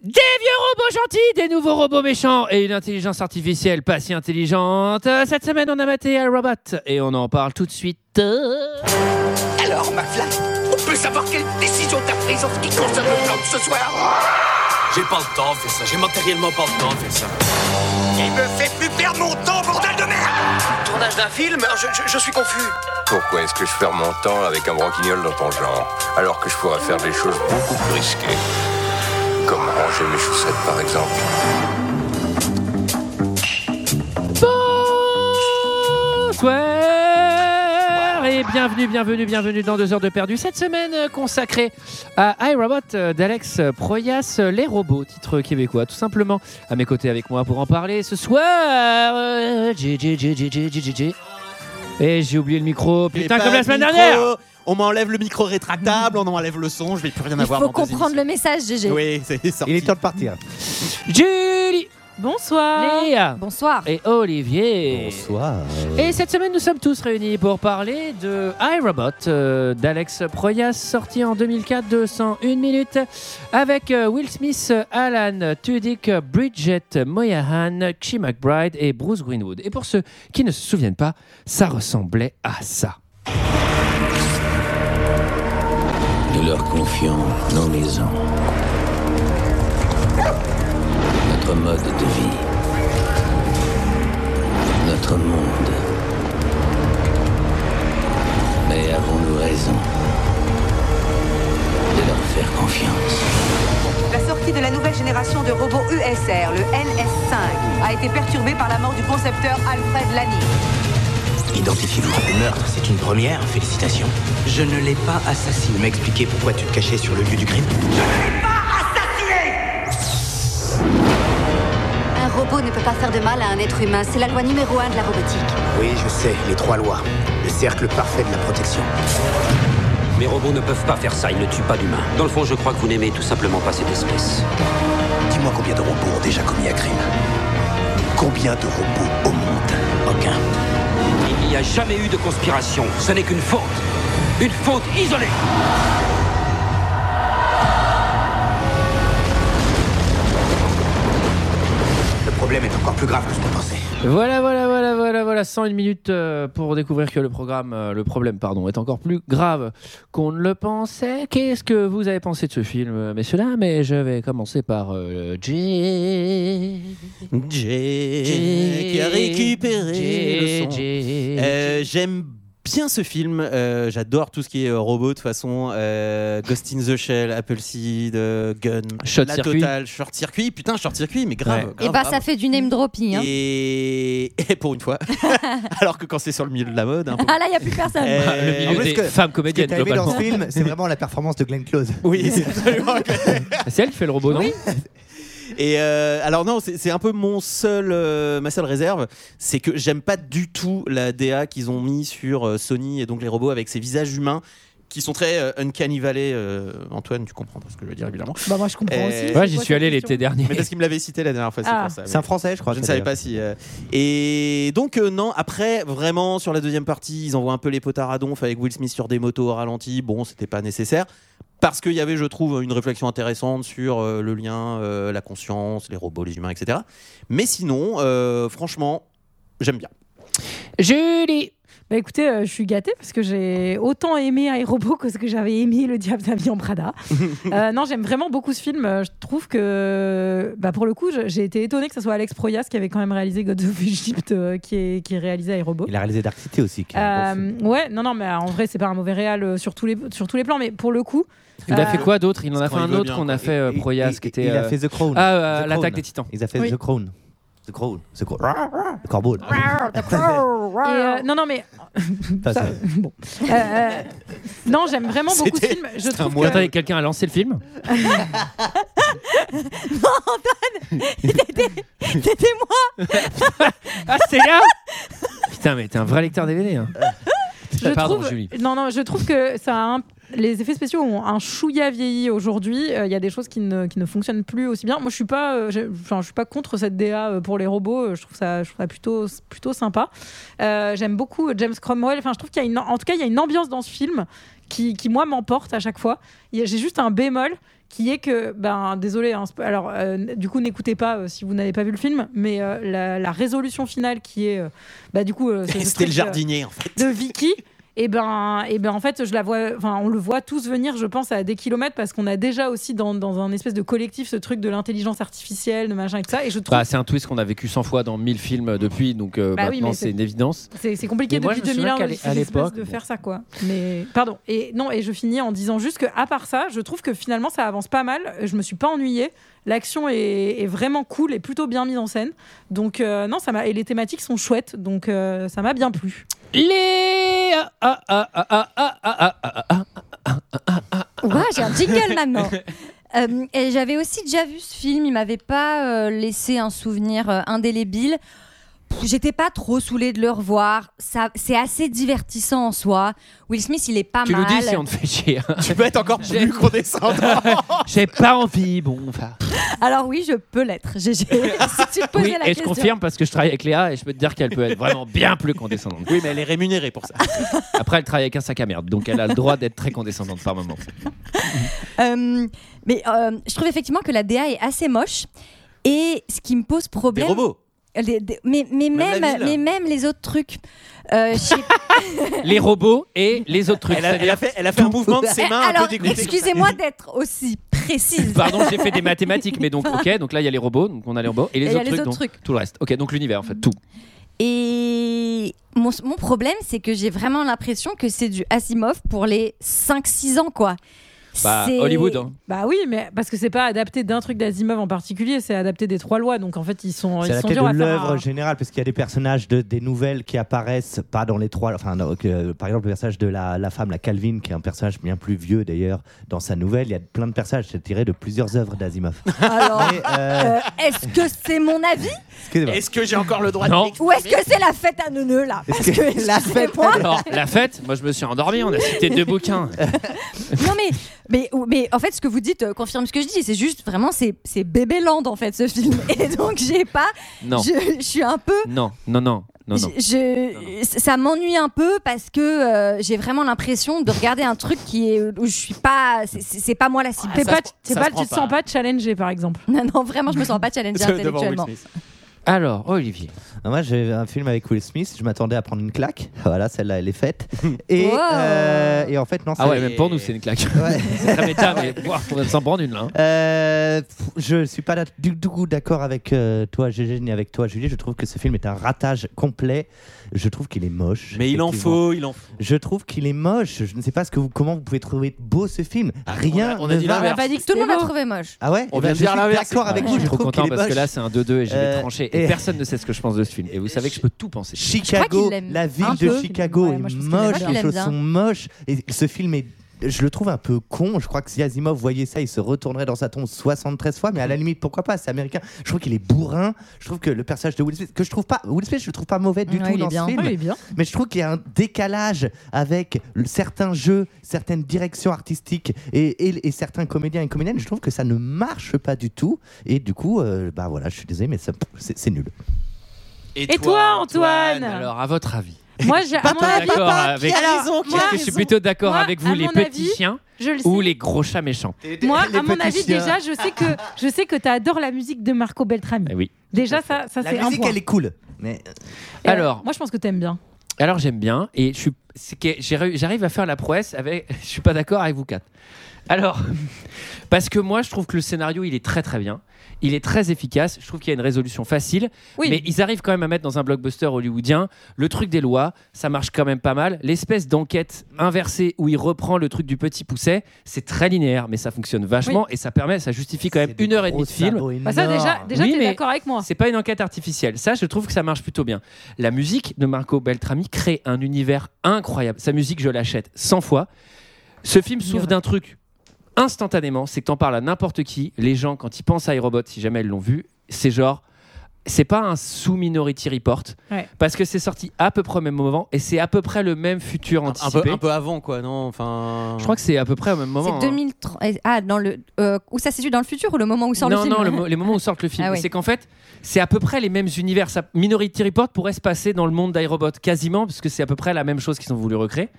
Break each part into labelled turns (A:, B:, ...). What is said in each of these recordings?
A: Des vieux robots gentils, des nouveaux robots méchants et une intelligence artificielle pas si intelligente. Euh, Cette semaine, on a maté un robot et on en parle tout de suite. Euh,
B: Alors, McFly, on peut savoir quelle décision t'as prise en ce qui concerne le plan de ce soir
C: J'ai pas le temps de faire ça, j'ai matériellement pas le temps de faire ça.
B: Il me fait plus perdre mon temps, bordel de merde
D: Tournage d'un film hein, je, je- je suis confus.
E: Pourquoi est-ce que je perds mon temps avec un branquignol dans ton genre Alors que je pourrais faire des choses beaucoup plus risquées. Comme ranger mes chaussettes par exemple.
A: Bonsoir et bienvenue, bienvenue, bienvenue dans 2 heures de perdu. Cette semaine euh, consacrée à iRobot euh, d'Alex Proyas, euh, Les robots, titre québécois, tout simplement. À mes côtés avec moi pour en parler ce soir. euh, JJJJJJJ. Et j'ai oublié le micro,
F: J'ai
A: putain,
F: pas
A: comme la
F: de
A: semaine
F: micro.
A: dernière
F: On m'enlève le micro rétractable, on m'enlève le son, je vais plus rien
G: Il
F: avoir.
G: faut
F: dans tes
G: comprendre le message, GG.
F: émissions. Oui, c'est sorti.
H: Il est temps de partir.
A: Julie,
I: Bonsoir.
A: Léa
G: Bonsoir.
A: et Olivier.
H: Bonsoir.
A: Et cette semaine, nous sommes tous réunis pour parler de iRobot euh, d'Alex Proyas, sorti en 2004 de 101 minutes, avec euh, Will Smith, euh, Alan Tudyk, euh, Bridget Moyahan, Chi McBride et Bruce Greenwood. Et pour ceux qui ne se souviennent pas, ça ressemblait à ça.
J: Nous leur confions nos maisons, notre mode de vie, notre monde. Mais avons-nous raison de leur faire confiance
K: La sortie de la nouvelle génération de robots USR, le LS5, a été perturbée par la mort du concepteur Alfred Lanny.
D: Identifiez-vous. Le meurtre, c'est une première, félicitations. Je ne l'ai pas assassiné. M'expliquer pourquoi tu te cachais sur le lieu du crime
K: Un robot ne peut pas faire de mal à un être humain, c'est la loi numéro un de la robotique.
D: Oui, je sais, les trois lois. Le cercle parfait de la protection.
C: Mes robots ne peuvent pas faire ça, ils ne tuent pas d'humains. Dans le fond, je crois que vous n'aimez tout simplement pas cette espèce.
D: Dis-moi combien de robots ont déjà commis un crime Combien de robots au monde Aucun.
C: Il n'y a jamais eu de conspiration, ce n'est qu'une faute. Une faute isolée.
D: Le problème est encore plus grave que ce qu'on pensait.
A: Voilà, voilà, voilà, voilà, voilà. 101 minutes euh, pour découvrir que le programme, euh, le problème, pardon, est encore plus grave qu'on ne le pensait. Qu'est-ce que vous avez pensé de ce film, euh, messieurs là Mais je vais commencer par euh, J.
F: J'ai qui a récupéré le son. Euh, J'aime bien ce film. euh, J'adore tout ce qui est euh, robot de toute façon. euh, Ghost in the Shell, Appleseed, euh, Gun,
A: Short
F: la
A: Circuit.
F: totale, Short Circuit. Putain, Short Circuit, mais grave.
A: Ouais.
G: Et
F: grave,
G: bah,
F: grave.
G: ça fait du name dropping. Hein.
F: Et... et pour une fois. Alors que quand c'est sur le milieu de la mode, un peu
G: Ah là, il n'y a plus personne.
F: Euh,
A: le
F: en
A: milieu
H: plus,
A: des
H: que-
A: femmes
H: Ce que
A: comédiennes,
H: t'as aimé dans
A: globalement.
H: ce film, c'est vraiment la performance de Glenn Close.
F: Oui, c'est absolument.
A: C'est elle qui fait le robot, non
F: Et euh, alors non, c'est c'est un peu mon seul, euh, ma seule réserve, c'est que j'aime pas du tout la DA qu'ils ont mis sur euh, Sony et donc les robots avec ces visages humains qui sont très euh, uncanny valley. euh, Antoine, tu comprends ce que je veux dire évidemment.
G: Bah, moi, je comprends
F: Euh,
G: aussi.
F: ouais,
G: C'est
A: Ouais,
G: quoi
A: j'y
G: cette
A: suis allé
G: question
A: l'été dernier.
F: Mais parce qu'il me l'avait cité la dernière fois, c'est
G: Ah.
F: pour ça.
H: C'est un français, je crois.
F: Je ne savais pas si. euh, Et donc, euh, non, après, vraiment, sur la deuxième partie, ils envoient un peu les potards à donf avec Will Smith sur des motos au ralenti. Bon, c'était pas nécessaire. Parce qu'il y avait, je trouve, une réflexion intéressante sur euh, le lien, euh, la conscience, les robots, les humains, etc. Mais sinon, euh, franchement, j'aime bien.
A: Julie
I: Bah écoutez, euh, je suis gâtée parce que j'ai autant aimé iRobot que ce que j'avais aimé Le Diable d'Avion Prada. Euh, non, j'aime vraiment beaucoup ce film. Euh, Je trouve que, bah pour le coup, je- j'ai été étonnée que ce soit Alex Proyas qui avait quand même réalisé God of Egypt euh, qui, est, qui est réalisé iRobot.
H: Il a réalisé Dark City aussi. qui est un bon
I: Euh,
H: film.
I: ouais, non, non, mais euh, en vrai, c'est pas un mauvais réal euh, sur tous les sur tous les plans, mais pour le coup,
A: Il a
I: Euh,
A: fait quoi d'autre Il en a
F: c'est
A: fait
F: quand
A: un
F: il veut
A: autre
F: bien,
A: qu'on
F: quoi.
A: a fait, euh,
H: Et-
A: Proyas,
H: et- et-
A: qui était.
H: Il a
A: euh,
H: fait The Crown.
A: Ah, euh,
H: The
A: l'attaque
H: Crown.
A: des titans.
H: Ils ont fait
I: Oui.
H: The Crown. The Crown. The Crown. Le corbeau. là.
I: et, euh, non, non, mais
H: Pas ça.
I: ça, bon, Euh, euh, non, j'aime vraiment beaucoup ce
F: C'était-
I: film. Je
F: un
I: trouve
F: mois
I: que-
A: Attendez, quelqu'un a lancé le film
G: C'était moi.
A: Ah, c'est là Putain, mais t'es un vrai lecteur DVD. hein.
I: je
A: Pardon,
I: trouve,
A: Julie.
I: Non, non, je trouve que ça a un- les effets spéciaux ont un chouïa vieilli aujourd'hui. Euh, Il y a des choses qui ne, qui ne fonctionnent plus aussi bien. Moi, je suis pas, euh, j'ai- enfin, je suis pas contre cette DA euh, pour les robots. Euh, Je trouve ça, je trouve ça plutôt, plutôt sympa. Euh, J'aime beaucoup James Cromwell. Enfin, je trouve qu'il y a une, en tout cas, il y a une ambiance dans ce film qui, qui moi, m'emporte à chaque fois. Il y a- J'ai juste un bémol
K: qui est que, ben désolé, hein, spo- alors euh, n- du coup n'écoutez pas euh, si vous n'avez pas vu le film, mais euh, la, la résolution finale qui est, euh, bah du coup, euh, c'est ce
F: C'était le
K: truc, euh,
F: jardinier en fait.
K: de Vicky. Et ben, et ben, en fait, je la vois. Enfin, on le voit tous venir, je pense, à des kilomètres parce qu'on a déjà aussi dans, dans un espèce de collectif ce truc de l'intelligence artificielle, de machin et tout ça. Et je trouve
A: Bah, c'est un twist qu'on a vécu 100 fois dans 1000 films depuis, donc euh,
K: Bah oui,
A: maintenant
K: mais
A: c'est
K: c'est-
A: une évidence.
K: c'est c'est compliqué
A: Mais moi,
K: depuis
A: je me souviens
K: 2001
A: qu'à
K: de-
A: l'é- à
K: cette espèce
A: l'époque,
K: de
A: bon.
K: faire ça quoi. Mais pardon. Et non et je finis en disant juste que à part ça, je trouve que finalement ça avance pas mal. Je me suis pas ennuyée. L'action est, est vraiment cool et plutôt bien mise en scène. Donc euh, non ça m'a et les thématiques sont chouettes. Donc euh, ça m'a bien plu.
A: Les ah, ah, ah, ah, ah, ah, ah, ah, ah, ah.
I: Ouah, j'ai un jingle maintenant. Euh, et j'avais aussi déjà vu ce film, il m'avait pas euh, laissé un souvenir euh, indélébile. Pff, J'étais pas trop saoulée de le revoir. Ça, c'est assez divertissant en soi. Will Smith, il est pas
A: Tu
I: mal.
A: nous dis si on te fait chier. hein.
F: Tu peux être encore plus condescendant.
A: J'ai pas envie, bon. Enfin.
I: Alors oui, je peux l'être. J'ai- j'ai- si tu te posais
A: Oui,
I: la
A: et je
I: question.
A: confirme parce que je travaille avec Léa et je peux te dire qu'elle peut être vraiment bien plus condescendante.
F: Oui, mais elle est rémunérée pour ça.
K: Ah,
A: Après, elle travaille avec un sac à merde, donc elle a le droit d'être très condescendante par moment.
I: Euh, mais euh, je trouve effectivement que la DA est assez moche. Et ce qui me pose problème.
A: Des robots.
I: Euh, des- des- mais, mais,
A: Même
I: même,
A: la ville.
I: mais même les autres trucs. Euh, je sais-
A: Les robots et les autres trucs.
F: Elle a- elle a fait- elle a fait un mouvement de ses mains un peu
I: Alors,
F: dégoûtées.
I: excusez-moi d'être aussi précise.
A: Pardon, j'ai fait des mathématiques, mais donc ok, donc là il y a les robots, donc on a les robots et les
I: Et il y
A: autres,
I: a Euh, les
A: trucs,
I: autres
A: donc
I: trucs.
A: tout le reste. Ok, donc l'univers en fait, tout.
I: Et mon, mon problème, c'est que j'ai vraiment l'impression que c'est du Asimov pour les 5-6 ans, quoi.
A: Bah, Hollywood, hein.
K: Bah oui, mais parce que c'est pas adapté d'un truc d'Asimov en particulier, c'est adapté des trois lois. Donc en fait, ils sont,
C: C'est
K: ils
C: la
K: sont
C: tête
K: durs à
C: de
K: faire.
C: l'œuvre
K: un-
C: générale, parce qu'il y a des personnages de, des nouvelles qui apparaissent pas dans les trois. Enfin, non, que- euh, par exemple, le personnage de la, la femme, la Calvin, qui est un personnage bien plus vieux d'ailleurs dans sa nouvelle. Il y a plein de personnages, c'est tiré de plusieurs œuvres d'Asimov.
I: Alors,
C: Mais,
I: euh, est-ce que c'est mon avis
C: Excusez-moi.
F: Est-ce que j'ai encore le droit de
I: Ou est-ce que c'est la fête à neuneux, là Parce que, excusez-moi.
A: Alors, la fête, moi je me suis endormi, on a cité deux bouquins.
I: Non mais, mais, ou- mais en fait ce que vous dites euh, confirme ce que je dis, c'est juste vraiment c'est, c'est Bébéland en fait ce film. Et donc j'ai pas...
A: Non.
I: Je, je suis un peu...
A: Non, non, non, non, non.
I: je- je- ça m'ennuie un peu parce que euh, j'ai vraiment l'impression de regarder un truc qui est où je suis pas c'est, c'est- c'est pas moi la cible.
C: Ah,
K: T'es pas, t'es pas- tu te sens pas challengé par exemple.
I: Non non vraiment je me sens pas challengée intellectuellement.
A: Alors, Olivier.
C: Moi, j'ai un film avec Will Smith. Je m'attendais à prendre une claque. Voilà, celle-là, elle est faite. Et,
I: Wow.
C: euh, et en fait, non.
A: Ah
C: ça-
A: ouais, même pour nous c'est une claque. c'est très méta, mais ouah, on va s'en prendre une là. hein.
C: Euh, pff, je suis pas d'ac- du tout d'accord avec euh, toi, Gégé, ni avec toi, Julie. Je trouve que ce film est un ratage complet. Je trouve qu'il est moche.
F: Mais il en
C: effectivement.
F: faut, il en faut.
C: Je trouve qu'il est moche. Je ne sais pas ce que vous, comment vous pouvez trouver beau ce film. Rien.
F: on a
C: ne
F: dit
C: va.
F: l'inverse. On a pas
I: Tout le monde l'a trouvé moche.
C: Ah ouais
F: On
C: Eh ben,
F: vient de dire
C: je suis
F: l'inverse.
C: D'accord avec
A: Ouais,
C: vous.
A: je suis
C: je
A: trop
C: trouve qu'il
A: content
C: est
A: parce que
C: moche.
A: là c'est un 2-2 et je vais
C: Euh,
A: trancher et
C: et-
A: personne ne sait ce que je pense de ce film et vous savez que je peux tout penser.
I: Je crois
C: Chicago,
I: qu'il l'aime.
C: la ville
I: Un
C: de
I: peu.
C: Chicago
I: Ouais,
C: est
I: moi, je pense qu'il l'aime. Je
C: moche,
I: crois qu'il
C: les choses
I: l'aime bien.
C: sont moches. Et ce film est. Je le trouve un peu con. Je crois que si Asimov voyait ça, il se retournerait dans sa tombe 73 fois. Mais à la limite, pourquoi pas C'est américain. Je trouve qu'il est bourrin. Je trouve que le personnage de Will Smith, que je trouve pas. Will Smith, je le trouve pas mauvais du
I: Ouais,
C: tout
I: il est
C: dans
I: bien.
C: ce film.
I: Ouais, il est
K: bien.
C: Mais je trouve qu'il y a un décalage avec le- certains jeux, certaines directions artistiques et, et- et certains comédiens et comédiennes. Je trouve que ça ne marche pas du tout. Et du coup, euh, bah voilà, je suis désolé, mais ça- c'est c'est nul.
K: Et toi, Antoine
A: Alors à votre avis
K: Moi, j'ai à mon
A: Papa,
C: Ah,
K: avis,
A: d'accord avec-
K: Alors, moi,
A: Parce que je suis plutôt d'accord
K: Moi,
A: avec
K: à
A: vous les
K: mon
A: petits
K: avis,
A: chiens
K: je le
A: ou
K: sais.
A: les gros chats méchants.
K: Moi,
C: Les
K: à mon
C: petits
K: avis,
C: chiens.
K: déjà, je sais que je sais que tu adores la musique de Marco Beltrami.
A: Eh oui.
K: Déjà, ça, ça
C: La
K: c'est un
C: musique,
K: point.
C: elle est cool. Mais
K: Et, euh,
A: Alors-
K: moi, je pense que t'aimes bien.
A: Alors j'aime bien et je suis, c'est que j'ai réu- j'arrive à faire la prouesse avec. Je suis pas d'accord avec vous quatre. Alors parce que moi je trouve que le scénario il est très très bien, il est très efficace. Je trouve qu'il y a une résolution facile,
K: Oui.
A: mais ils arrivent quand même à mettre dans un blockbuster hollywoodien le truc des lois. Ça marche quand même pas mal. L'espèce d'enquête inversée où il reprend le truc du petit pousset, c'est très linéaire, mais ça fonctionne vachement et ça permet, ça justifie quand même une heure et demie de film.
K: Bah, ça, déjà, déjà
A: Ah, Oui,
K: t'es
A: mais-
K: d'accord avec moi.
A: C'est pas une enquête artificielle. Ça, je trouve que ça marche plutôt bien. La musique de Marco Beltrami crée un univers incroyable. Sa musique, je l'achète 100 fois. Ce film s'ouvre d'un truc instantanément, c'est que t'en parles à n'importe qui. Les gens, quand ils pensent à iRobot, si jamais ils l'ont vu, c'est genre c'est pas un sous-Minority Report.
K: Ouais.
A: Parce que c'est sorti à peu près au même moment et c'est à peu près le même futur
F: un peu,
A: anticipé.
F: un peu avant, quoi, non Enfin.
A: Je crois que c'est à peu près au même moment.
I: C'est
A: hein.
I: 2030. Ah, dans le. euh, où ça se situe dans le futur ou le moment où sort
A: non,
I: le film
A: non, mo- les moments où sortent le film.
I: Ah oui.
A: C'est qu'en fait, c'est à peu près les mêmes univers. Ça- Minority Report pourrait se passer dans le monde d'iRobot quasiment, parce que c'est à peu près la même chose qu'ils ont voulu recréer.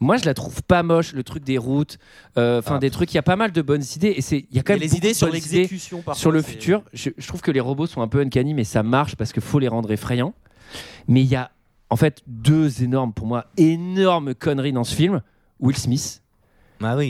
A: Moi, je la trouve pas moche, le truc des routes, euh,
F: Ah.
A: enfin des trucs. Il y a pas mal de bonnes idées, et c'est il y a quand même
F: Mais les
A: beaucoup
F: idées
A: de
F: sur
A: bonnes
F: l'exécution,
A: idées
F: parfois,
A: sur le
F: c'est-
A: futur. Je, je trouve que les robots sont un peu uncanny, mais ça marche parce que faut les rendre effrayants. Mais il y a en fait deux énormes, pour moi, énormes conneries dans ce film. Will Smith,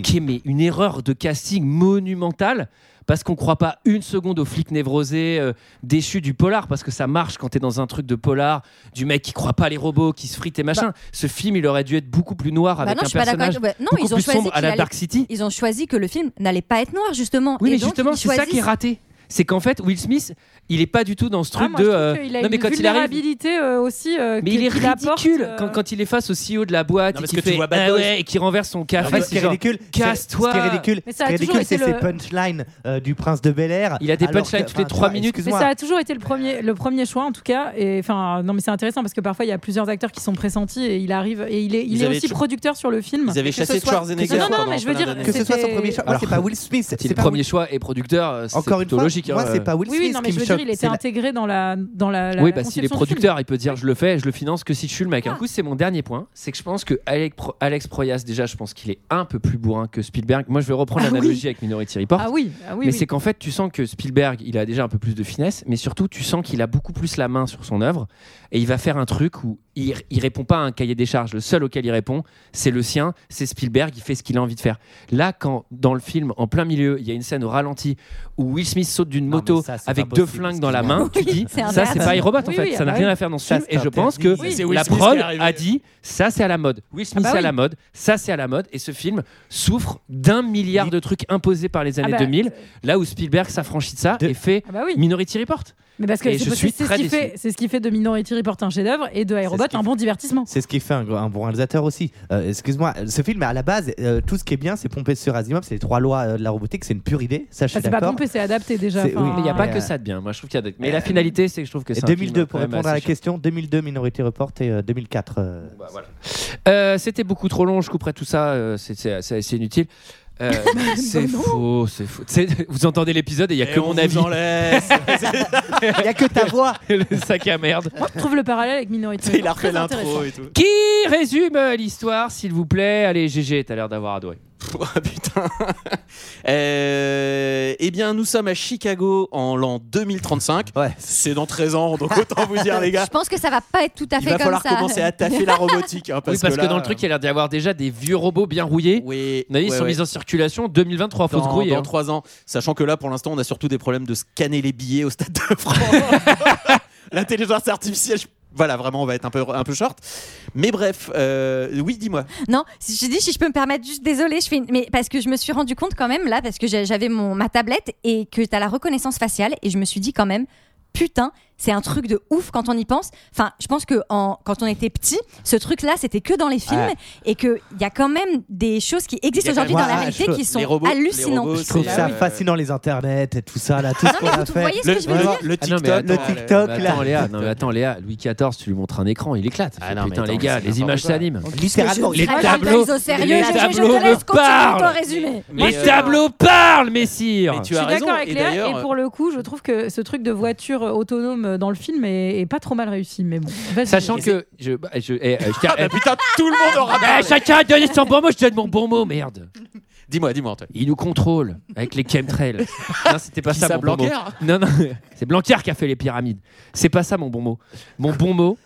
A: qui est mais, une erreur de casting monumentale parce qu'on croit pas une seconde aux flics névrosés euh, déchus du polar parce que ça marche quand t'es dans un truc de polar du mec qui croit pas les robots qui se fritent et machin ce film il aurait dû être beaucoup plus noir
I: Bah
A: Ah, avec
I: non,
A: un
I: je suis pas d'accord.
A: personnage
I: avec- bah, non,
A: beaucoup
I: ils ont
A: plus
I: choisi
A: sombre à
I: qu'il
A: la
I: allait-
A: Dark City
I: Ils ont choisi que le film n'allait pas être noir, justement.
A: oui,
I: Et
A: mais
I: donc,
A: justement,
I: ils
A: c'est ça qui est
I: choisissent-
A: raté. C'est qu'en fait, Will Smith, il est pas du tout dans ce
I: Ah,
A: truc
K: Ah, moi, je
A: de.
K: trouve
A: euh,
K: qu'il a
A: non, mais
K: une
A: quand il arrive,
K: vulnérabilité euh, aussi. euh,
A: mais
K: qu'il-
A: il est
K: qu'il apporte,
A: ridicule
K: euh,
A: quand, quand il est face au CEO de la boîte
F: Non,
A: et
F: parce
A: qu'il
F: que tu
A: fait
F: vois Bad
A: ah
F: Boys.
A: ouais, et qui renverse son
C: En
A: café.
C: fait, ce qui est
A: genre,
C: ridicule, c'est-
A: Casse-toi.
C: Ce qui est ridicule,
K: Mais ça
C: ce
K: a
C: qui est
K: toujours
C: ridicule, c'est
K: été
C: ses
K: le-
C: punchlines euh, du prince de Bel Air.
A: Il a des
C: alors
A: punchlines
C: que-
A: toutes les
C: enfin,
A: trois
C: tu vois,
A: minutes.
K: Mais
C: Excuse-moi.
K: ça a toujours été le premier, le premier choix en tout cas. Et enfin, non, mais c'est intéressant parce que parfois il y a plusieurs acteurs qui sont pressentis et il arrive et il est, il
F: Ils
K: est
F: avaient
K: aussi
F: cho-
K: producteur sur le film.
F: Ils avaient
K: Que ce
F: chassé
K: soit-
F: Schwarzenegger
K: Non, non, non,
F: pendant
K: mais je veux
F: plein
K: dire
F: d'années.
C: que ce soit son
K: c'était-
C: premier choix. Moi,
A: Alors,
C: c'est pas Will Smith.
A: Si
C: c'est
A: le
C: pas
A: premier
C: Will-
A: choix est producteur, euh, c'est
C: Encore une
A: plutôt
C: fois,
A: logique.
C: moi,
A: hein.
C: c'est pas Will
K: Oui, oui,
C: Smith
K: non, mais
C: qui
K: je
C: me
K: veux dire,
C: choque,
K: il était
C: c'est la-
K: intégré dans la dans la. la-
A: oui,
K: la
A: bah, s'il est
K: conception du film.
A: producteur, il peut dire je le fais, je le finance que si je suis le mec.
K: Ah.
A: Du coup, c'est mon dernier point. C'est que je pense que Alex, Pro- Alex Proyas, déjà, je pense qu'il est un peu plus bourrin que Spielberg. Moi, je vais reprendre
K: Ah oui.
A: l'analogie avec Minority Report.
K: Ah oui, ah oui.
A: mais
K: oui.
A: c'est qu'en fait, tu sens que Spielberg, il a déjà un peu plus de finesse, mais surtout, tu sens qu'il a beaucoup plus la main sur son œuvre et il va faire un truc où il, il répond pas à un cahier des charges. Le seul auquel il répond, c'est le sien, c'est Spielberg, il fait ce qu'il a envie de faire. Là, quand dans le film, en plein milieu, il y a une scène au ralenti où Will Smith saute d'une
C: Non,
A: moto
C: mais ça, c'est
A: avec
C: pas
A: deux
C: possible,
A: flingues dans la
C: excuse-moi.
A: main, tu
I: Oui,
A: dis,
I: c'est
A: ça, c'est
I: interdit.
A: pas iRobot en
K: Oui,
A: fait,
K: oui,
A: ça n'a
K: bah
A: rien
K: oui.
A: à faire dans ce
C: Ça,
A: film
C: c'est
A: et je pense que
C: interdit. Oui.
F: C'est Will
A: la
F: Smith qui
A: prod
F: est arrivé.
A: a dit ça c'est à la mode. Will Smith
K: bah
A: c'est à
K: oui.
A: la mode, ça c'est à la mode et ce film souffre d'un milliard de trucs imposés par les années
K: bah,
A: 2000, là où Spielberg s'affranchit de ça
C: De-
A: et fait
K: Ah bah oui.
A: Minority Report.
K: Mais parce que
A: Et
K: c'est
A: je
K: parce que
A: suis
K: c'est ce
A: très
K: qui
A: déçu.
K: fait, c'est ce qui fait de Minority Report un chef-d'œuvre et de
C: C'est
K: iRobot
C: ce qui
K: un bon divertissement.
C: C'est ce qui fait un, un bon réalisateur aussi. Euh, Excuse-moi, ce film, à la base, euh, tout ce qui est bien, c'est pompé sur Asimov, c'est les trois lois euh, de la robotique, c'est une pure idée, ça je
K: Ah,
C: suis
K: c'est pas
C: d'accord.
K: pompé, c'est adapté déjà.
C: C'est-
K: enfin,
C: oui,
A: Mais il n'y a
C: Ah,
A: pas
C: ouais.
A: que ça de bien. Moi, je trouve qu'il y a. des- Mais la finalité, c'est que je trouve que
C: Et
A: c'est. un film
C: 2002, pour
A: quand même
C: répondre à la
A: assez Bah, chiant.
C: question, 2002 Minority Report et euh, 2004. euh,
A: Euh, C'était beaucoup trop long. Je couperai tout ça. euh, c'est- c'est c'est- c'est inutile. Euh, c'est faux, c'est faux. C'est- Vous entendez l'épisode et il n'y a
F: Et
A: que
F: on
A: mon
F: vous
A: avis.
F: en laisse.
C: Il n'y a que ta voix
A: le sac à merde.
K: Moi, je trouve le parallèle avec Minority Report.
F: Il a
K: très
F: refait l'intro
K: intéressant.
F: et tout.
A: Qui résume euh, l'histoire, s'il vous plaît Allez, GG, t'as l'air d'avoir adoré.
F: Oh, putain. Euh, eh bien, nous sommes à Chicago en l'an 2035.
C: Ouais.
F: C'est dans 13 ans, donc autant vous dire, les gars.
I: Je pense que ça va pas être tout à
F: Il
I: fait
F: va
I: comme
F: falloir
I: ça.
F: commencer à taffer la robotique. hein,
A: Parce oui, parce que,
F: là,
A: dans le
F: euh,
A: truc, il a l'air d'y avoir déjà des vieux robots bien rouillés.
F: Oui,
A: On a dit, ils
F: ouais,
A: sont
F: ouais.
A: mis en circulation 2023. Faut se
F: dans,
A: grouiller.
F: dans
A: hein.
F: 3 ans. Sachant que là, pour l'instant, on a surtout des problèmes de scanner les billets au Stade de France. L'intelligence artificielle, je- voilà, vraiment, on va être un peu, un peu short. Mais bref, euh, oui, dis-moi.
I: Non, si je dis si je peux me permettre juste désolé, je fais une- mais parce que je me suis rendu compte quand même là parce que j'ai- j'avais mon ma tablette et que t'as la reconnaissance faciale et je me suis dit quand même putain c'est un truc de ouf quand on y pense. Enfin, je pense que en- quand on était petit, ce truc-là, c'était que dans les films
C: Ouais.
I: et qu'il y a quand même des choses qui existent
F: Il y a
I: aujourd'hui
F: quand
I: dans
C: même-
I: la
C: Ouais,
I: réalité
C: je-
I: qui sont
F: les robots- les
I: hallucinantes.
F: robots,
C: Je
A: bah,
C: trouve
F: c'est
C: ça
F: la-
C: fascinant les internets et tout ça là, tout ce qu'on
I: mais
C: a
I: vous
C: fait.
I: voyez ce que je veux dire
F: le
A: Ah non,
F: TikTok, euh,
A: mais
C: le
A: attends,
C: TikTok,
A: Mais attends,
C: là.
A: Léa, non, mais attends, Léa, Louis XIV, tu lui montres un écran, il éclate.
F: Ah non, mais
A: putain,
F: attends,
A: les
F: mais
A: gars,
F: c'est
A: les images
F: n'importe quoi.
A: s'animent.
C: Littéralement.
A: Les
I: Ah, je
A: tableaux,
I: suis au sérieux,
A: les
I: je- je- je
A: tableaux
I: te laisse
A: me
I: continuer
A: parlent.
I: ton résumé.
F: Mais
A: les
F: euh,
A: tableaux parlent, messire
F: Mais tu
K: Je
F: as
K: suis
F: raison.
K: d'accord avec
F: et
K: Léa et
F: d'ailleurs,
K: pour le coup, je trouve que ce truc de voiture autonome dans le film est, est pas trop mal réussi. Mais bon, vas-y.
A: Sachant que. Je, bah, je, eh, euh, je tiens- eh,
F: Ah, putain, tout le monde aura.
A: eh, chacun a donné son bon mot, je donne mon bon mot, merde.
F: Dis-moi, dis-moi, Antoine.
A: Il nous contrôle avec les chemtrails. non, c'était pas
F: Qui
A: ça
F: ça,
A: mon bon mot.
F: Blanquer
A: Non, non, c'est Blanquer qui a fait les pyramides. C'est pas ça mon bon mot. Mon bon mot,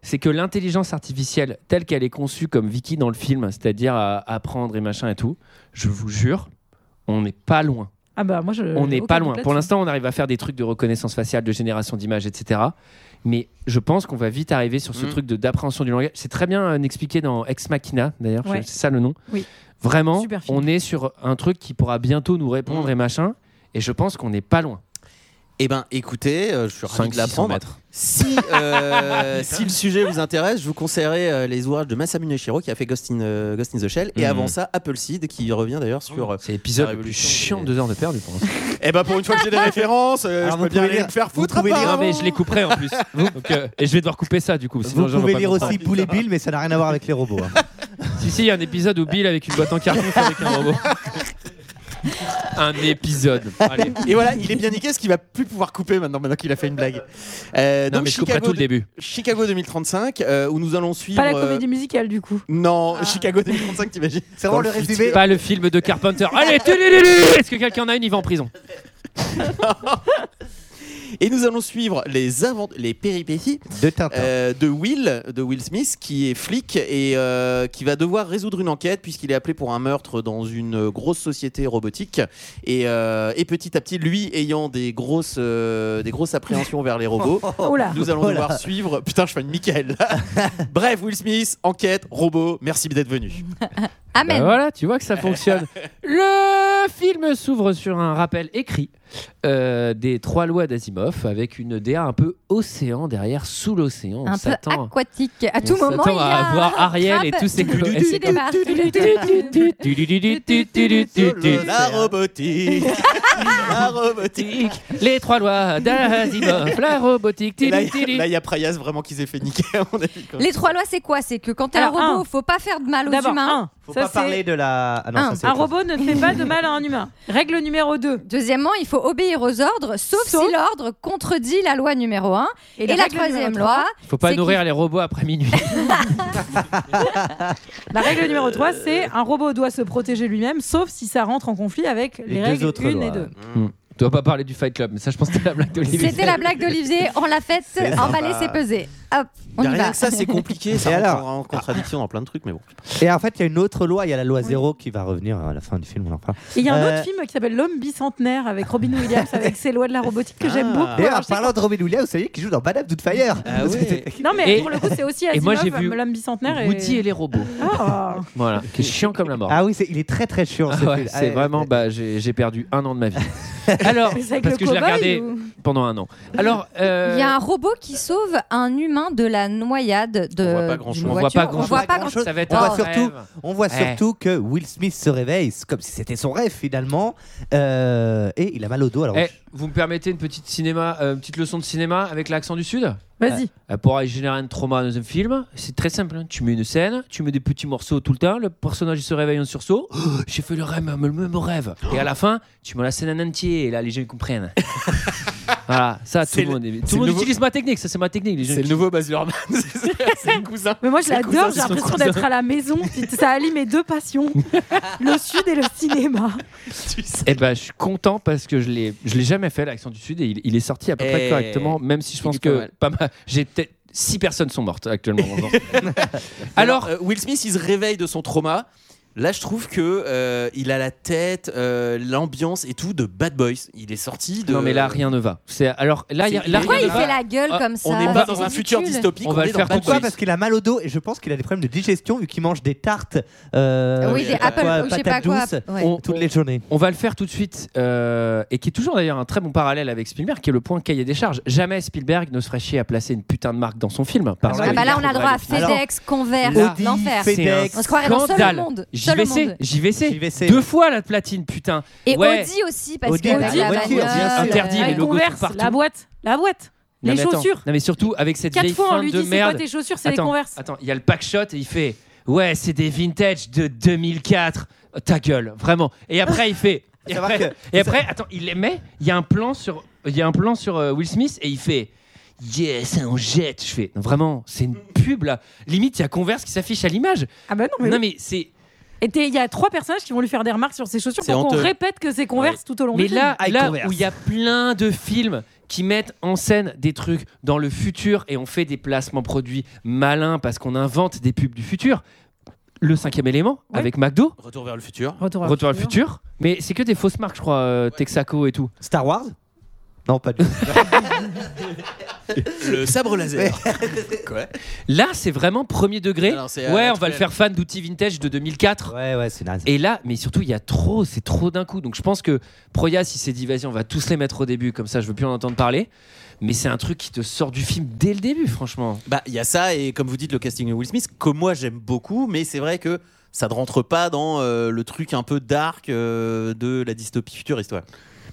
A: c'est que l'intelligence artificielle, telle qu'elle est conçue comme Vicky dans le film, c'est-à-dire à apprendre et machin et tout, je vous jure, on n'est pas loin.
K: ah bah moi je.
A: on n'est
K: aucun
A: pas
K: doute
A: loin.
K: là-dessus.
A: Pour l'instant, on arrive à faire des trucs de reconnaissance faciale, de génération d'images, etc. Mais je pense qu'on va vite arriver sur ce
F: Mm.
A: truc de d'appréhension du langage. C'est très bien euh, expliqué dans Ex Machina, d'ailleurs, je-
K: Ouais.
A: c'est ça le nom.
K: Oui.
A: Vraiment,
K: Super film.
A: on est sur un truc qui pourra bientôt nous répondre
F: Mm.
A: et machin. Et je pense qu'on n'est pas loin.
F: Eh ben, écoutez, euh, je suis ravi
D: 500
F: de l'apprendre.
D: mètres.
F: Si, euh, si le sujet vous intéresse, je vous conseillerais euh, les ouvrages de Masamune Shiro qui a fait Ghost in, euh, Ghost in the Shell et
A: Mhm.
F: avant ça Appleseed qui revient d'ailleurs
A: Mm.
F: sur. C'est
A: Épisode le plus chiant de deux heures de perdu, pour l'instant.
F: Eh ben pour une fois que j'ai des références, euh,
A: Alors,
F: je
A: vous
F: peux bien
A: pouvez
F: aller
A: lire-
F: me faire
A: vous
F: foutre.
A: pouvez lire,
F: apparemment.
A: mais je les couperai en plus. Donc, euh, et je vais devoir couper ça du coup. sinon
C: Vous
A: les gens vont
C: pouvez
A: pas
C: lire
A: comprendre.
C: aussi Boule et Bill, mais ça n'a rien à voir avec les robots. hein.
A: Si, si, il y a un épisode où Bill avec une boîte en carton fait avec un robot. Un épisode. Allez.
F: Et voilà, il est bien niqué, ce qu'il va plus pouvoir couper maintenant, maintenant qu'il a fait une blague. Euh,
A: Non, mais je couperai tout le
F: de-
A: début.
F: Chicago 2035, euh, où nous allons suivre.
K: Pas la
F: euh,
K: comédie Ah. musicale du coup.
F: Non, Chicago 2035, t'imagines C'est
A: Dans film- Pas le film de Carpenter. Allez, tulululu Est-ce que quelqu'un en a une Il va en prison.
F: Et nous allons suivre les, avant- les péripéties
C: de,
A: Euh,
F: Euh, de Will, de Will Smith, qui est flic et euh, qui va devoir résoudre une enquête puisqu'il est appelé pour un meurtre dans une grosse société robotique. Et, euh, et petit à petit, lui ayant des grosses, euh, des grosses appréhensions vers les robots,
K: Oula.
F: nous allons
K: Oula.
F: devoir suivre. Putain, je fais une Michael. Bref, Will Smith, enquête, robot. Merci d'être venu.
I: Amen.
A: Bah voilà, tu vois que ça fonctionne. Le film s'ouvre sur un rappel écrit euh, des trois lois d'Asimov avec une DA un peu océan derrière, sous l'océan. On
I: un peu
A: s'attend-
I: aquatique. À
A: on
I: tout moment, il
A: s'attend
I: y
A: à
I: a
A: voir
I: un
A: Ariel et
I: crabe
A: tous ses co- et ses
I: qui débarque.
F: La robotique. La robotique.
A: Les trois lois d'Asimov, la robotique.
F: Et Là,
A: tili, tili.
F: il y a Prayas vraiment qui s'est fait niquer, à mon avis. quoi.
I: Les trois lois, c'est quoi C'est que quand t'es un
K: Alors,
I: robot,
K: un.
I: faut pas faire de mal aux
K: D'abord,
I: humains.
K: un.
C: Faut
K: Ça,
C: pas
K: c'est-
C: parler de la. Ah non, ça, c'est
K: un
C: autre chose.
K: robot ne fait pas de mal à un humain. Règle numéro 2.
I: Deuxièmement, il faut obéir aux ordres, sauf,
K: Sauf-
I: si l'ordre contredit la loi numéro 1.
K: Et
I: Et,
K: la
I: la
K: règle numéro
I: troisième
K: trois.
I: loi,
A: Faut pas
I: c'est
A: nourrir les robots après minuit.
K: La règle numéro 3, c'est un robot doit se protéger lui-même, sauf si ça rentre en conflit avec les, règles 1 et 2.
A: Hmm. Tu dois pas parler du Fight Club, mais ça, je pense que c'était la blague d'Olivier.
I: c'était la blague d'Olivier, on l'a faite,
A: C'est
I: on
A: sympa.
I: va laisser peser. Hop, on
F: Y a
I: y
F: rien
I: va.
F: que ça, c'est compliqué. Ça
C: Et
F: rentre
C: alors
F: en en contradiction dans plein de trucs, mais bon.
C: Et en fait, il y a une autre loi, il y a la loi zéro qui va revenir à la fin du film, on en parle.
K: Et il y a un
C: Euh,
K: autre film qui s'appelle L'homme bicentenaire avec Robin Williams, avec ses lois de la robotique que j'aime beaucoup.
C: D'ailleurs,
K: Alors,
C: en
K: je sais
C: parlant de Robin Williams, vous savez qu'il joue dans Madame Doubtfire.
I: Ah
K: que- Non, mais
A: Et-
K: pour le coup, c'est aussi
A: et moi,
K: Asimov,
A: j'ai vu
K: L'homme bicentenaire.
A: Woody et les robots.
K: Ah.
A: Voilà, qui est chiant comme la mort.
C: Ah oui, c'est- il est très très chiant. ce
A: Ah ouais,
C: film.
A: c'est
C: Ah,
A: vraiment, bah, j'ai j'ai perdu un an de ma vie. Alors,
I: C'est avec
A: parce
I: le
A: que je l'ai
I: cow-boy
A: regardé
I: ou-
A: pendant un an. Alors, euh,
I: Il y a un robot qui sauve un humain de la noyade de
A: On voit pas
I: d'une
A: grand-chose. On voit
I: voiture.
A: pas grand-chose.
I: voit pas
A: grand-chose. Ça va être
C: on
A: un
C: voit surtout,
A: rêve.
C: euh, on voit
A: Ouais.
C: surtout que Will Smith se réveille, c'est comme si c'était son rêve finalement, Euh, et il a mal au dos. Alors,
A: eh, vous me permettez une petite, cinéma, euh, une petite leçon de cinéma avec l'accent du Sud
K: Vas-y.
A: Euh, Pour générer un trauma dans un film, c'est très simple. hein. Tu mets une scène, tu mets des petits morceaux tout le temps, le personnage il se réveille en sursaut. Oh, J'ai fait le, rêve, le même rêve. Et à la fin, tu mets la scène en entier et là, les gens ils comprennent. voilà, ça, tout
F: C'est
A: le
F: le-
A: monde, est-
F: c'est
A: tout le monde
F: le nouveau-
A: utilise ma technique. Ça, c'est ma technique. les gens
F: C'est le
A: qui-
F: nouveau Baz Luhrmann. c'est le cousin.
K: Mais moi, je
F: C'est le
K: l'adore,
F: cousin,
K: j'ai
F: c'est son
K: l'impression
F: cousin.
K: d'être à la maison. Ça allie mes deux passions, le Sud et le cinéma.
A: Eh ben, je suis content parce que je l'ai, je l'ai jamais fait l'accent du Sud et il, il est sorti à peu près
F: Eh,
A: correctement, même si je pense
F: est pas
A: que
F: mal.
A: pas mal. J'ai peut-être six personnes sont mortes actuellement. dans le monde.
F: Alors, euh, Will Smith, il se réveille de son trauma. Là, je trouve que euh, il a la tête, euh, l'ambiance et tout de Bad Boys. Il est sorti de.
A: Non mais là rien ne va. C'est alors là, euh, il y a-
F: C'est-
A: là,
I: Pourquoi
A: rien
I: il
A: ne
I: fait
A: va.
I: la gueule
A: Ah,
I: comme ça
F: on n'est pas dans
I: C'est
F: un futur
I: ridicule.
F: dystopique.
A: On va
F: est
A: le
F: dans
A: faire
F: Bad
A: couper.
C: Pourquoi
F: Boys.
C: Parce qu'il a mal au dos et je pense qu'il a des problèmes de digestion vu qu'il mange des tartes, euh,
I: Oui,
C: je
I: des
C: sais pas
I: Apple-
C: quoi,
I: ou je sais
C: patates
I: pas quoi,
C: douces
I: ouais.
A: On-
C: toutes les journées.
A: On va le faire tout de suite euh, et qui est toujours d'ailleurs un très bon parallèle avec Spielberg, qui est le point cahier des charges. Jamais Spielberg ne se ferait chier à placer une putain de marque dans son film. Parce
I: Ah
A: que
I: bah là, on a
A: faudrait
I: le droit à
A: le faire.
I: FedEx, Converse,
A: Là,
I: l'enfer.
A: c'est un
I: On se croirait dans Seul le
A: scandale.
I: monde. Seul le
A: JVC,
I: monde.
A: JVC,
C: JVC,
A: deux fois la platine, putain.
I: Et
A: Ouais.
I: Audi aussi, parce
A: Audi,
I: que avec
A: Audi,
I: la
A: Audi,
I: bagnole,
A: bien sûr. Interdit,
I: euh,
A: les logos
K: Converse,
A: sont partout.
K: la boîte, la boîte,
A: Non,
K: les
A: mais attends.
K: chaussures.
A: Non mais surtout avec cette
K: Quatre
A: vieille
K: fois, on
A: fin
K: lui
A: de
K: dit, c'est
A: merde.
K: quoi tes chaussures C'est des
A: Attends,
K: Converse.
A: Attends, il y a le pack shot et il fait ouais c'est des vintage de 2004. Oh, Ta gueule, vraiment. Et après il fait et
C: savoir
A: après,
C: que-
A: et après, attends il les met. Il y a un plan sur il y a un plan sur euh, Will Smith et il fait yes on jette. Je fais non, vraiment c'est une pub là. Limite il y a Converse qui s'affiche à l'image.
K: Ah bah non, mais,
A: Non
K: oui.
A: mais c'est
K: Et t'es- il y a trois personnages qui vont lui faire des remarques sur ses chaussures
F: C'est
K: pour qu'on
F: honteux.
K: répète que c'est Converse tout au long
A: Mais
K: du
A: là,
C: High
A: là
C: Converse.
A: où il y a plein de films qui mettent en scène des trucs dans le futur et on fait des placements produits malins parce qu'on invente des pubs du futur. Le cinquième élément
K: Ouais.
A: avec McDo,
F: Retour vers le futur.
K: film. Retour, à
A: Retour vers le futur, mais c'est que des fausses marques, je crois, euh, Texaco et tout.
C: Star Wars Non, pas du tout.
F: Le sabre laser. Quoi
A: Là, c'est vraiment premier degré.
F: Alors, c'est, euh,
A: ouais, on va
F: naturel.
A: le faire fan d'outils vintage de 2004.
C: Ouais, ouais, c'est naze.
A: Et là, mais surtout, il y a trop, c'est trop d'un coup. Donc je pense que Proyas, il s'est dit, vas-y, on va tous les mettre au début, comme ça, je veux plus en entendre parler. Mais c'est un truc qui te sort du film dès le début, franchement.
F: Bah, il y a ça, et comme vous dites, le casting de Will Smith, que moi j'aime beaucoup, mais c'est vrai que ça ne rentre pas dans euh, le truc un peu dark euh, de la dystopie futuriste. ouais.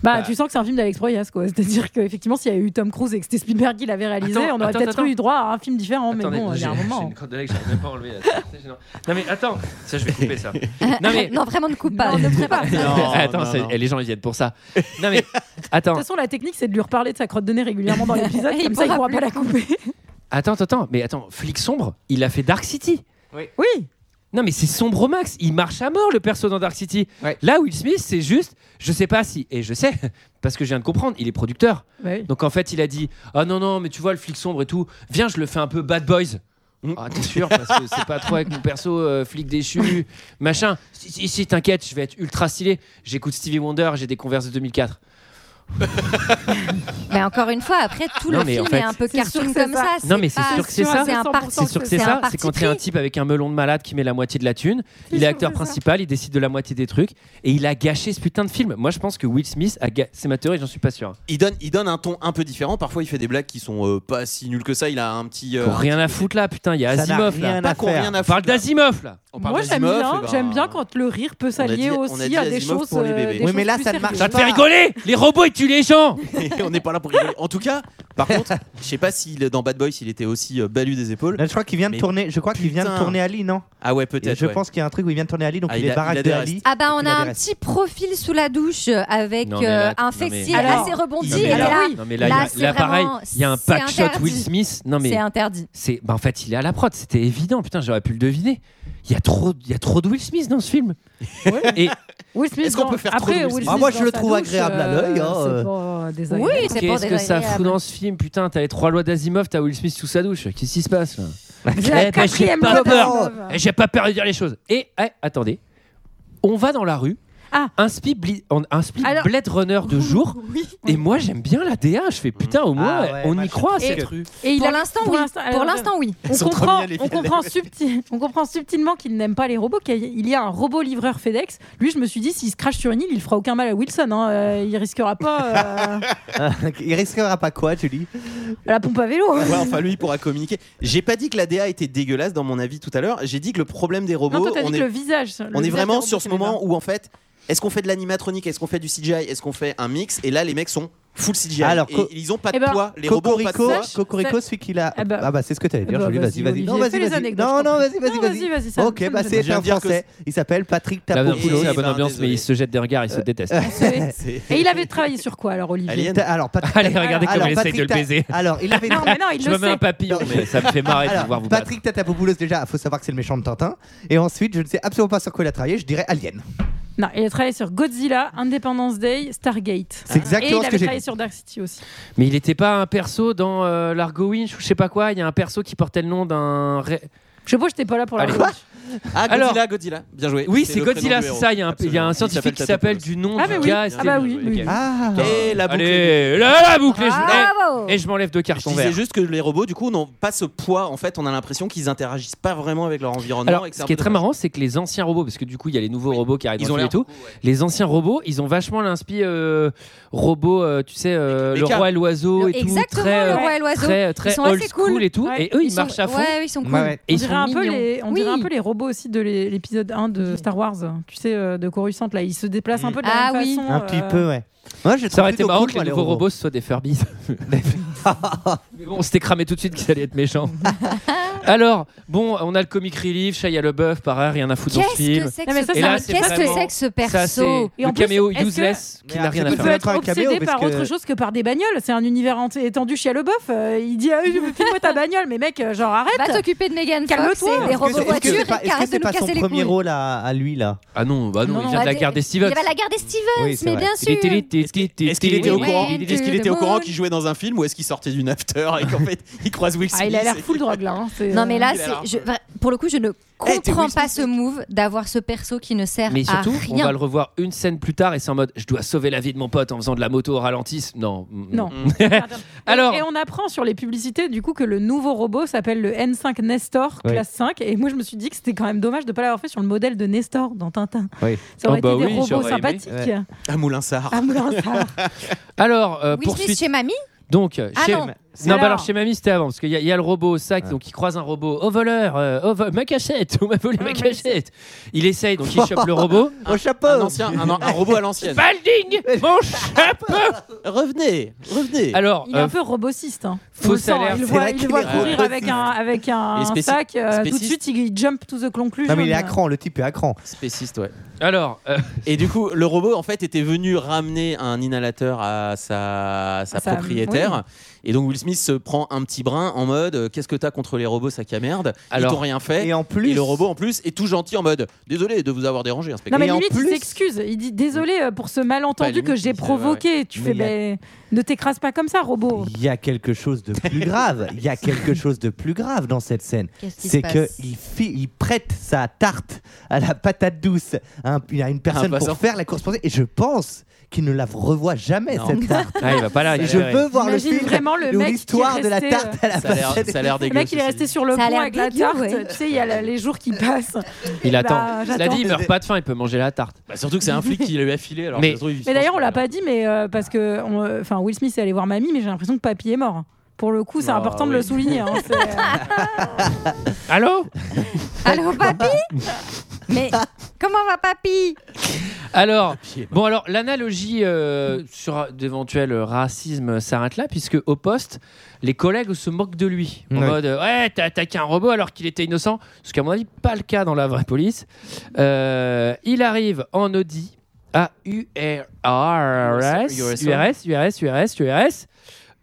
K: Bah, tu sens que c'est un film d'Alex Proyas, quoi. C'est-à-dire qu'effectivement, s'il y avait eu Tom Cruise et que c'était Spielberg qui l'avait réalisé,
A: Attends,
K: on aurait
A: attends,
K: peut-être
A: attends.
K: eu droit à un film différent, Oh, mais
A: Attendez,
K: bon, il y
A: j'ai
K: a un
A: j'ai
K: moment.
A: une crotte de lait que j'arrive même pas à enlever. là. C'est gênant. Non mais attends, ça je vais couper ça. Non mais
I: Non, vraiment, ne coupe pas. ne coupe pas.
A: attends,
F: non,
A: c'est-
F: non.
A: eh, les gens ils viennent pour ça. Non mais
K: De
A: attends,
K: toute façon, la technique, c'est de lui reparler de sa crotte de nez régulièrement dans l'épisode,
I: Il
K: comme ça, il
I: pourra
K: pourra
I: plus.
K: pas la couper.
A: attends, attends, attends, mais attends, flic sombre, il a fait Dark City.
K: Oui,
A: Non mais c'est sombre au max, il marche à mort le perso dans Dark City.
C: Ouais.
A: Là Will Smith c'est juste, je sais pas si et je sais parce que je viens de comprendre, il est producteur.
K: Bah oui.
A: Donc en fait il a dit ah non non mais tu vois le flic sombre et tout, viens je le fais un peu Bad Boys. Ah t'es sûr parce que c'est pas trop avec mon perso euh, flic déchu machin. Si si, si, t'inquiète je vais être ultra stylé. J'écoute Stevie Wonder j'ai des converses de 2004.
I: Mais encore une fois, après, tout
A: Non,
I: le
A: mais
I: film
A: en fait-
I: est un peu
K: C'est sûr
I: cartoon
K: que c'est
I: comme
K: ça.
I: ça.
A: Non, mais c'est
I: pas-
A: sûr que c'est ça.
I: C'est un parti.
A: C'est sûr que c'est
I: un
A: ça,
I: parti
A: c'est quand il y a un
I: pris.
A: type avec un melon de malade qui met la moitié de la thune, il est
K: sûr
A: acteur
K: que c'est ça.
A: principal, il décide de la moitié des trucs, et il a gâché ce putain de film. Moi je pense que Will Smith, a ga- c'est ma théorie, j'en suis pas sûr.
F: Il donne, il donne un ton un peu différent. Parfois, il fait des blagues qui sont euh, pas si nulles que ça. Il a un petit. euh,
A: Pour rien à foutre là, putain, il y a
C: Ça n'a
A: Asimov
C: rien
A: là.
C: à
F: pas qu'on
C: faire.
F: rien
A: On
F: à
A: parle
F: foutre, là.
A: d'Azimov là.
F: On parle
K: moi j'aime
F: d'Asimov,
K: bien,
F: eh ben,
K: j'aime bien quand le rire peut
F: a dit-
K: s'allier
F: on a
K: aussi
F: dit
K: à des
F: Asimov
K: choses.
F: pour les
K: euh,
F: bébés.
K: des
C: Oui, mais
K: choses
C: là,
K: plus
C: ça ne marche
K: sérieuses.
A: Ça te
I: Bah,
A: fait
C: pas.
A: rigoler Les robots ils tuent les gens
F: on n'est pas là pour rigoler. En tout cas, par contre, je sais pas si dans Bad Boys, il était aussi euh, balu des épaules.
C: Là, je crois qu'il vient de
F: Mais
C: tourner. Je crois qu'il vient de
F: putain.
C: tourner Ali, non
F: Ah ouais,
C: Et
F: peut-être.
C: Je
F: ouais.
C: pense qu'il y a un truc où il vient de tourner Ali, donc
F: Ah,
C: il
F: il
C: est
F: a- il
C: baraque
F: a des
C: de Ali.
I: Ah bah
C: Et
I: on
C: puis
I: a
C: il
I: un
C: des restes.
I: petit profil sous la douche euh, avec
A: Non, mais là,
I: euh, un
A: non, mais-
I: fessier
K: Alors,
I: assez rebondi
F: il est
I: et
F: là.
I: là,
K: Oui.
A: Non mais là, il y
I: Là,
A: a-
I: c'est
A: là, pareil,
I: vraiment-
A: il y a un
I: c'est
A: pack shot
I: interdit.
A: Will Smith. Non
I: c'est
A: mais
I: interdit.
A: c'est bah, en fait, il est à la prod, c'était évident, putain, j'aurais pu le deviner. Il y a trop il y a trop de Will Smith dans ce film. Et
K: Will Smith
F: Est-ce qu'on
K: dans-
F: peut faire trop
K: Après,
F: de Will Smith
K: Will Smith
C: Ah, moi,
K: dans
C: je le
K: sa
C: trouve
K: douche,
C: agréable à
K: euh,
C: l'œil, hein,
K: c'est
C: euh.
K: pas désagréable.
I: Oui, c'est pas
A: Qu'est-ce que ça
I: désagréable.
A: fout dans ce film Putain, t'as les trois lois d'Asimov, t'as Will Smith sous sa douche. Qu'est-ce qui se passe là
K: C'est la
A: Eh ben, J'ai
K: quatrième
A: pas
K: loi
A: peur
K: d'Asimov.
A: Eh, J'ai pas peur de dire les choses. Et eh, attendez, on va dans la rue.
K: Ah.
A: Un split, bli- on- un split
K: Alors-
A: Blade Runner de jour. Et moi j'aime bien la DA. Je fais putain, au moins
C: Ah ouais,
A: on
C: moi,
A: y
C: je
A: croit à
C: trouve
A: cette
C: que-
A: rue.
K: Et il
I: pour
K: a-
I: l'instant
K: pour
I: oui.
K: l'instant, alors,
I: Pour l'instant oui.
K: on
F: sont trop
K: comprend,
F: bien, les
K: on,
F: filles,
K: comprend subtil- on comprend subtilement qu'il n'aime pas les robots, qu'il y a un robot livreur FedEx. Lui, je me suis dit, s'il se crache sur une île, il fera aucun mal à Wilson. hein, euh, il risquera pas euh,
C: il risquera pas quoi, Julie
K: à la pompe à vélo.
F: Ouais, enfin, lui, il pourra communiquer. J'ai pas dit que la DA était dégueulasse dans mon avis tout à l'heure. J'ai dit que le problème des robots.
K: Non, toi, t'as
F: on
K: dit
F: est...
K: que le visage. le
F: On est
K: visage des
F: vraiment
K: robots,
F: sur ce
K: tu l'aimes
F: moment où en fait, est-ce qu'on fait de l'animatronique, est-ce qu'on fait du CGI, est-ce qu'on fait un mix Et là, les mecs sont full CGI.
C: Alors,
F: Et
C: co-
F: ils ont pas
K: Eh
F: de
K: ben,
F: poids. Les robots ont pas de
C: Cocorico,
F: poids.
K: sache-
C: Cocorico, celui qui l'a.
K: Ah
C: Ah
K: bah-
C: bah, c'est ce que t'allais
K: Ah
C: dire,
K: bah,
C: Julie. Vas-y,
K: vas-y,
C: vas-y.
K: Olivier,
C: Non,
K: fais
C: vas-y,
K: les
C: vas-y.
K: anecdotes, je
C: Non, non,
K: comprends.
C: vas-y, vas-y,
K: Non,
C: vas-y.
K: vas-y, vas-y, ça- ça
C: Ok,
K: me
C: bah
K: donne
C: c'est
F: envie.
C: un
F: Je viens de dire que
C: français. Il s'appelle Patrick
A: Là, d'un coup,
C: Tapopoulos.
A: c'est la
F: ben,
A: bonne ambiance,
F: désolé.
A: mais ils se jettent des regards, ils se
C: Euh,
A: détestent.
K: pas.
F: C'est-
K: Et il avait travaillé sur quoi alors, Olivier
F: Alien.
C: Alors, Patrick.
A: Allez, regardez comme
C: Alors,
A: il essaye
C: Patrick
A: de le
C: Ta-
A: baiser.
C: Alors, il avait.
K: Non, mais non, Ah, il
A: Je me
K: le
A: mets un
K: sait.
A: papillon,
C: Non,
A: mais ça me fait marrer de
C: Alors,
A: pouvoir vous battre.
C: Patrick Tatapopoulos, déjà, faut savoir que c'est le méchant de Tintin. Et ensuite, je ne sais absolument pas sur quoi il a travaillé, je dirais Alien.
K: Non, il a travaillé sur Godzilla, Independence Day, Stargate.
C: C'est
K: Et il
C: exactement ce que
K: avait
C: j'ai
K: travaillé
C: dit.
K: sur Dark City aussi.
A: Mais il n'était pas un perso dans euh, l'Argo Winch ou je sais pas quoi. Il y a un perso qui portait le nom d'un. ré-
K: Je sais pas, j'étais pas là pour la
A: Allez.
K: revanche.
F: Ah, Godzilla,
A: Alors-
F: Godzilla. Bien joué.
A: Oui, c'est
F: le prénom
A: Godzilla,
F: du
A: c'est
F: héros.
A: ça. Il y a un, il y a un
F: Absolument. Il
A: scientifique qui s'appelle
F: Tatopoulos.
A: du nom
K: Ah,
A: du
K: mais oui,
A: gars.
K: ah
A: c'était-
K: bah oui,
A: Ok.
K: oui, Ah.
C: Ah
K: oui.
F: Et la boucle.
A: Allez, là, la boucle. Eh, et je-
I: Bravo.
A: Et je m'enlève deux
F: Je
A: cartons
F: disais
A: verts.
F: juste que les robots, du coup, n'ont pas ce poids. En fait, on a l'impression qu'ils interagissent pas vraiment avec leur environnement.
A: Alors,
F: et que c'est
A: ce
F: un
A: qui est
F: peu
A: très
F: dommage.
A: marrant, c'est que les anciens robots, parce que du coup, il y a les nouveaux robots qui arrivent
F: Ils
A: dans
F: ont
A: le film
F: l'air
A: et tout. Les anciens robots, ils ont vachement l'inspi euh, robot, euh, tu sais, euh, le
F: Mecha.
A: roi et l'oiseau
I: Le-
A: et tout.
I: Exactement,
A: très, euh,
I: le roi et l'oiseau.
A: Très, très
I: Ils sont
A: old
I: assez
A: school
I: cool.
A: et tout.
K: Ouais.
A: Et eux, ils,
I: sont-
A: marchent à fond.
I: Ouais, ils sont cool.
C: Ouais, ouais.
A: Et
K: On
A: ils
K: dirait,
A: sont
K: un peu
A: mignons.
K: les, on
I: Oui.
K: dirait un peu les robots aussi de l'é- l'épisode 1 de Star Wars, tu sais, euh, de Coruscant. Là, ils se déplacent un peu de la
I: Ah
K: même
I: oui.
K: façon.
C: Un
K: euh,
C: petit peu, ouais. Moi, je
A: Ça
C: trouve
A: aurait été
C: plutôt
A: marrant
C: cool,
A: que
C: moi,
A: les nouveaux robots, ce soient des Furbies. Mais bon, on s'était cramé tout de suite qu'ils allaient être méchants. Alors, bon, on a le comic relief, Shia LeBeuf, pareil, rien à foutre dans ce
I: Qu'est-ce que
A: film.
I: c'est
K: Non, mais ça,
I: que
A: Et
I: ce-
A: là,
I: mais
A: c'est
I: qu'est-ce que
A: vraiment-
I: c'est que ce
A: Ça, c'est
I: perso
K: Et en
A: le
K: plus,
A: caméo
K: est-ce que-
A: useless qui
C: Mais
A: n'a
C: après,
A: rien à
K: Il
C: tu
A: faire.
K: peut
C: Faire
K: être
C: mettre un
K: obsédé
C: caméo, parce
K: par
C: que-
K: autre chose que par des bagnoles. C'est un univers entier étendu chez le boeuf. il dit ah, oui, Filme-moi ta bagnole, mais mec, euh, genre arrête.
I: Va t'occuper de Megan Fox
K: Calme-toi.
I: et des
K: Est-ce
C: Est-ce
I: robots
C: que- est-ce que
I: voitures
C: c'est
I: et
C: pas, est-ce que
I: arrête de
C: c'est
I: nous
C: pas son
I: casser les
C: premier
I: couilles.
C: rôle à, à lui, là
A: Ah non, bah non,
K: Non,
A: il vient de la
I: Bah,
A: garde des Stevens.
I: Il va la garde des Stevens,
C: Oui, c'est
I: mais
C: vrai.
I: bien sûr.
F: Est-ce qu'il était au
I: Oui,
F: courant
I: ouais,
F: Est-ce qu'il
I: tu
F: était au
I: demandes.
F: courant qu'il jouait dans un film ou est-ce qu'il sortait d'une after et qu'en fait, il croise Will Smith.
K: Ah, il a l'air
F: et-
K: full drogue là. hein. C'est,
I: Non, mais là,
F: Il a l'air-
I: c'est- je- vra- pour le coup, je ne
A: Eh,
I: comprends pas ce move d'avoir ce perso qui ne sert
A: Mais surtout,
I: à
A: on
I: rien.
A: va le revoir une scène plus tard et c'est en mode je dois sauver la vie de mon pote en faisant de la moto au ralenti. Non. mm,
K: Non.
A: Alors.
K: Et on apprend sur les publicités du coup que le nouveau robot s'appelle le N5 Nestor
A: Oui.
K: classe 5 et moi je me suis dit que c'était quand même dommage de ne pas l'avoir fait sur le modèle de Nestor dans Tintin. Ça
C: Oh,
K: aurait
C: bah
K: été des robots sympathiques.
F: À Moulin-Sard.
K: Ah, Moulin-Sard.
A: Alors, euh,
I: Will Smith
A: poursuite.
I: chez mamie
A: Donc, euh,
I: Ah
A: chez... Non,
I: non.
A: bah alors
I: Alors.
A: chez Mamie, c'était avant, parce qu'il y, a- il y a le robot au sac, donc il croise un robot. Oh voleur, euh, oh, vo- ma cachette, on m'a volé ma cachette. Il essaye, donc il chope le robot.
F: Au chapeau Un ancien, un, un robot à l'ancienne.
A: Balding Mon chapeau
F: Revenez, revenez
A: Alors,
K: Il est
A: euh,
K: un peu robociste. hein. On
A: fausse
K: le sent,
A: alerte.
K: Il le
A: C'est
K: voit,
A: vrai
K: il le
A: qu'il
K: voit
A: est
K: courir
A: robotiste.
K: avec un, avec
A: Et
K: un
A: spéci-
K: sac. euh, tout de
A: spéciste.
K: suite, il jump to the conclusion.
C: Non, mais il est à cran, le type est à cran.
F: Spéciste, ouais.
A: Alors. euh,
F: Et du coup, le robot, en fait, était venu ramener un inhalateur à sa, à sa
A: À sa-
F: propriétaire. Et donc, Will Smith se prend un petit brin en mode euh, Qu'est-ce que t'as contre les robots, sac à merde
A: Alors-
F: Ils t'ont rien fait. Eh, Et en plus. le robot, en plus, est tout gentil en mode Désolé de vous avoir dérangé,
K: Non,
F: inspecteur.
K: mais limite, il s'excuse. Il dit Désolé euh, pour ce
A: Bah,
K: malentendu que
A: euh,
K: j'ai provoqué. Tu
C: Mais
K: fais,
C: il y a-
K: ben, ne t'écrase pas comme ça, robot.
C: Il y a quelque chose de plus grave. Il y a quelque chose de plus grave dans cette scène.
K: Qu'est-ce qui
C: C'est
K: se
C: que
K: passe
C: il, fi- il prête sa tarte à la patate douce à, un- à une personne
F: passant.
C: pour faire la course poursuivie. Et je pense qu'il ne la revoit jamais
F: Non.
C: cette tarte.
A: Ah, il va pas la
C: Et je
A: récupérer.
C: veux voir
K: Imagine
C: le film
K: vraiment le
C: où
K: mec qui est
C: l'histoire de la
K: resté, euh,
C: tarte à la
F: Ça a l'air-
C: patate
F: ça a l'air
C: douce.
K: Le mec, il est resté sur le
I: Ça a
K: pont
I: l'air
K: avec la
I: dégueu,
K: tarte.
I: ouais.
K: Tu sais, il y a la- les jours qui passent.
A: Il
K: Bah,
A: attend. Cela
K: j'attends.
A: dit, il meurt pas de faim, il peut manger la tarte.
F: Bah, surtout que c'est un flic qui lui a filé. Alors
A: Mais-
F: ça se trouve, il se
K: Mais d'ailleurs,
F: pense-
K: on l'a pas dit, mais euh, parce que on, euh, enfin, Will Smith est allé voir Mamie, mais j'ai l'impression que Papy est mort. Pour le coup, c'est
A: Bah
F: Ah,
K: important de
F: oui.
K: le souligner. hein, c'est, euh,
A: Allô
I: Allô, papy Mais comment va papy
A: Alors, bon, alors l'analogie euh, sur d'éventuel euh, racisme s'arrête là, puisque au poste, les collègues se moquent de lui. En
C: Ouais.
A: mode, euh, ouais, t'as attaqué un robot alors qu'il était innocent. Ce qui, à mon avis, pas le cas dans la vraie police. Euh, il arrive en Audi à URS.
F: URS.
A: URS, URS, URS, URS.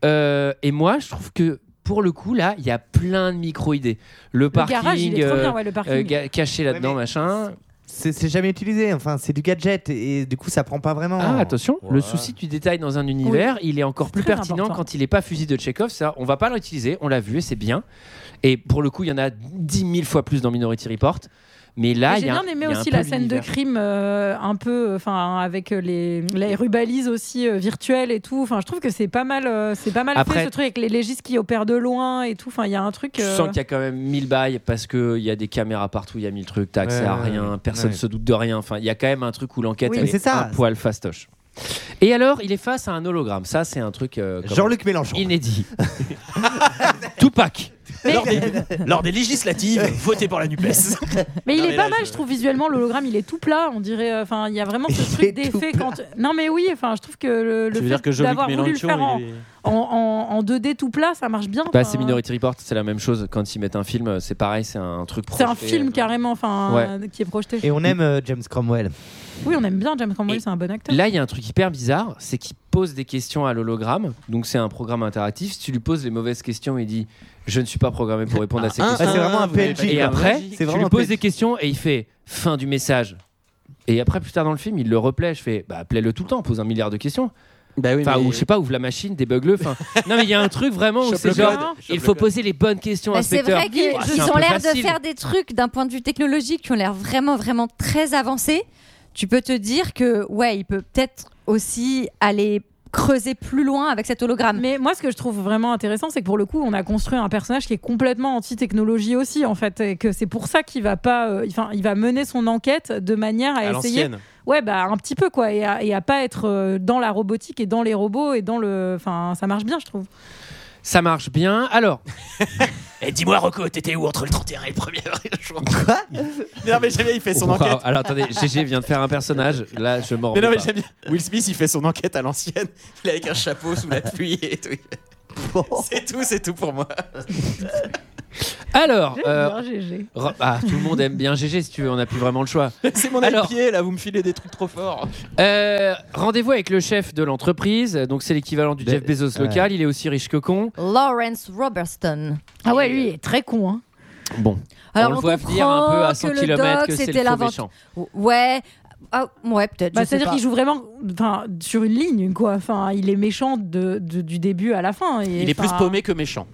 A: Euh, et moi, je trouve que. Pour le coup, là, il y a plein de micro-idées. Le, parking,
K: garage, il est trop
A: euh,
K: bien, ouais, le parking.
A: euh, ga- caché là-dedans, machin.
C: C'est c'est jamais utilisé. Enfin, c'est du gadget et, et du coup, ça prend pas vraiment.
A: Ah, attention, le souci du détail dans un univers, il est encore plus
C: très
A: pertinent
C: important.
A: quand il n'est pas fusil de Chekhov. Ça, on va pas l'utiliser, on l'a vu et c'est bien. Et pour le coup, il y en a 10 000 fois plus dans Minority Report. Mais là,
K: Mais
A: il
K: J'ai
A: y a.
K: bien
A: un-
K: aimé
A: il y a un
K: aussi
A: peu
K: la scène de
A: l'univers.
K: crime euh, un peu, enfin avec euh, les, les rubalises aussi euh, virtuelles et tout. Enfin, je trouve que c'est pas mal, euh, c'est pas mal
A: Après-
K: fait ce truc avec les légistes qui opèrent de loin et tout. Enfin, il y a un truc.
A: Tu
K: euh,
A: sens qu'il y a quand même 1000 bails parce qu'il y a des caméras partout, il y a 1000 trucs, t'as accès
C: Ouais,
A: à
C: ouais,
A: rien,
C: ouais.
A: personne
C: Ouais.
A: se doute de rien. Enfin, il y a quand même un truc où l'enquête
C: Oui,
A: elle
C: mais c'est
A: est
C: ça.
A: un poil fastoche. Et alors, il est face à un hologramme. Ça, c'est un truc. euh, comme-
C: Jean-Luc Mélenchon.
A: Inédit. Tupac.
F: Lors des, lors des législatives, votez pour la NUPES.
K: Mais il
F: Non,
K: est
F: mais
K: pas
F: là,
K: mal,
F: je-
K: je trouve visuellement l'hologramme, il est tout plat. On dirait, euh, enfin, il y a vraiment ce truc d'effet quand. Non, mais oui, enfin, je trouve que le, le
F: Tu veux
K: fait
F: dire que Jean-Luc
K: d'avoir voulu le
F: Mélenchon,
K: faire en,
F: il est-
K: en, en- en 2D tout plat, ça marche bien.
A: Bah,
K: enfin,
A: c'est Minority Report, c'est la même chose. Quand ils mettent un film, euh, c'est pareil, c'est un truc
K: c'est un
A: projeté.
F: euh,
K: film carrément, enfin, qui est projeté.
C: Et on aime euh, James Cromwell.
K: Oui, on aime bien James Cromwell, c'est un bon acteur.
A: Là, il y a un truc hyper bizarre, c'est qu'il pose des questions à l'hologramme. Donc, c'est un programme interactif. Si tu lui poses les mauvaises questions, il dit Je ne suis pas programmé pour répondre à ces
C: Ah,
A: questions.
C: ah, c'est vraiment un
A: Vous n'avez
C: PNJ,
A: pas- Et
C: quoi.
A: après,
C: C'est
A: tu
C: vraiment
A: lui
C: un
A: poses
C: PNJ.
A: des questions et il fait Fin du message. Et après, plus tard dans le film, il le replaie. Je fais Bah, plaie-le tout le temps, pose un milliard de questions.
F: Bah oui,
A: enfin,
F: mais-
A: ou je sais pas, ouvre la machine, débugue-le. Enfin, non, mais il y a un truc vraiment où
F: Chope
A: c'est
F: le
A: genre
F: code, chope
A: Il
F: le
A: faut
F: code.
A: poser les bonnes questions,
I: Bah, C'est
A: inspecteur.
I: vrai qu'ils
A: Ah, c'est
I: ils
A: un
I: ont
A: peu
I: l'air de
A: facile.
I: faire des trucs d'un point de vue technologique qui ont l'air vraiment, vraiment très avancés. Tu peux te dire que, ouais, il peut peut-être aussi aller creuser plus loin avec cet hologramme.
K: Mais moi, ce que je trouve vraiment intéressant, c'est que pour le coup, on a construit un personnage qui est complètement anti-technologie aussi, en fait, et que c'est pour ça qu'il va pas, euh, enfin, il va mener son enquête de manière à,
F: À
K: essayer,
F: l'ancienne.
K: ouais, bah un petit peu quoi, et à, et à pas être euh, dans la robotique et dans les robots et dans le, enfin, ça marche bien, je trouve.
A: Ça marche bien. Alors,
F: Eh,
B: Et dis-moi, Rocco, t'étais où entre le 31 et le 1er avril je crois
F: Non, mais jamais il fait son
A: Wow,
F: enquête.
A: Alors attendez, GG vient de faire un personnage. Là, je m'en
F: Mais non,
A: remets
F: mais
A: pas.
F: j'aime bien. Will Smith, il fait son enquête à l'ancienne. Il est avec un chapeau sous la pluie et tout. C'est tout, c'est tout pour moi.
A: Alors,
K: J'aime
A: euh,
K: bien GG.
A: Ro- ah, tout le monde aime bien GG si tu veux, on n'a plus vraiment le choix.
F: C'est mon
A: Alors-
F: pied là, vous me filez des trucs trop forts.
A: Euh, Rendez-vous avec le chef de l'entreprise, donc c'est l'équivalent du Jeff Bezos local, il est aussi riche que con.
I: Lawrence Robertson.
K: Ah ouais, lui, il est très con. Hein.
A: Bon,
I: Alors
A: on le
I: on
A: voit venir un peu à
I: comprend
A: 100
I: que le
A: km
I: doc,
A: que c'est
I: c'était
A: le faux
I: l'invent-
A: méchant.
I: Ouais, Ah, ouais, peut-être.
K: Bah,
I: je sais
K: C'est-à-dire
I: pas.
K: qu'il joue vraiment enfin, sur une ligne, quoi. Enfin, il est méchant de, de- du début à la fin. Et,
F: Il est plus
K: enfin,
F: paumé que méchant.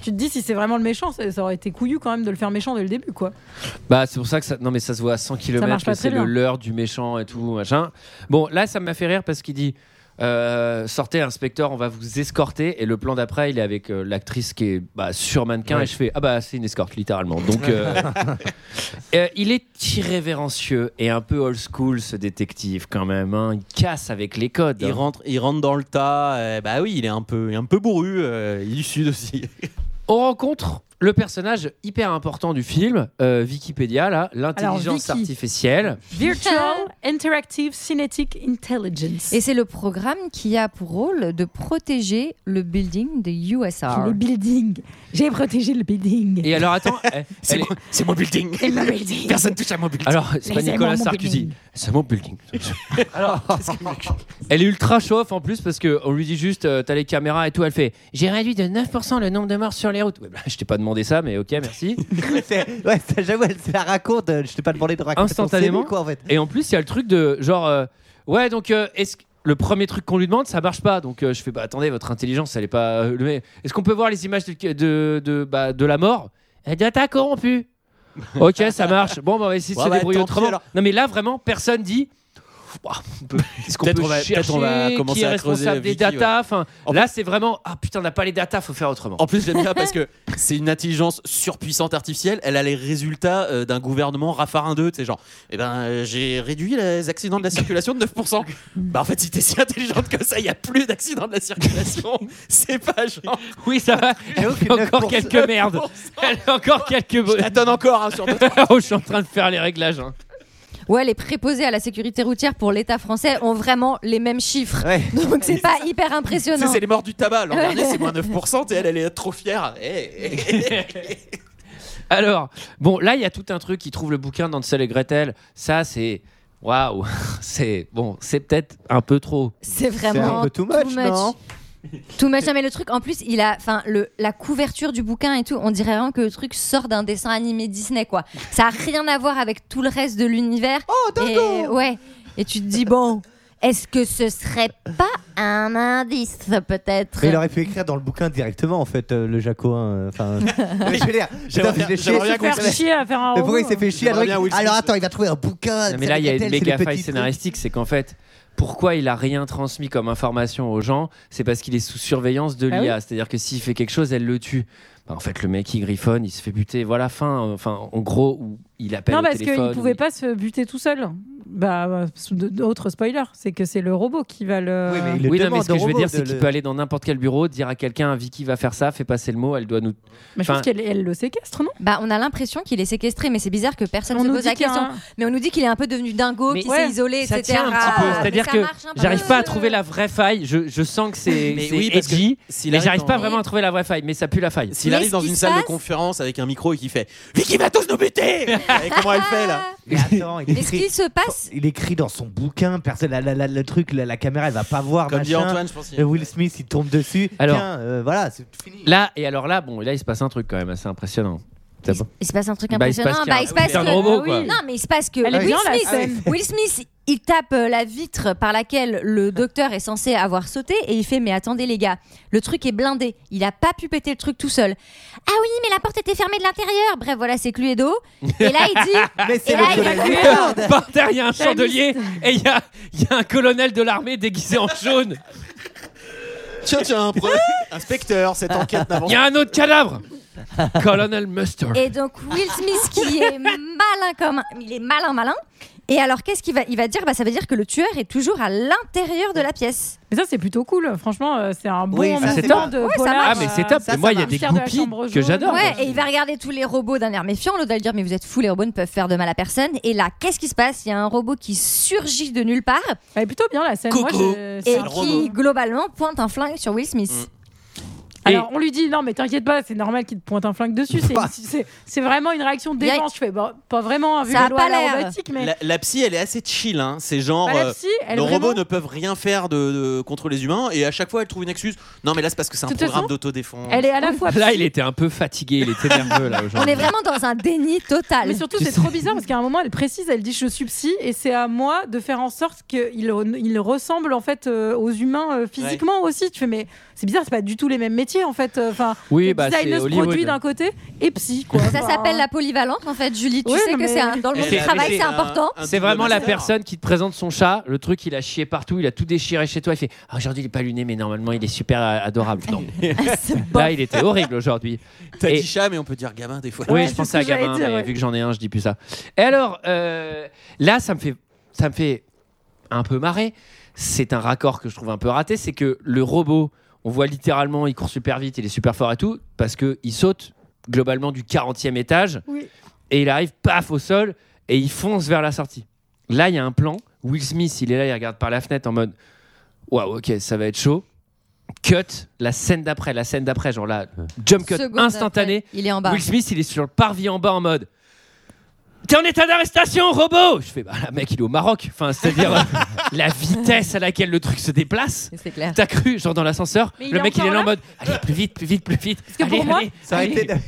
K: Tu te dis si c'est vraiment le méchant, ça, ça aurait été couillu quand même de le faire méchant dès le début, quoi.
A: Bah, c'est pour ça que ça. Non, mais ça se voit à 100
K: marche
A: km,
K: pas
A: que c'est
K: très bien.
A: le leurre du méchant et tout, machin. Bon, là, ça m'a fait rire parce qu'il dit euh, Sortez, inspecteur, on va vous escorter. Et le plan d'après, il est avec euh, l'actrice qui est bah, sur mannequin.
F: Ouais.
A: Et je fais Ah, bah, c'est une escorte, littéralement. Donc, euh, euh, il est irrévérencieux et un peu old school, ce détective, quand même. hein. Il casse avec les codes.
F: Il
A: hein.
F: rentre, il rentre dans le tas. euh, bah oui, il est un peu, il est un peu bourru. euh, il est du sud aussi.
A: On rencontre le personnage hyper important du film, euh, Wikipédia, là, l'intelligence
K: Vicky.
A: artificielle.
K: Virtual Interactive Kinetic Intelligence.
I: Et c'est le programme qui a pour rôle de protéger le building de USR.
K: Le building. J'ai protégé le building.
A: Et alors, attends. c'est
F: mon building.
K: C'est mon building.
F: Personne touche à mon building.
A: Alors, c'est pas
K: Laissez-moi
A: Nicolas
K: mon
A: Sarkozy.
K: building.
A: C'est mon building. Elle est ultra chauffe en plus parce qu'on lui dit juste euh, t'as les caméras et tout. Elle fait j'ai réduit de 9% le nombre de morts sur les routes. Ouais, bah, je t'ai pas demandé ça, mais ok, merci.
C: C'est- ouais, ça, j'avoue, elle se la raconte. euh, Je t'ai pas demandé de raconter. ton
A: Instantanément.
C: CV, quoi, en fait.
A: Et en plus, il y a le truc de genre euh, ouais, donc euh, est-ce que- le premier truc qu'on lui demande, ça marche pas. Donc euh, je fais bah attendez, votre intelligence, elle est pas. euh, le- mais Est-ce qu'on peut voir les images de de, de, bah, de la mort Elle dit Ah, t'as corrompu. ok, ça marche. Bon, bah, on va essayer de
F: Ouais,
A: se
F: bah,
A: débrouiller
F: tant pis,
A: autrement.
F: alors.
A: Non, mais là, vraiment, personne dit. Bah, on peut- Est-ce qu'on peut,
F: Peut-être on va- peut-être
A: chercher
F: on va commencer
A: qui est
F: à creuser
A: responsable des
F: Vicky, ouais.
A: data Enfin, Là, c'est vraiment Ah putain, on n'a pas les data, faut faire autrement.
F: En plus, j'aime bien parce que c'est une intelligence surpuissante artificielle. Elle a les résultats euh, d'un gouvernement raffarindeux. C'est genre, eh ben, euh, j'ai réduit les accidents de la circulation de 9%. bah, en fait, si t'es si intelligente que ça, il n'y a plus d'accidents de la circulation. c'est pas genre.
A: Oui, ça va. Elle fait encore quelques merdes. Elle fait encore quelques. Je la
F: donne encore hein, sur deux,
A: oh, je suis en train de faire les réglages. hein.
I: Ouais, les préposés à la sécurité routière pour l'État français ont vraiment les mêmes chiffres.
C: Ouais.
I: Donc c'est pas hyper
F: Tu sais,
I: impressionnant.
F: c'est les morts du tabac. L'an dernier, c'est moins 9%. Et elle, elle est trop fière. Eh, eh, eh.
A: Alors, bon, là, il y a tout un truc qui trouve le bouquin d'Ansel et Gretel. Ça, c'est. Waouh C'est bon, c'est peut-être un peu trop.
I: C'est vraiment
C: un peu too much, non
I: Too much. Non, mais le truc, en plus, il a, enfin, le la couverture du bouquin et tout, on dirait vraiment que le truc sort d'un dessin animé Disney, quoi. Ça a rien à voir avec tout le reste de l'univers. Oh, et, Ouais. Et tu te dis bon, est-ce que ce serait pas un indice, peut-être
C: Mais il aurait pu écrire dans le bouquin directement, en fait, euh, le Jaco. hein, Enfin, mais je veux dire,
F: J'aimerais bien-
C: putain, il s'est
F: j'aimerais
C: chié,
F: bien
C: il s'est
K: Faire
C: fait
K: chier à faire un.
C: Mais pourquoi il
K: robot. hein.
C: s'est fait chier
F: J'aimerais
C: alors,
F: bien Will Smith.
C: alors attends, il va trouver un bouquin.
A: Non,
C: c'est
A: mais là, il y a
C: Gretel,
A: une
C: c'est le
A: méga
C: petit
A: faille
C: truc.
A: scénaristique. C'est qu'en fait, pourquoi il a rien transmis comme information aux gens C'est parce qu'il est sous surveillance de
C: Bah
K: Ah
A: l'IA. C'est-à-dire que s'il fait quelque chose, elle le tue. Bah, en fait, le mec, il griffonne, il se fait buter. Voilà, fin. Enfin, en gros, où il appelle
K: Non,
A: au
K: parce
A: téléphone.
K: qu'il pouvait
A: il-
K: pas se buter tout seul. Bah, euh, sous- de- autre spoiler, c'est que c'est le robot qui va le.
C: Oui, mais il le
A: Oui, non, mais
C: demande
A: ce que
C: au
A: je veux
C: robot
A: dire,
C: de
A: c'est qu'il
C: le-
A: peut aller dans n'importe quel bureau, dire à quelqu'un, Vicky va faire ça, fais passer le mot, elle doit nous.
K: Mais je
A: Enfin-
K: pense qu'elle elle le séquestre, non
I: Bah, on a l'impression qu'il est séquestré, mais c'est bizarre que personne
K: On
I: ne
K: nous
I: pose la
K: dit qu'il y a
I: question.
K: un-
I: Mais on nous dit qu'il est un peu devenu dingo,
A: Mais
I: qu'il
K: ouais,
I: s'est isolé,
A: ça
I: etc.
A: tient un petit peu.
I: Mais
A: C'est-à-dire
I: ça
A: que
I: marche un peu.
A: j'arrive pas à trouver la vraie faille. Je, je sens que c'est
F: Mais
A: c'est
F: oui, parce que
A: edgy,
F: s'il
A: mais
F: arrive
A: j'arrive pas
F: dans-
A: vraiment à trouver la vraie faille. Mais ça pue la faille.
F: S'il
I: Mais
F: arrive
I: ce
F: dans
I: qui
F: une
I: se
F: salle de
I: passe-
F: conférence avec un micro et qu'il fait Vicky va tous nous buter
C: Ah,
F: Et Comment elle fait là
C: Mais attends, il
I: Mais ce qui
C: écrit,
I: se passe,
C: il écrit dans son bouquin. Personne, la- la- la- le truc, la, la caméra, elle va pas voir.
F: Comme dit
C: machin.
F: Antoine, je pense qu'il-
C: Euh, Will Smith, il tombe dessus.
A: Alors-
C: Tiens, euh, voilà, c'est fini.
A: Là, et alors là, bon, là, il se passe un truc quand même assez impressionnant. C'est bon.
I: il se passe un truc
A: Bah, il se passe
I: impressionnant.
A: qu'il y a
I: Bah,
A: un-
I: il se passe
A: C'est un
I: que-
A: robot,
K: Ah
A: quoi.
K: oui.
I: Non, mais il se passe que
K: Elle est
I: Will,
K: bien, la
I: Smith,
K: scène.
I: Will Smith, il tape euh, la vitre par laquelle le docteur est censé avoir sauté et il fait mais attendez les gars, le truc est blindé, il a pas pu péter le truc tout seul. Ah oui, mais la porte était fermée de l'intérieur. Bref, voilà, c'est Cluedo. Et là il dit
C: Ah, Mais c'est
I: Et
C: le
I: là, il
C: colonel
I: a
C: du
I: tué
C: garde.
A: Par terre, il y a un chandelier
K: chandelier
A: et il y a, un colonel de l'armée déguisé en jaune.
F: Tiens, tiens, un pro- inspecteur, cette enquête n'avance
A: Il y a un autre cadavre. Colonel Mustard.
I: et donc Will Smith qui est malin comme un- il est malin malin. Et alors qu'est-ce qu'il va il va dire bah ça veut dire que le tueur est toujours à l'intérieur de la pièce.
K: Mais ça, c'est plutôt cool. Franchement, euh, c'est un bon
C: Oui, ça,
A: c'est
K: moment
A: top.
K: de
I: ça
K: polar,
A: Ah, mais c'est top.
K: euh,
A: et moi, il y a
K: marche.
A: des
K: Mystère de la
A: groupies
K: chambre
A: que
K: jaune.
A: j'adore.
I: Ouais, et il va regarder tous les robots d'un air méfiant. L'autre va lui dire Mais vous êtes fous, les robots ne peuvent faire de mal à personne. Et là, qu'est-ce qui se passe Il y a un robot qui surgit de nulle part
K: Elle est plutôt bien la scène. Moi,
F: Coucou.
K: je-
I: et
K: c'est un-
I: qui, globalement, pointe un flingue sur Will Smith.
K: Alors on lui dit non mais t'inquiète pas c'est normal qu'il te pointe un flingue dessus
A: Bah.
K: c'est- c'est c'est vraiment une réaction défense je fais bah, pas vraiment vu
I: Ça a
K: les lois
I: pas
K: à la
I: l'air.
K: robotique, mais
F: La, la psy, elle est assez chill. hein. C'est genre.
K: Bah, la
F: euh,
K: psy, elle
F: nos
K: vraiment-
F: robots ne peuvent rien faire de, de- contre les humains. Et à chaque fois, elle trouve une excuse. Non, mais là, c'est parce que c'est un
I: De toute
F: programme
I: façon,
F: d'autodéfense.
K: elle est à la fois
A: Là, il était un peu fatigué, il était nerveux là
I: On
A: aujourd'hui.
I: est vraiment dans un déni total.
K: Mais surtout, c'est trop bizarre parce qu'à un moment, elle précise, elle dit je suis psy et c'est à moi de faire en sorte qu'il re- il ressemble en fait euh, aux humains euh, physiquement aussi. Tu fais mais c'est bizarre, c'est pas du tout les mêmes métiers en fait. Euh, Enfin,
A: Oui,
K: le
A: bah, c'est
K: designeuse
A: Hollywood.
K: produit d'un côté et psy quoi.
I: Ça
K: Enfin,
I: s'appelle la polyvalence en fait, Julie. Tu
K: Ouais,
I: sais
K: non,
I: que
K: mais-
I: c'est un- dans le monde du travail, c'est important.
A: C'est vraiment la personne qui te présente son chat. Le truc, il a chié partout, il a tout déchiré chez toi. Il fait Ah, Aujourd'hui, il est pas luné, mais normalement, il est super euh, adorable. Non. Là, il était horrible aujourd'hui.
F: T'as
A: Et-
F: dit chat, mais on peut dire gamin des fois.
A: Oui, je pensais à gamin, mais vu que j'en ai un, je dis plus ça. Et alors, euh, là, ça me fait, ça me fait un peu marrer. C'est un raccord que je trouve un peu raté, c'est que le robot, on voit littéralement, il court super vite, il est super fort et tout, parce que il saute globalement du 40e étage et il arrive paf au sol et il fonce vers la sortie. Là, il y a un plan. Will Smith, il est là, il regarde par la fenêtre en mode waouh, ok, ça va être chaud. Cut, la scène d'après, la scène d'après, genre là, jump cut
I: Seconde
A: instantané.
I: après, il est en
K: Bah.
I: bas.
A: Will Smith, il est sur le parvis en bas en mode T'es en état d'arrestation, robot Je fais, bah, le mec, il est au Maroc. Enfin, c'est-à-dire euh, la vitesse à laquelle le truc se déplace.
I: C'est clair.
A: T'as cru, genre dans l'ascenseur,
K: Mais
A: le
K: il est
A: mec, il est
K: encore
A: là en
K: là
A: mode Allez, plus vite, plus vite, plus vite. Parce
K: que pour moi,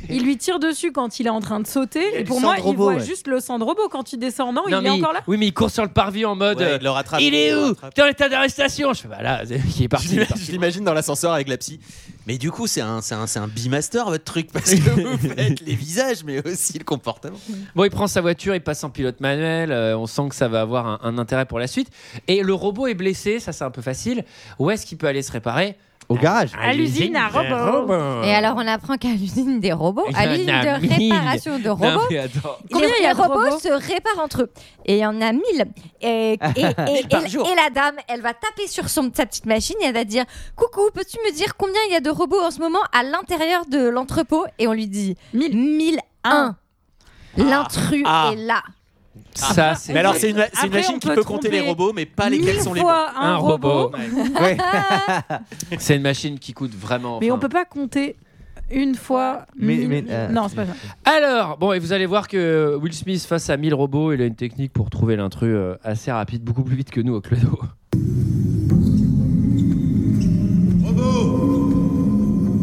K: il lui tire dessus quand il est en train de sauter et
A: du
K: pour
A: sang
K: moi,
A: de
K: il
A: robot,
K: voit
A: ouais.
K: juste le sang de robot quand il descend. Non, il
A: mais
K: est encore là.
A: Oui, mais il court sur le parvis en mode.
F: Ouais,
A: euh,
F: il le rattrape,
A: il
F: il
A: est
F: le
A: où
F: rattrape.
A: T'es en état d'arrestation Je fais, bah là, il est parti. il est parti.
F: Je l'imagine dans l'ascenseur avec la psy. Mais du coup, c'est un, c'est un, c'est un bimaster votre truc parce que vous faites les visages, mais aussi le comportement.
A: Bon, il prend sa voiture, il passe en pilote manuel. euh, on sent que ça va avoir un, un intérêt pour la suite. Et le robot est blessé, ça c'est un peu facile. Où est-ce qu'il peut aller se réparer
C: Au garage.
A: À l'usine à robots.
K: Euh,
I: Et alors, on apprend qu'à l'usine des robots, à l'usine de réparation de robots,
K: Combien
I: les,
K: il y a
I: les
K: de
I: robots,
K: robots Ah,
I: se réparent entre eux. Et il y en a 1000. Et, et, et, et-
K: par
I: et- et la dame, elle va taper sur son, sa petite machine et elle va dire Coucou, peux-tu me dire combien il y a de robots en ce moment à l'intérieur de l'entrepôt Et on lui dit 1000.
K: Ah.
I: 1001. L'intrus
F: Ah.
I: est là.
A: Ça, Ah, c'est.
F: Mais alors, c'est une, c'est une
K: Après,
F: machine
K: on
F: qui
K: peut
F: peut compter les
K: tromper
F: robots, mais pas
K: mille
F: lesquels sont les bons.
K: fois un Un robot. robot.
F: Ouais.
A: C'est une machine qui coûte vraiment.
K: Mais on
A: enfin,
K: peut pas compter une fois.
A: Mais-
K: mille-
A: mais, euh,
K: Non, c'est pas ça.
A: Alors, bon, et vous allez voir que Will Smith, face à 1000 robots, il a une technique pour trouver l'intrus euh, assez rapide, beaucoup plus vite que nous au Cluedo.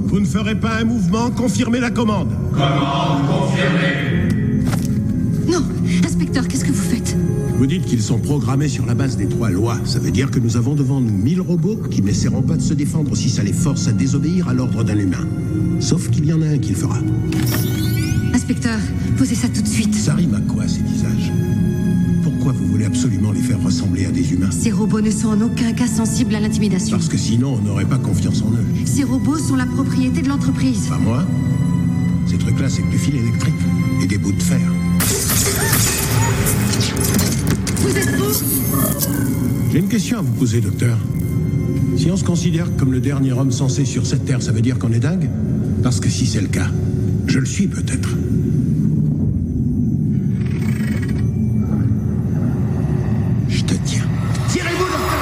D: Vous ne ferez pas un mouvement, confirmez la commande. Commande confirmée.
L: Non, inspecteur, qu'est-ce que vous faites
D: Vous dites qu'ils sont programmés sur la base des trois lois. Ça veut dire que nous avons devant nous 1000 robots qui n'essaieront pas de se défendre si ça les force à désobéir à l'ordre d'un humain. Sauf qu'il y en a un qui le fera.
L: Inspecteur, posez ça tout de suite.
D: Ça rime à quoi ces visages Pourquoi vous voulez absolument les faire ressembler à des humains
L: Ces robots ne sont en aucun cas sensibles à l'intimidation.
D: Parce que sinon, on n'aurait pas confiance en eux.
L: Ces robots sont la propriété de l'entreprise.
D: Pas moi. Ces trucs-là, c'est que du fil électrique et des bouts de fer.
L: Vous êtes pour
D: J'ai une question à vous poser, docteur. Si on se considère comme le dernier homme censé sur cette terre, ça veut dire qu'on est dingue Parce que si c'est le cas, je le suis peut-être. Je te tiens. Tirez-vous, docteur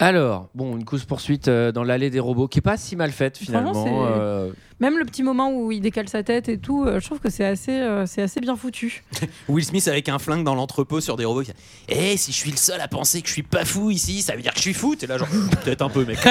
A: Alors, bon, une course-poursuite euh, dans l'allée des robots qui est pas si mal faite
K: Franchement,
A: finalement.
K: c'est-
A: euh,
K: Même le petit moment où il décale sa tête et tout, euh, je trouve que c'est assez, euh, c'est assez bien foutu.
F: Will Smith avec un flingue dans l'entrepôt sur des robots. qui fait, Eh, si je suis le seul à penser que je suis pas fou ici, ça veut dire que je suis fou. T'es là, genre, peut-être un peu, mec.
A: Tout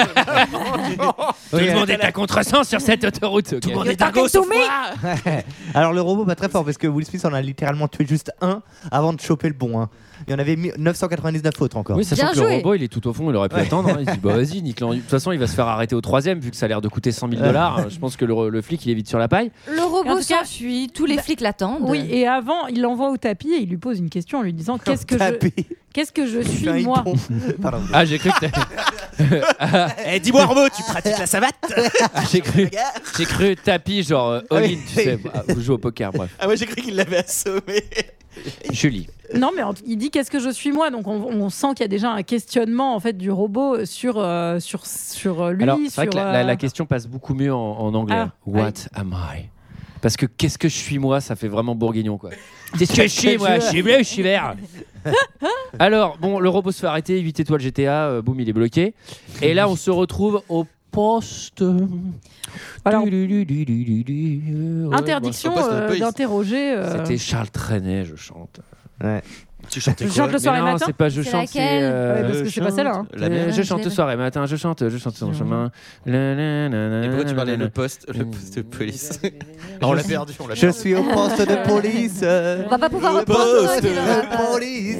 A: le monde est à contresens sur cette autoroute. Tout
F: le monde est dingo, sauf moi.
C: Alors le robot va très fort parce que Will Smith en a littéralement tué juste un avant de choper le bon. hein. Il y en avait mis 999 autres encore.
A: Oui, sachant que le robot, il est tout au fond, il aurait pu attendre. hein. Il se dit, bah vas-y, nique-le. De toute façon, il va se faire arrêter au troisième, vu que ça a l'air de coûter 100 000 dollars. hein. Je pense que le, le flic, il est vite sur la paille.
I: Le
K: En
I: robot
K: tout cas,
I: s'enfuit, tous les
K: bah,
I: flics l'attendent.
K: Oui, et avant, il l'envoie au tapis et il lui pose une question en lui disant Qu'est-ce que je,
C: tapis.
K: qu'est-ce que je suis
C: Putain, il
K: moi
C: tombe. Pardon.
A: Ah, j'ai cru que t'as-
F: Eh, dis-moi, robot, tu pratiques la savate
A: Ah, J'ai cru, j'ai cru tapis, genre euh, all-in, tu sais. Ah, Vous jouez au poker, bref.
F: Ah ouais, j'ai cru qu'il l'avait assommé.
A: Julie.
K: Non, mais en tout- il dit qu'est-ce que je suis moi Donc on, on sent qu'il y a déjà un questionnement en fait du robot sur euh, sur sur euh, lui.
A: Alors, c'est vrai
K: sur,
A: que la, la-
K: euh,
A: la question passe beaucoup mieux en, en anglais.
K: Ah,
A: What am I Parce que qu'est-ce que je suis moi Ça fait vraiment bourguignon quoi. Qu'est-ce que je suis moi Je suis bleu, je suis vert. Alors, bon, le robot se fait arrêter, 8 étoiles GTA, euh, boum, il est bloqué. Et là, on se retrouve au poste.
K: Interdiction euh, d'interroger. euh,
A: C'était Charles Trenet, je chante.
F: Tu chantais
K: Je chante le soir et
A: Mais non,
K: matin
A: c'est pas je
K: C'est
A: chante, c'est.
K: laquelle
A: euh,
K: Ouais, parce que c'est pas celle-là, hein. La
A: Euh,
K: mienne.
A: je chante le soir et matin, je chante, je chante sur le chemin. Et
F: pourquoi tu parlais le poste, le poste de police
A: Ah, on l'a
C: perdu, on l'a perdu. police.
I: On va pas pouvoir
C: Le
I: reprendre
C: poste
I: ça, tu l'auras
C: de
I: pas.
C: police.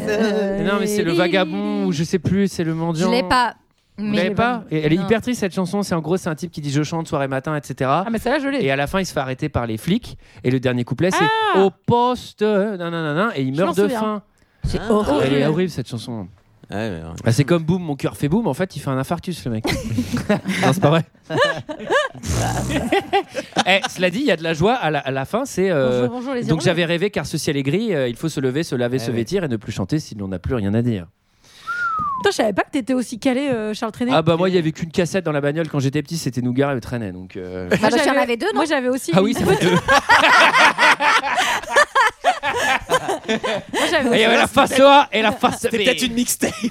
A: Non, mais c'est le vagabond, ou je sais plus, c'est le
I: Je
A: mendiant.
I: l'ai pas.
A: Vous
I: mais-
A: l'avez pas Et Elle est
I: Non.
A: hyper triste cette chanson. C'est en gros, c'est un type qui dit je chante soir et matin, etc.
K: Ah, mais celle-là, je l'ai.
A: Et à la fin, il se fait arrêter par les flics. Et le dernier couplet, c'est au poste, euh, nan, nan, nan, nan, et il
K: Je
A: meurt
K: m'en
A: de
K: souviens.
A: faim.
K: C'est Ah, horrible.
A: Elle est horrible cette chanson.
F: Ah,
A: Bah, c'est comme boum, mon cœur fait boum. En fait, il fait un infarctus, le mec. non, c'est pas vrai. Eh, cela dit, il y a de la joie à la, à la fin. C'est euh,
K: Bonjour, bonjour, les
A: donc
K: Irlandais.
A: j'avais rêvé car ce ciel est gris. euh, il faut se lever, se laver,
K: Eh
A: se
K: oui.
A: vêtir et ne plus chanter si l'on n'a plus rien à dire.
K: Putain, je savais pas que t'étais aussi calé, euh, Charles Trenet.
A: Ah bah moi, il y avait qu'une cassette dans la bagnole quand j'étais petit. C'était Nougar et le traînait. Donc euh,
K: Moi,
I: parce qu'il y en
K: j'avais-
I: avait deux, non
K: Moi, j'avais aussi.
A: ah oui,
K: une-
A: c'est vrai.
K: Moi, j'avais
A: Et il y
K: aussi-
A: avait la face A et la face B.
F: C'est peut-être une mixtape.
A: Ouais,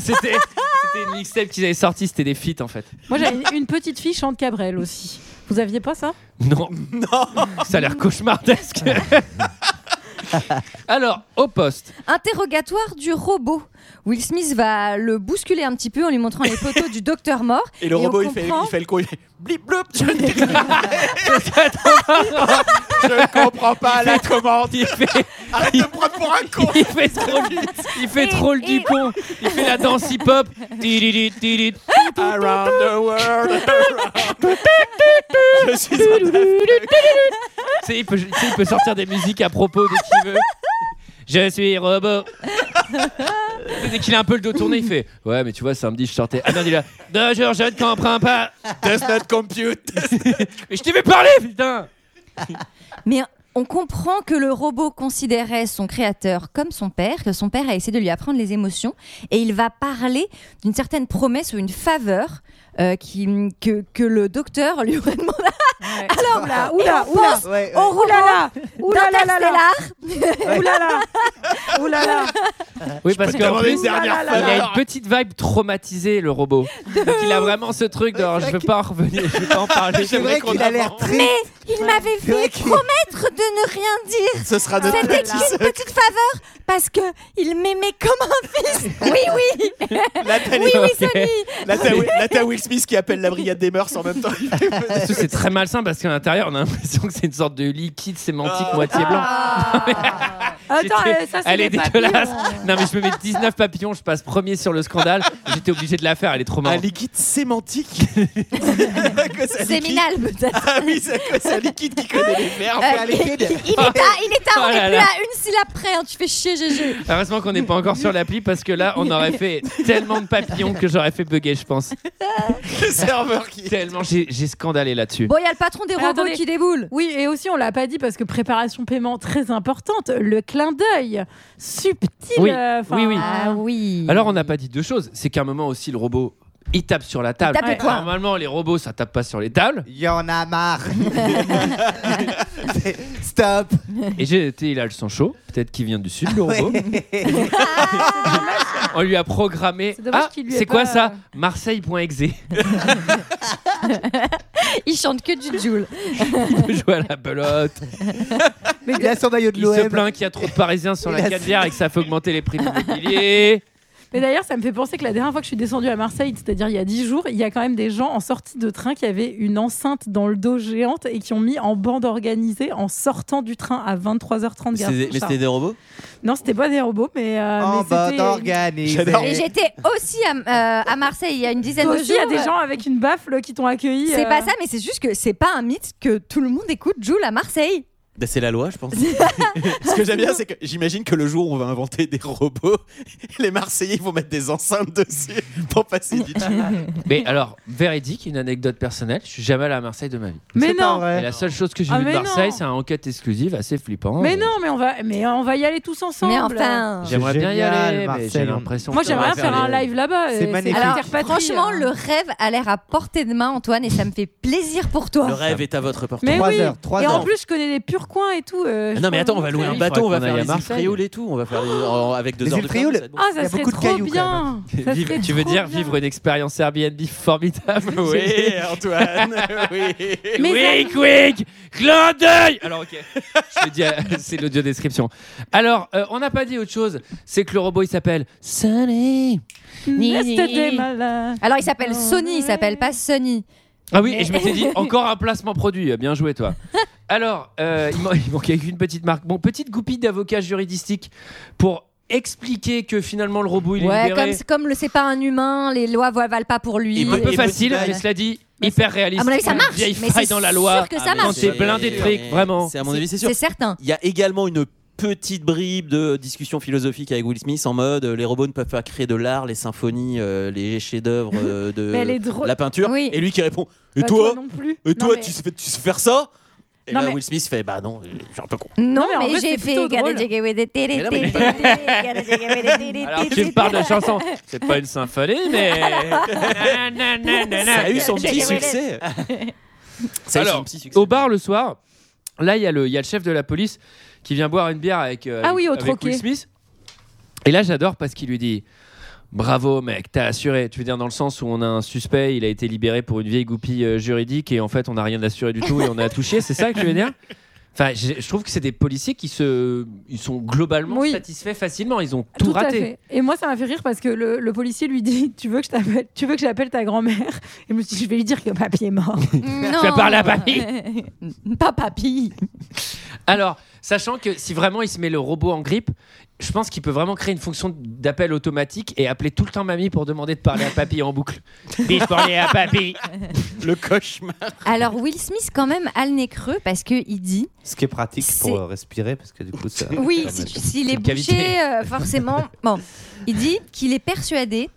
A: c'était c'était une mixtape qu'ils avaient sortie, c'était des feats en fait.
K: Moi, j'avais une- une petite fille chante Cabrel aussi. Vous aviez pas ça
A: Non. Non Ça a l'air cauchemardesque. Alors, au poste.
I: Interrogatoire du robot. Will Smith va le bousculer un petit peu en lui montrant les photos du docteur mort.
F: Et le robot,
I: on
F: il fait,
I: comprend-
F: il fait le con, il fait blip blop. Je, ne je comprends pas la commande.
A: Il fait,
F: Arrête de me prendre pour un con.
A: il fait trop, il fait trop le du con. Il fait la danse hip-hop. Tididit, tididit.
F: Around the world. Je suis
A: Tu sais, il, peut, tu sais, il peut sortir des musiques à propos dès qu'il veut. Je suis robot. Tu sais, Dès qu'il a un peu le dos tourné, il fait Ouais, mais tu vois, samedi, je sortais. Ah non, il a Deux jours, je ne comprends pas.
F: Does not compute.
A: Mais je t'ai vu parler, putain
I: Mais on comprend que le robot considérait son créateur comme son père, que son père a essayé de lui apprendre les émotions, et il va parler d'une certaine promesse ou une faveur euh, qui, que, que le docteur lui aurait demandé. Alors
K: Oula,
I: et
K: oula,
I: on
K: oula.
I: pense
K: Ouais, ouais.
I: au robot
K: Oulala, oulala,
I: d'Interstellar.
K: Oulala Oulala
A: Oui, parce
F: peux
A: qu'en
F: demander
A: plus,
F: une
A: il
F: dernière
A: a
F: fois.
A: une petite vibe traumatisée, le robot. Donc il a vraiment ce truc de je veux pas en revenir, je veux pas en parler.
F: C'est vrai qu'il a l'air très.
I: Mais il m'avait fait promettre de ne rien dire.
F: Ce sera notre
I: C'était
F: petit
I: une
F: secret.
I: petite faveur parce que il m'aimait comme un fils. Oui, oui.
F: Là, t'as
I: Oui, oui, c'est
A: Ok.
I: lui.
F: là, t'as Will- là, t'as Will Smith qui appelle la brigade des mœurs en même temps.
A: Parce que C'est très malsain parce qu'à l'intérieur, on a l'impression que c'est une sorte de liquide sémantique
F: Ah.
A: moitié blanc.
K: Attends,
A: J'étais-
K: euh, ça c'est
A: elle est
K: les papillons.
A: dégueulasse. Non, mais je me mets 19 papillons, je passe premier sur le scandale. J'étais obligé de la faire, elle est trop
F: Un
A: marrante.
F: liquide sémantique. À cause d'un liquide.
I: Séminal peut-être.
F: Ah oui, c'est à cause d'un liquide qui connaît les verbes.
I: Euh,
F: Ah,
I: il, il-
F: liquide.
I: il est à, il est à, on
A: Oh
I: est
A: là
I: plus
A: là. Ah,
I: à une syllabe près, hein, tu fais chier GG.
A: Heureusement qu'on n'est pas encore sur l'appli parce que là, on aurait fait tellement de papillons que j'aurais fait bugger, je pense.
F: Le serveur qui.
A: Tellement j'ai j'ai scandalé là-dessus.
I: Bon, il y a le patron des
K: Alors,
I: robots
K: attendez.
I: qui déboule.
K: Oui, et aussi on l'a pas dit parce que préparation paiement très importante, le clin d'œil subtil.
A: Oui,
K: euh, 'fin,
A: oui, oui.
I: Ah oui.
A: Alors, on n'a pas dit deux choses. C'est qu'à un moment aussi, le robot, il tape sur la table.
I: tape le poing.
A: Normalement, les robots, ça tape pas sur les tables.
C: Il y en a marre. Stop.
A: Et j'ai été, il a le sang chaud. Peut-être qu'il vient du sud, le robot. on lui a programmé.
K: C'est dommage
A: Ah,
K: qu'il lui ait
A: c'est quoi
K: pas-
A: ça Marseille.exe.
I: Il chante que du Joule.
A: Il peut jouer à la pelote.
C: Il a son maillot de
A: Il se
C: l'OM.
A: plaint qu'il y a trop de Parisiens sur
C: Il
A: la
C: a-
A: canebière et que ça fait augmenter les prix de l'immobilier.
K: Mais d'ailleurs, ça me fait penser que la dernière fois que je suis descendue à Marseille, c'est-à-dire il y a 10 jours, il y a quand même des gens en sortie de train qui avaient une enceinte dans le dos géante et qui ont mis en bande organisée en sortant du train à 23h30. gare
F: Mais
K: Saint-Charles.
F: c'était des robots
K: Non, c'était pas des robots, mais. euh, mais
C: En
K: c'était-
C: bande organisée.
F: J'adore.
I: Et j'étais aussi à, euh, à Marseille il y a une dizaine
K: Toi
I: de
K: aussi, il
I: jours.
K: y a des gens avec une baffle qui t'ont accueilli.
I: C'est
K: euh,
I: pas ça, mais c'est juste que c'est pas un mythe que tout le monde écoute Joule à Marseille.
F: Ben, c'est la loi, je pense. Ce que j'aime bien, c'est que j'imagine que le jour où on va inventer des robots, les Marseillais ils vont mettre des enceintes dessus pour passer du temps.
A: Mais alors, véridique, une anecdote personnelle, je suis jamais allé à Marseille de ma vie.
K: Mais C'est pas non. vrai.
A: Et La seule chose que j'ai
K: Ah,
A: vue de
K: mais non.
A: Marseille, c'est un enquête exclusive assez flippant.
K: Mais
A: Et
K: non, mais on va, mais on va y aller tous ensemble.
I: Mais enfin.
A: J'aimerais bien y
K: Génial,
A: aller, mais
K: Marseille.
A: j'ai l'impression.
K: Moi,
A: que
K: j'aimerais
A: on va
K: bien faire un
A: les-
K: live là-bas.
A: C'est
K: euh,
A: magnifique.
K: la
I: Alors,
K: terre patrie,
I: franchement,
K: hein.
I: le rêve a l'air à portée de main, Antoine, et ça me fait plaisir pour toi.
F: Le rêve est à votre portée.
K: Mais oui. et en plus, je connais les purs coins et tout. euh, je
F: Ah non mais
K: pense-
F: attends, on va louer
A: Oui,
F: un
A: il
F: bateau, on
A: faudrait
F: va
A: qu'on aille
F: faire
A: à
F: les îles
A: Marseille.
F: Frioul et tout, on va faire les- en- avec deux
C: Les
F: heures
C: îles
F: de
C: Frioul
F: permis, ça va être bon.
K: Ah, ça serait
C: beaucoup de
K: trop
C: cailloux, quand
K: bien. Ça
A: Vivre-
K: serait
A: tu veux
K: trop
A: dire
K: bien.
A: vivre une expérience Airbnb formidable
F: Oui, Antoine, oui.
K: Mais
A: oui, quick Clin d'œil Alors, ok. Je te dis, euh, c'est l'audio description. Alors, euh, on n'a pas dit autre chose. C'est que le robot, il s'appelle Sunny.
K: Yesterday, my love.
I: Alors, il
K: Ah
I: s'appelle Sony, il s'appelle pas Sunny.
A: Ah oui, et je m'étais dit, encore un placement produit. Bien joué, toi. Alors, euh, il, man- il manquait qu'une petite marque. Bon, petite goupille d'avocat juridistique pour expliquer que finalement, le robot, il est
I: ouais,
A: libéré.
I: comme, comme le c'est pas un humain, les lois vo- valent pas pour lui.
A: un peu
I: Et-
A: facile,
I: Ouais.
A: mais cela dit, hyper réaliste.
I: À mon avis, ça
A: Une
I: marche,
A: Vieille
I: mais
A: faille
I: c'est
A: dans la
I: sûr
A: loi.
I: que ça Ah, mais
A: Quand
I: marche.
A: c'est blindé de trucs, vraiment.
F: C'est à mon avis, c'est sûr.
I: C'est certain.
F: Il y a également une petite bribe de discussion philosophique avec Will Smith en mode euh, les robots ne peuvent pas créer de l'art, les symphonies, euh, les chefs-d'œuvre euh, de
K: Mais elle est drôle.
F: la peinture.
K: Oui.
F: Et lui qui répond Et
K: Bah,
F: toi
K: non plus.
F: Et
K: Non,
F: toi,
K: mais-
F: tu, sais, tu sais faire ça Et
K: Non,
F: là,
K: mais-
F: Will Smith fait Bah non, j'ai un peu con.
I: Non,
K: mais en
I: mais,
K: vrai, c'est
I: j'ai fait
K: plutôt drôle.
A: Alors tu me parles de chanson, c'est pas une symphonie, mais
C: Ah,
F: Ça a eu son petit succès. Ça a eu son
A: Alors,
F: petit succès.
A: au bar le soir, là il y, a le- il y a le chef de la police qui vient boire une bière avec, euh,
K: Ah
A: avec-
K: oui, au
A: avec
K: troquet.
A: Will Smith. Et là j'adore parce qu'il lui dit Bravo mec, t'as assuré. Tu veux dire dans le sens où on a un suspect, il a été libéré pour une vieille goupille euh, juridique et en fait on n'a rien assuré du tout et on a touché, c'est ça que tu veux dire Enfin, je je trouve que c'est des policiers qui se, ils sont globalement
K: Oui.
A: satisfaits facilement. Ils ont tout,
K: Tout à
A: raté.
K: fait. Et moi, ça m'a fait rire parce que le, le policier lui dit Tu veux que je t'appelle Tu veux que j'appelle ta grand-mère Et je me suis dit Je vais lui dire que papy est mort.
I: Non.
A: Tu vas parler à papy
I: Pas papy.
A: Alors, sachant que si vraiment il se met le robot en grippe, je pense qu'il peut vraiment créer une fonction d'appel automatique et appeler tout le temps mamie pour demander de parler à papy en boucle. Biche, parler à papy.
F: Le cauchemar.
I: Alors, Will Smith, quand même, a le nez creux parce qu'il dit
C: Ce qui est pratique
I: C'est-
C: pour euh, respirer, parce que du coup, ça.
I: Oui,
F: Ah,
C: ça
I: si
C: me-
I: tu- s'il
A: C'est
I: est
A: une cavité.
I: bouché, euh, forcément. Bon, il dit qu'il est persuadé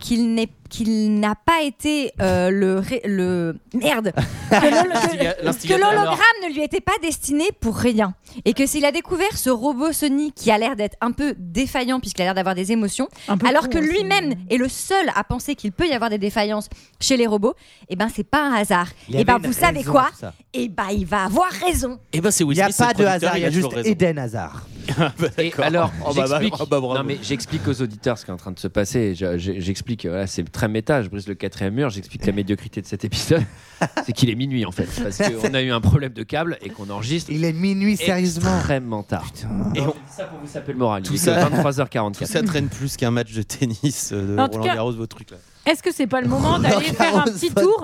I: qu'il n'est qu'il n'a pas été euh, le ré- le merde que
K: Ah,
I: l'holo- que- que
F: L'instigateur.
I: l'hologramme ne lui était pas destiné pour rien et que s'il a découvert ce robot Sony qui a l'air d'être un peu défaillant puisqu'il a l'air d'avoir des émotions
K: Un peu
I: alors
K: con,
I: que
K: hein,
I: lui-même est le seul à penser qu'il peut y avoir des défaillances chez les robots et ben c'est pas un hasard et ben vous savez quoi et ben il va avoir raison
F: Et ben c'est Will
C: Il n'y a
F: Smith, c'est
C: pas
F: le
C: de
F: producteur,
C: hasard, il y a
F: toujours
C: juste
F: raison.
C: Eden Hazard.
F: Ah, bah,
A: Et
F: d'accord.
A: alors,
F: Oh, bah, bah,
A: j'explique.
F: oh, bah, bravo.
A: Non, mais j'explique aux auditeurs ce qui est en train de se passer. et je- je- J'explique. Voilà, c'est très méta. Je brise le quatrième mur. J'explique la médiocrité de cet épisode. c'est qu'il est minuit en fait, parce qu'on a eu un problème de câble et qu'on enregistre
C: Il est minuit, sérieusement.
A: extrêmement tard. Et on dit ça pour vous saper le moral.
F: Tout
A: Tout
F: ça-
A: ça. 23h44.
F: Tout ça traîne plus qu'un match de tennis euh, de
K: En tout
F: Roland
K: cas-
F: Garros, vos trucs là.
K: Est-ce que c'est pas le moment d'aller faire un petit tour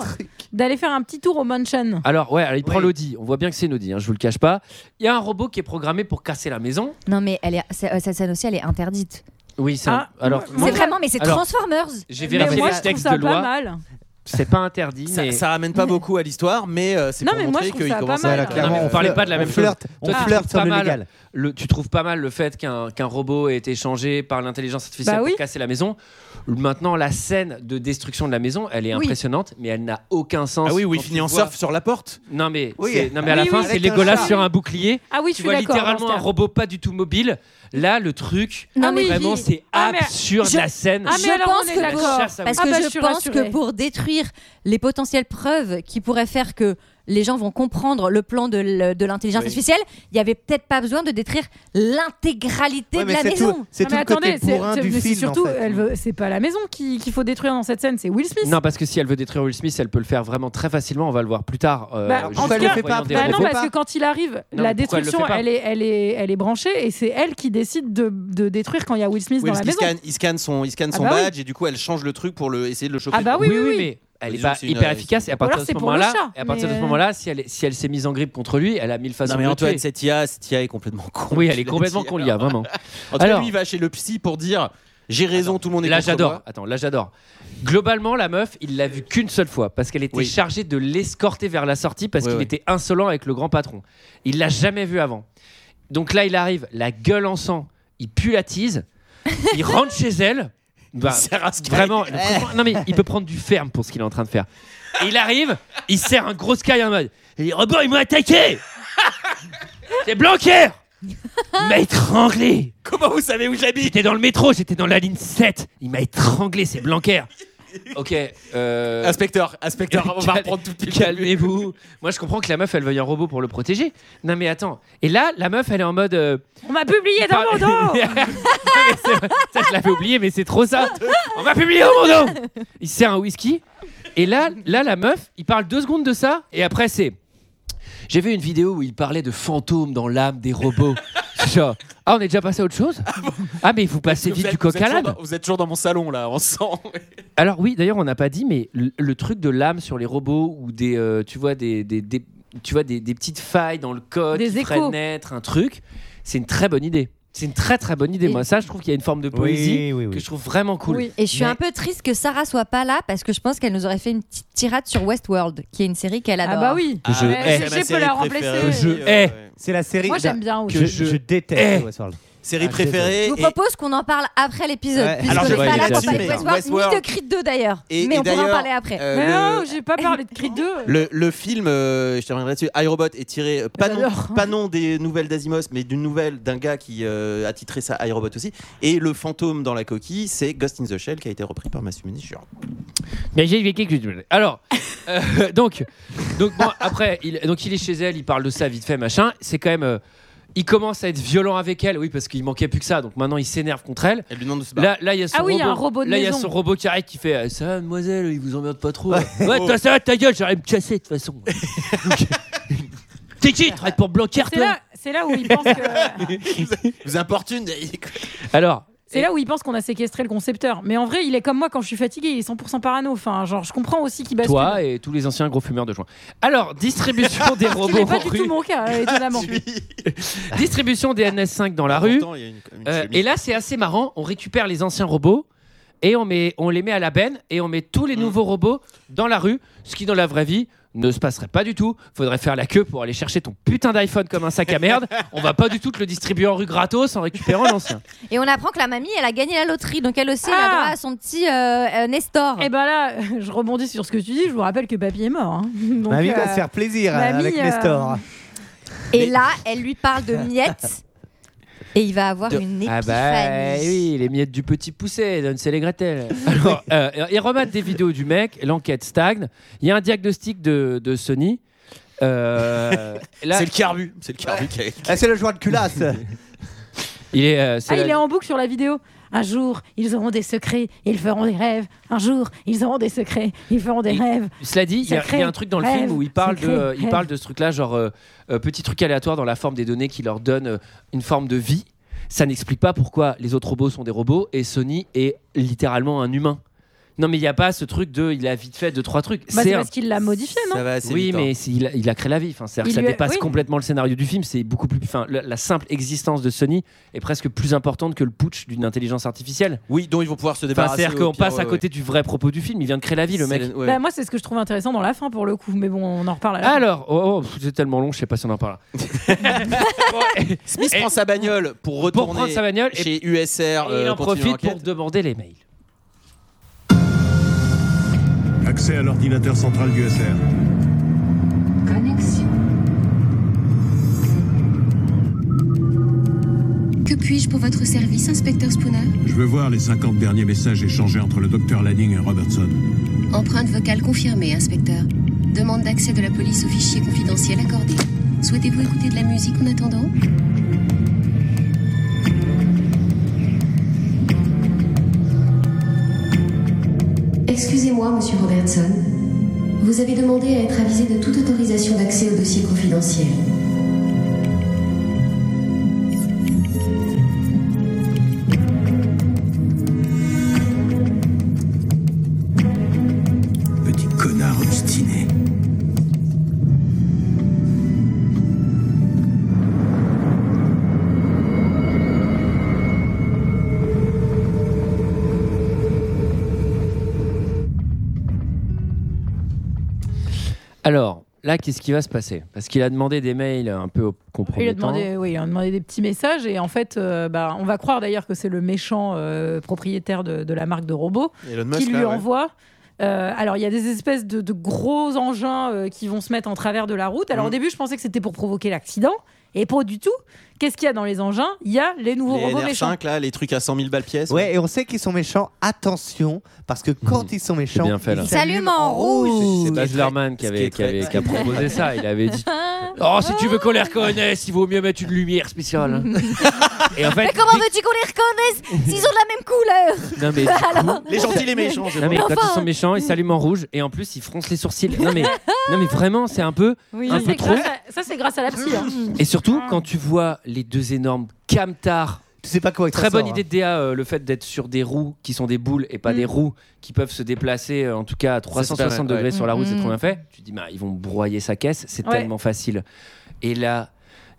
K: D'aller faire un petit tour au mansion
A: Alors, ouais, alors, il prend
F: Oui.
A: l'Audi. On voit bien que c'est une Audi, hein, je vous le cache pas. Il y a un robot qui est programmé pour casser la maison.
I: non mais elle est, ça- cette scène aussi elle est interdite
A: Oui, c'est un-
K: Ah,
A: alors,
K: moi-
A: moi,
I: C'est vraiment, mais c'est
A: Alors,
I: Transformers.
A: j'ai
K: Mais
A: vérifié
K: moi,
A: le
K: je trouve
A: texte
K: ça
A: de
K: pas
A: loi.
K: mal.
A: C'est pas interdit,
F: Ça,
A: mais.
F: ça ramène pas beaucoup à l'histoire, mais euh, c'est
K: Non,
F: pour
K: mais moi,
F: montrer
K: je trouve
F: qu'il
K: ça
F: commence
K: pas
F: à...
K: mal.
F: la
K: Voilà,
A: clairement, on parlait pas de la
C: on
A: même
C: flirte,
A: chose.
C: On
A: Toi, tu
C: flirte
A: trouves
C: sur
A: pas
C: le
A: mal
C: légal.
A: le- tu trouves pas mal le fait qu'un qu'un robot ait été changé par l'intelligence artificielle
K: Bah oui.
A: pour casser la maison. Maintenant, la scène de destruction de la maison, elle est
I: Oui.
A: impressionnante, mais elle n'a aucun sens.
F: Ah oui, où il
A: quand
F: finit
A: tu
F: en
A: vois-
F: surf sur la porte.
A: Non, mais,
F: Oui,
A: c'est- non, mais à
K: oui,
A: la fin,
K: oui.
A: c'est
K: Avec un
A: Legolas
K: chat.
A: sur un bouclier.
K: Ah oui,
A: tu
K: je suis
A: vois
K: d'accord.
A: littéralement un
K: Monster.
A: robot pas du tout mobile. Là, le truc,
I: Non, mais
A: vraiment,
I: Guy,
A: c'est
K: ah, mais-
A: absurde
I: je-
A: la scène.
K: Ah, mais
I: je
K: alors,
I: pense
K: on est
I: que
K: d'accord.
I: pour,
A: Chasse à
I: parce
A: vous.
I: que
K: Ah bah,
I: je,
K: je suis
I: pense
K: rassurée.
I: que pour détruire les potentielles preuves qui pourraient faire que les gens vont comprendre le plan de l- de l'intelligence
F: Oui.
I: artificielle, il y avait peut-être pas besoin de détruire l'intégralité
C: Ouais,
I: de
C: mais
I: la
C: c'est
I: maison.
C: tout, c'est
K: Non,
C: tout
K: mais
C: le côté
K: attendez, c'est-
C: bourrin
K: c'est-
C: du
K: mais c'est
C: film.
K: surtout,
C: en fait.
K: elle veut- c'est pas la maison qui- qu'il faut détruire dans cette scène, c'est Will Smith. Bah
A: Non, parce que si elle veut détruire Will Smith, elle peut le faire vraiment très facilement. On va le voir plus tard. euh,
K: Bah,
A: juste
K: en tout
A: en
K: cas-
A: voyant
C: Bah
A: des
K: Bah
C: Elle
K: non,
A: robots.
C: le fait
K: parce
C: pas.
K: que quand il arrive,
A: Non,
K: la
A: mais pourquoi elle le fait
K: destruction,
A: pas
K: elle, est, elle, est, elle est branchée et c'est elle qui décide de, de détruire quand il y a Will Smith
F: Oui,
K: dans
F: parce
K: la
F: qu'il
K: maison.
F: scanne, il scanne son, il scanne
K: Ah
F: son
K: bah oui.
F: badge et du coup elle change le truc pour le, essayer de le choper.
K: Ah bah oui,
A: oui,
K: oui, oui.
A: mais elle est
F: Disons
A: pas
F: que c'est une-
A: hyper efficace. Et à
K: Ou alors
A: partir de
K: c'est
A: ce
K: pour le
A: moment-là,
K: chat,
A: et à partir de
K: mais- euh,
A: ce moment-là, si elle, si elle s'est mise en grippe contre lui, elle a mille façons
F: Non mais
A: de le tuer.
F: Antoine, cette IA, cette IA est complètement con.
A: Oui, elle
F: tu
A: est
F: l'as
A: complètement
F: dit.
A: con l'IA, vraiment.
F: En tout cas,
A: Alors-
F: lui il va chez le psy pour dire j'ai raison, tout le monde est
A: Là,
F: contre
A: j'adore.
F: moi.
A: Attends, là, j'adore. Globalement, la meuf, il l'a vue qu'une seule fois parce qu'elle était
F: Oui.
A: chargée de l'escorter vers la sortie parce
F: Oui,
A: qu'il
F: oui.
A: était insolent avec le grand patron. Il l'a jamais vue avant. Donc là, il arrive, la gueule en sang, il pue la tease, il rentre chez elle. Bah, vraiment, franchement, non mais il peut prendre du ferme pour ce qu'il est en train de faire. Et il arrive, il sert un gros sky en mode Les robots, ils m'ont attaqué C'est Blanquer Il m'a étranglé Comment vous savez où j'habite J'étais dans le métro, j'étais dans la ligne 7. Il m'a étranglé, c'est Blanquer Ok. euh,
F: Inspecteur, inspecteur, on va
A: Cal-
F: reprendre tout le
A: Calmez-vous. Moi, je comprends que la meuf, elle veuille un robot pour le protéger. Non, mais attends. Et là, la meuf, elle est en mode. euh,
K: On m'a publié dans mon dos
A: ça, je l'avais oublié, mais c'est trop ça. On va publier au monde. Il sert un whisky. Et là, là, la meuf, il parle deux secondes de ça. Et après, c'est. J'ai vu une vidéo où il parlait de fantômes dans l'âme des robots. Genre, ah, on est déjà passé à autre chose Ah, mais vous passez
F: Vous
A: vite
F: êtes-
A: du
F: vous êtes
A: coq à
F: toujours
A: l'âne.
F: dans- Vous êtes toujours dans mon salon là, on sent.
A: Alors oui, d'ailleurs, on n'a pas dit, mais le, le truc de l'âme sur les robots ou des, euh, tu vois, des, des- des- tu vois, des, des petites failles dans le code
K: Des
A: qui
K: échos.
A: feraient naître un truc, c'est une très bonne idée. C'est une très très bonne idée.
I: Et-
A: Moi, ça, je trouve qu'il y a une forme de
C: Oui,
A: poésie
C: oui, oui.
A: que je trouve vraiment cool.
I: Oui. Et je suis
A: Mais-
I: un peu triste que Sarah soit pas là parce que je pense qu'elle nous aurait fait une petite tirade sur Westworld, qui est une série qu'elle adore.
K: Ah bah oui
C: Que je
K: Ouais,
C: hais.
K: j'ai- j'ai peut la remplacer.
F: euh,
A: hais.
C: C'est la série
K: Moi, j'aime
C: d'un-
K: bien aussi.
C: que
K: Je
C: je, déteste. Westworld.
F: Série
C: Ah,
F: préférée.
I: Je vous
F: et-
I: propose qu'on en parle après l'épisode,
C: Ouais.
I: puisque
C: Alors,
I: je
C: je
I: suis pas
C: valide
I: là pour
C: là-dessus,
I: parler de
C: mais
I: Westworld, ni
F: Westworld-
I: de Creed 2 d'ailleurs.
F: Et-
I: mais
F: et
I: on pourra en
F: d'ailleurs,
I: parler après.
F: euh,
K: Mais
F: le-
K: non, j'ai pas parlé de Creed 2
F: Le, le film, euh, je terminerai là-dessus, iRobot est tiré, euh, pas, non,
K: J'adore.
F: pas non des nouvelles d'Asimov, mais d'une nouvelle d'un gars qui euh, a titré ça iRobot aussi. Et le fantôme dans la coquille, c'est Ghost in the Shell qui a été repris par Massimo Nishiura.
A: Mais j'ai quelque chose. Alors, euh, donc, donc bon, après, il, donc il est chez elle, il parle de ça vite fait, machin. C'est quand même. euh, il commence à être violent avec elle, oui, parce qu'il manquait plus que ça. Donc maintenant, il s'énerve contre elle.
F: Elle lui demande de se
A: Là,
F: barrer.
A: là, il y a son
K: Ah oui, il y
A: robot.
K: a un robot de
A: là, il y a
K: maison.
A: son robot qui arrête qui fait euh, ça, va, mademoiselle, il vous emmerde pas trop. Ouais, toi, ça va, ta gueule, j'allais me casser de toute façon. Donc, T'es qui, traite pour Blanquer,
K: C'est
A: toi
K: là, c'est là où il pense que-
F: vous importune.
A: Alors,
K: c'est là où il pense qu'on a séquestré le concepteur. Mais en vrai, il est comme moi quand je suis fatigué, il est 100% parano. Enfin, genre, je comprends aussi qu'il bascule.
A: toi et tous les anciens gros fumeurs de joint. Alors, distribution des
K: Ce qui
A: robots
K: n'est
A: en
K: pas du tout
A: rue.
K: mon cas, euh, étonnamment.
A: Distribution des NS5 dans la rue.
F: il y a une- une
A: Euh,
F: chemise.
A: et là, c'est assez marrant. On récupère les anciens robots et on, met, on les met à la benne et on met tous
F: Mm.
A: les nouveaux robots dans la rue, ce qui dans la vraie vie ne se passerait pas du tout. Faudrait faire la queue pour aller chercher ton putain d'iPhone comme un sac à merde. on va pas du tout te le distribuer en rue gratos en récupérant l'ancien.
I: Et on apprend que la mamie, elle a gagné la loterie, donc elle aussi, elle
K: Ah
I: a droit à son petit euh, euh, Nestor.
K: Et ben là, je rebondis sur ce que tu dis, je vous rappelle que papy est mort. hein. Donc,
C: Mamie va
K: euh,
C: se faire plaisir euh,
K: mamie,
C: avec
K: euh,
C: Nestor.
I: Et là, elle lui parle de miettes et il va avoir une épiphanie.
A: Ah bah oui, les miettes du petit poussé, Donne-c'est les Gretel. Alors, euh, ils remettent des vidéos du mec, l'enquête stagne. Il y a un diagnostic de, de Sony. Euh, là,
F: C'est le carbu. C'est le carbu qui a-
C: Ah, c'est le joueur de culasse.
A: il est, euh, c'est
K: Ah, il
A: la-
K: est en boucle sur la vidéo. Un jour, ils auront des secrets, ils feront des rêves. Un jour, ils auront des secrets, ils feront des
A: Il-
K: rêves. Bah,
A: Cela dit, il y, a- il y a un truc dans le
K: Rêve,
A: film où il parle, de,
K: secret,
A: euh, il
K: rêve.
A: parle de ce truc-là, genre euh, euh, petit truc aléatoire dans la forme des données qui leur donne euh, une forme de vie. Ça n'explique pas pourquoi les autres robots sont des robots et Sony est littéralement un humain. Non, mais il n'y a pas ce truc de il a vite fait deux, trois trucs.
K: Bah, c'est
A: un-
K: parce qu'il l'a modifié, non
F: Ça va assez
A: Oui,
F: vite, hein.
A: mais c'est- il a, il a créé la vie. Enfin, c'est-à-dire
K: Il
A: que ça
K: lui a-
A: dépasse
K: oui.
A: complètement le scénario du film. C'est beaucoup plus. Enfin, la, la simple existence de Sony est presque plus importante que le putsch d'une intelligence artificielle.
F: Oui, dont ils vont pouvoir se
A: Enfin,
F: débarrasser.
A: c'est-à-dire
F: au
A: qu'on
F: pire,
A: passe à
F: ouais,
A: côté du vrai propos du film. Il vient de créer la vie,
F: ouais.
A: le mec.
F: C'est- ouais.
K: Bah, moi, c'est ce que je trouve intéressant dans la fin pour le coup, mais bon, on en reparle. à la fin.
A: Alors, oh, oh, pff, c'est tellement long, je sais pas si on en parle.
F: Smith prend sa bagnole pour retourner
A: Pour prendre sa bagnole, et,
F: chez USR.
A: et il
F: euh,
A: en
F: continuer
A: profite
F: l'enquête.
A: pour demander les mails.
D: Accès à l'ordinateur central du SR.
L: Connexion. Que puis-je pour votre service, inspecteur Spooner
D: Je veux voir les 50 derniers messages échangés entre le docteur Lanning et Robertson.
L: Empreinte vocale confirmée, inspecteur. Demande d'accès de la police au fichier confidentiel accordé. Souhaitez-vous écouter de la musique en attendant Excusez-moi, monsieur Robertson. Vous avez demandé à être avisé de toute autorisation d'accès au dossier confidentiel.
D: Petit connard obstiné.
A: Alors, là, qu'est-ce qui va se passer Parce qu'il a demandé des mails un peu
K: Il a,
A: compromettants.
K: demandé, oui, il a demandé des petits messages et en fait, euh, bah, on va croire d'ailleurs que c'est le méchant euh, propriétaire de, de la marque de robots
A: Elon Musk,
K: qui lui
A: là,
F: ah
A: ouais.
K: envoie. euh, alors, il y a des espèces de, de gros engins euh, qui vont se mettre en travers de la route. Alors,
A: Mhm.
F: Mm.
K: au début, je pensais que c'était pour provoquer l'accident, et pas du tout. Qu'est-ce qu'il y a dans les engins Il y a les nouveaux
F: Les
K: robots méchants.
F: NR5, là, les trucs à 100 000 balles pièce.
C: Ouais, et on sait qu'ils sont méchants. Attention, parce que quand ils sont méchants,
F: bien fait, là.
C: ils
F: Ils s'allument en
A: C'est Baz Luhrmann qui avait, qui avait- qui a proposé ça. Il avait dit Oh, si tu veux qu'on les reconnaisse, il vaut mieux mettre une lumière spéciale. Et en fait,
I: mais comment veux-tu qu'on les reconnaisse s'ils ont de la même couleur
A: Non, mais du
I: Alors-
A: coup-
F: Les gentils, les méchants, c'est
A: Non, mais
F: bon.
A: quand
F: Enfin.
A: ils sont méchants, ils s'allument en rouge et en plus ils froncent les sourcils. Non mais, non, mais vraiment, c'est un peu,
K: Oui,
A: un
K: ça,
A: peu
K: c'est
A: trop.
K: grâce à- ça, c'est grâce à la psy. hein.
A: Et surtout, quand tu vois les deux énormes camtars.
C: Tu sais pas quoi
A: Très
C: ça
A: bonne
C: sort, hein.
A: idée de DA, euh, le fait d'être sur des roues qui sont des boules et pas des roues qui peuvent se déplacer euh, en tout cas à
F: C'est
A: 360
F: super, ouais.
A: degrés sur la route, c'est
F: Mhm.
A: trop bien fait. Tu te dis, bah, ils vont broyer sa caisse, c'est
F: Ouais.
A: tellement facile. Et là,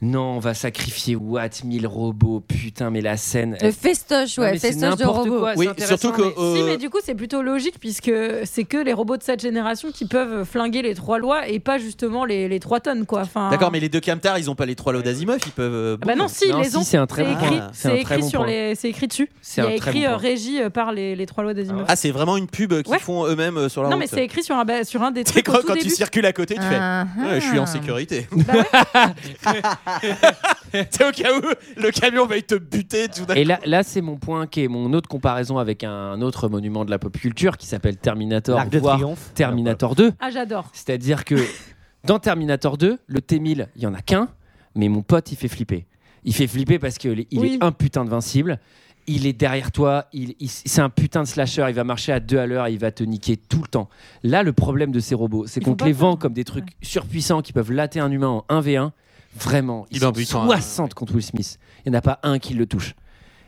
A: non, on va sacrifier Watt, 1000 robots, putain, mais la scène.
I: Le
A: elle-
I: festoche,
A: Non,
I: ouais,
A: mais c'est
I: festoche de
A: n'importe
I: robots.
A: quoi, c'est
F: Oui,
A: intéressant,
F: surtout que,
A: mais-
F: euh,
K: Si, mais du coup, c'est plutôt logique puisque c'est que les robots de cette génération qui peuvent flinguer les trois lois et pas justement les, les trois tonnes, quoi. Enfin,
F: D'accord, mais les deux camtars, ils ont pas les trois lots d'Asimov, ils peuvent. euh,
K: hein. Ah bah non,
F: bon.
K: si, ils les ont. écrit,
F: Ah.
K: c'est écrit sur les, c'est écrit dessus.
F: C'est
K: Il y
F: un
K: a
F: très
K: écrit
F: bon
K: euh,
F: point.
K: régie euh, par les, les trois lois des immeubles.
F: Ah, c'est vraiment une pub euh, qu'ils font eux-mêmes euh, sur la
K: non,
F: route.
K: mais c'est écrit sur un, ba- sur un des
F: C'est
K: trucs.
F: quand,
K: au tout
F: quand tu
K: début.
F: circules à côté, tu fais
K: Ah, Bah
F: Ouais, Je suis en
K: ah.
F: sécurité. c'est au cas où le camion va te buter tout d'un
A: Et là, là c'est mon point qui est mon autre comparaison avec un autre monument de la pop culture qui s'appelle Terminator,
C: L'Arc de
A: voire
C: Triomphe.
A: Terminator 2.
K: Ah, j'adore.
A: C'est-à-dire que dans Terminator 2, le T-1000, il y en a qu'un, mais mon pote, il fait flipper. Il fait flipper parce qu'il est, il
K: Oui.
A: est un putain de vincible. Il est derrière toi, il, il- c'est un putain de slasher, il va marcher à deux à l'heure, il va te niquer tout le temps. Là, le problème de ces robots, c'est
K: Ils
A: qu'on
K: font
A: te
K: pas
A: les
K: peur.
A: vend comme des trucs surpuissants qui peuvent latter un humain en 1v1. Vraiment, ils
F: Il en
A: sont
F: bute un,
A: 60 contre Will Smith. Il n'y en a pas un qui le touche.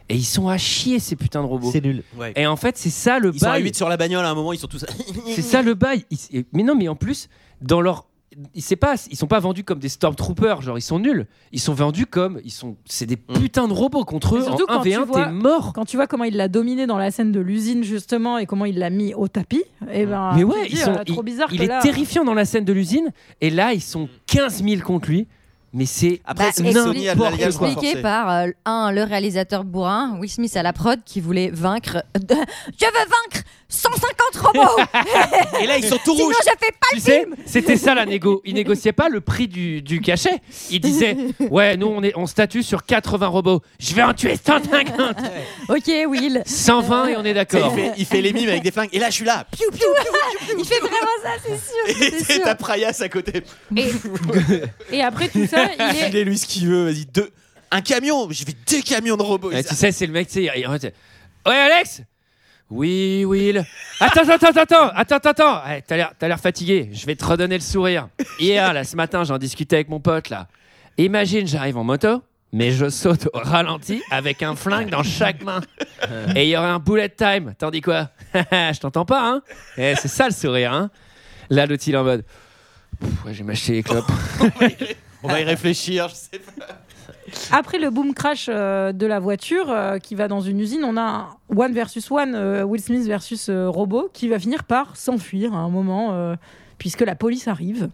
A: Et ils sont à chier, ces putains de robots.
C: C'est nul.
F: Ouais.
A: Et en fait, c'est ça le
F: Ils sont à
A: bail.
F: 8 sur la bagnole à un moment, ils sont tous.
A: C'est ça le bail. Ils- et- mais non, mais en plus, dans leur. Ils, c'est pas, ils sont pas vendus comme des Stormtroopers, genre ils sont nuls. Ils sont vendus comme. ils sont C'est des putains de robots contre
K: Et
A: eux. En
K: surtout quand, tu
A: 1v1,
K: vois,
A: t'es mort.
K: quand tu vois comment il l'a dominé dans la scène de l'usine justement et comment il l'a mis au tapis, et ben,
A: Mais
K: tu
A: ouais,
K: te dis,
A: ils sont,
K: euh, trop
A: il-
K: bizarre.
A: il,
K: que
A: est
K: là-
A: terrifiant dans la scène de l'usine. Et là, ils sont 15 000 contre lui. Mais c'est.
K: Ah,
I: Bah, expli-
A: n'importe
I: pour-
A: quoi.
I: expliqué
C: Ah,
I: par euh, un le réalisateur bourrin Will Smith à la prod qui voulait vaincre de- je veux vaincre 150 robots
F: Et là, ils sont tous
I: Sinon,
F: rouges.
I: je fais pas
A: Tu sais, c'était ça la négo. Il négociait pas le prix du, du cachet. Il disait Ouais, nous on, est, on statue sur 80 robots. Je vais en tuer 150.
I: ok Will
A: 120 et on est d'accord.
F: Il fait, il fait les mimes avec des flingues. Et là, je suis là.
I: Piou, piou, piou, piou, il fait vraiment ça c'est sûr
F: Et
I: c'est sûr.
F: t'as Praias à côté.
K: Et, et après tout ça, il est,
F: Filez-lui ce qu'il veut, vas-y. Deux. Un camion, je vais deux camions de robots.
A: Ouais, Eh, tu sais, c'est le mec, tu sais. il- en fait, Ouais, Alex Oui, Will. Attends, attends, attends, attends, attends, attends. Ouais, t'as l'air- t'as l'air fatigué. Je vais te redonner le sourire. Hier, là, ce matin, j'en discutais avec mon pote, là. Imagine, j'arrive en moto, mais je saute au ralenti avec un flingue dans chaque main. Et il y aurait un bullet time. T'en dis quoi Je t'entends pas, hein Eh, C'est ça le sourire, hein Là, l'autre, il est en mode. Pff, ouais, j'ai mâché les clopes.
F: On va y réfléchir, je sais pas.
K: Après le boom crash euh, de la voiture euh, qui va dans une usine, on a un one versus one, euh, Will Smith versus euh, robot, qui va finir par s'enfuir à un moment, euh, puisque la police arrive.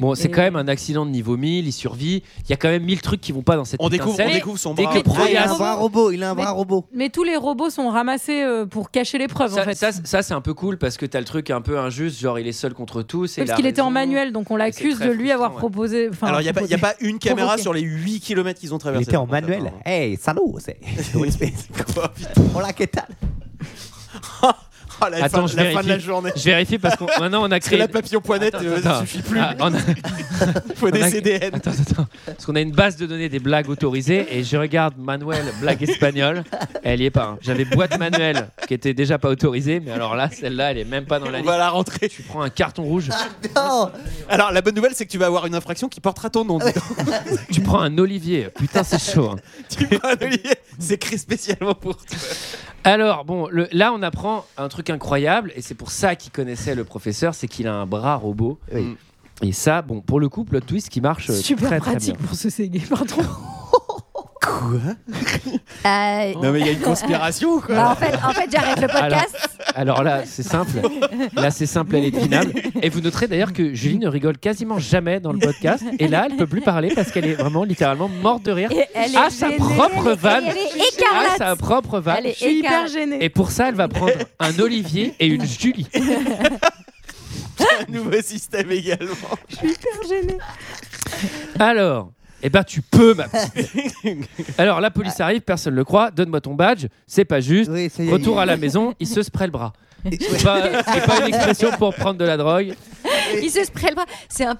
A: Bon, c'est
K: Et-
A: quand même un accident de niveau 1000, il survit. Il y a quand même 1000 trucs qui vont pas dans cette
F: On
A: putain de
F: découvre-
A: scène.
F: on découvre son
A: Dès
F: bras.
A: que
F: Ah, il a un
A: Troyas-
C: bras robot, il a un bras robot.
K: Mais tous les robots sont ramassés euh, pour cacher les preuves, en
A: Ça,
K: fait.
A: ça, ça, c'est un peu cool parce que t'as le truc un peu injuste, genre il est seul contre tous. et
K: Oui,
A: la
K: parce qu'il était en
A: raison-
K: manuel, donc on l'accuse
A: très
K: de lui avoir
A: frustrant, ouais.
K: proposé. enfin,
F: Alors, il n'y a, pas- y a pas
K: proposé-
F: une caméra
K: provoqué.
F: sur les 8 km qu'ils ont
C: Il
F: traversé.
C: était en manuel. Hey, salaud, c'est. Hola, que tal
F: Oh, la, fin,
A: Attends, je
F: la fin
A: vérifie.
F: de la journée.
A: Je vérifie parce qu'on maintenant on a
F: Parce que
A: créé.
F: la papillon poinette,
A: Attends,
F: euh,
A: attends.
F: ça suffit plus.
A: Ah, on a-
F: Faut des
A: on a-
F: CDN.
A: Attends, attends. Parce qu'on a une base de données des blagues autorisées et je regarde Manuel, blague espagnole. Elle y est pas. hein. J'avais boîte manuelle qui était déjà pas autorisée, mais alors là, celle-là, elle est même pas dans la
F: On
A: liste.
F: va la rentrer.
A: Tu prends un carton rouge,
C: Non
F: Alors, la bonne nouvelle, c'est que tu vas avoir une infraction qui portera ton nom. dis donc.
A: tu prends un olivier. Putain, c'est chaud. hein.
F: tu vas annuler. C'est créé spécialement pour toi.
A: Alors, bon, le- là, on apprend un truc incroyable, et c'est pour ça qu'il connaissait le professeur, c'est qu'il a un bras robot. Et ça, bon, pour le coup, plot twist qui marche euh,
K: Super
A: très,
K: pratique
A: très bien.
K: pour se séguer, pardon.
I: Euh,
F: Non, mais il y a une conspiration, quoi.
I: bah, en fait, en fait j'arrête le podcast
A: Alors là, c'est simple. Là, c'est simple, elle est finale. Et vous noterez d'ailleurs que Julie ne rigole quasiment jamais dans le podcast. Et là, elle peut plus parler parce qu'elle est vraiment littéralement morte de rire Ah,
I: Et elle est
A: à Ah, sa
I: gênée.
A: propre
I: Elle est-
A: vanne.
I: elle est écarlate.
A: À sa propre vanne.
I: Elle est Je suis hyper écarlate.
K: gênée.
A: Et pour ça, elle va prendre un Olivier et une Julie.
F: un nouveau système également.
K: Je suis hyper gênée.
A: Alors, eh ben tu peux, ma petite. Alors la police arrive, personne ne le croit. Donne-moi ton badge, c'est pas juste.
C: y est.
A: Retour à la maison, il se spray le bras. C'est pas, c'est pas une expression pour prendre de la drogue.
I: Il se spray le bras. C'est un.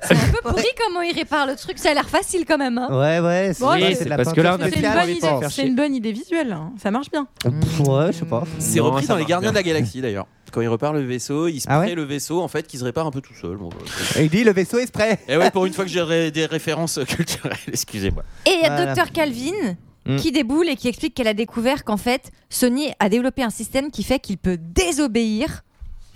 I: C'est un peu pourri comment il répare le truc. Ça a l'air facile quand même. hein.
C: Ouais, ouais,
I: Bon,
A: Oui, c'est parce que là, Ah, on a
K: C'est
A: plus
K: une,
A: envie
K: bonne
A: de
K: idée-
A: se faire
K: c'est
A: chier.
K: une bonne idée visuelle. hein. Ça marche bien.
C: Pff, Ouais, je sais pas.
F: C'est
A: Non,
F: repris
A: ça
F: dans les
A: marche
F: Gardiens de
A: bien.
F: la Galaxie d'ailleurs. Quand il repart le vaisseau, il se
C: Ah ouais
F: prête le vaisseau en fait qui se répare un peu tout seul. Bon, bah,
C: Et il dit le vaisseau est prêt.
F: Et Eh ouais, pour une fois que j'ai ré- des références culturelles, excusez-moi.
I: Et il y a
C: Voilà.
I: Dr Calvin
F: Mm.
I: qui déboule et qui explique qu'elle a découvert qu'en fait, Sony a développé un système qui fait qu'il peut désobéir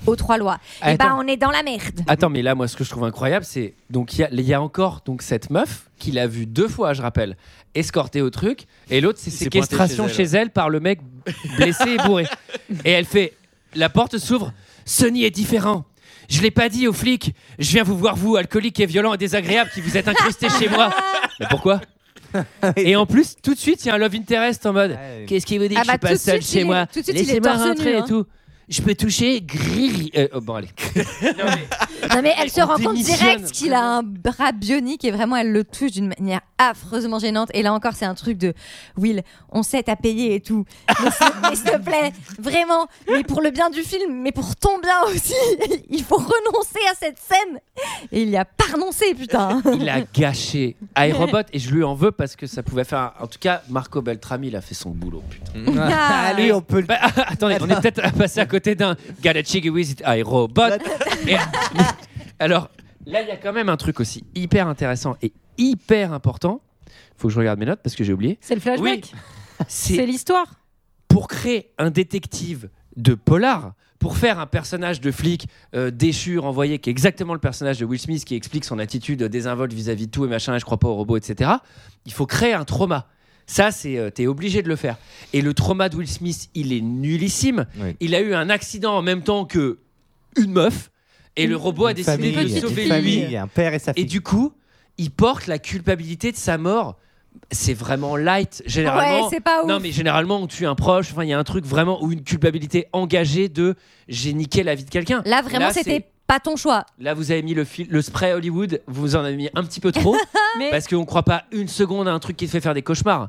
I: aux trois lois. Et bah,
A: Attends.
I: on est dans la merde.
A: Attends, mais là, moi, ce que je trouve incroyable, c'est donc il y a- il y, a encore donc cette meuf qu'il a vue deux fois, je rappelle, escortée au truc, et l'autre, c'est
F: s'est
A: séquestration
F: pointé
A: chez
F: chez
A: elle, par le mec blessé et bourré. Et elle fait, la porte s'ouvre, Sony est différent. Je l'ai pas dit aux flics. Je viens vous voir vous, alcoolique et violent et désagréable, qui vous êtes incrusté chez moi. Mais pourquoi Et en plus, tout de suite, il y a un love interest en mode. Qu'est-ce qui vous dit
I: Ah
A: que je
I: bah,
A: suis
I: tout
A: pas
I: de
A: seul
I: suite,
A: chez
I: il est-
A: moi
I: tout de suite, il est
A: Laissez-moi
I: torse nu,
A: rentrer
I: hein.
A: et tout. Je peux toucher gris. Euh, oh, bon allez.
I: Non, mais elle se
A: On
I: rend compte
A: démissionne.
I: direct qu'il a un bras bionique et vraiment, elle le touche d'une manière affreusement gênante. Et là encore, c'est un truc de Will, on sait, t'as payé et tout. Mais s'il- mais s'il te plaît, vraiment, mais pour le bien du film, mais pour ton bien aussi, il faut renoncer à cette scène. Et il y a pas renoncé, putain.
A: Il a gâché iRobot et je lui en veux parce que ça pouvait faire. un- En tout cas, Marco Beltrami, il a fait son boulot, putain.
I: Ah.
C: Ah, lui, on peut le.
A: Bah, attendez, on est peut-être passé à côté d'un Gotta check it with iRobot. Et- Alors, là, il y a quand même un truc aussi hyper intéressant et hyper important. Faut que je regarde mes notes parce que j'ai oublié.
K: C'est le flashback. C'est
A: C'est
K: l'histoire.
A: pour créer un détective de polar, pour faire un personnage de flic euh, déchu, renvoyé, qui est exactement le personnage de Will Smith, qui explique son attitude désinvolte vis-à-vis de tout et machin, et je crois pas aux robots, etc. Il faut créer un trauma. Ça, c'est, euh, t'es obligé de le faire. Et le trauma de Will Smith, il est nullissime.
C: Oui.
A: Il a eu un accident en même temps que une meuf, et le robot a
C: Une
A: décidé de
C: famille,
A: le
C: une
A: Ah, sauver lui.
C: famille, un père et sa
A: Et
C: fille.
A: du coup, il porte la culpabilité de sa mort. C'est vraiment light, généralement.
I: Ouais, c'est
K: Ah
I: pas ouf.
A: Non, mais généralement, on tue un proche. Enfin, il y a un truc vraiment ou une culpabilité engagée de j'ai niqué la vie de quelqu'un.
I: Là, vraiment,
A: c'est-
I: c'était pas ton choix.
A: Là, vous avez mis le, fil- le spray Hollywood, vous en avez mis un petit peu trop.
K: Mais-
A: Parce qu'on croit pas une seconde à un truc qui te fait faire des cauchemars.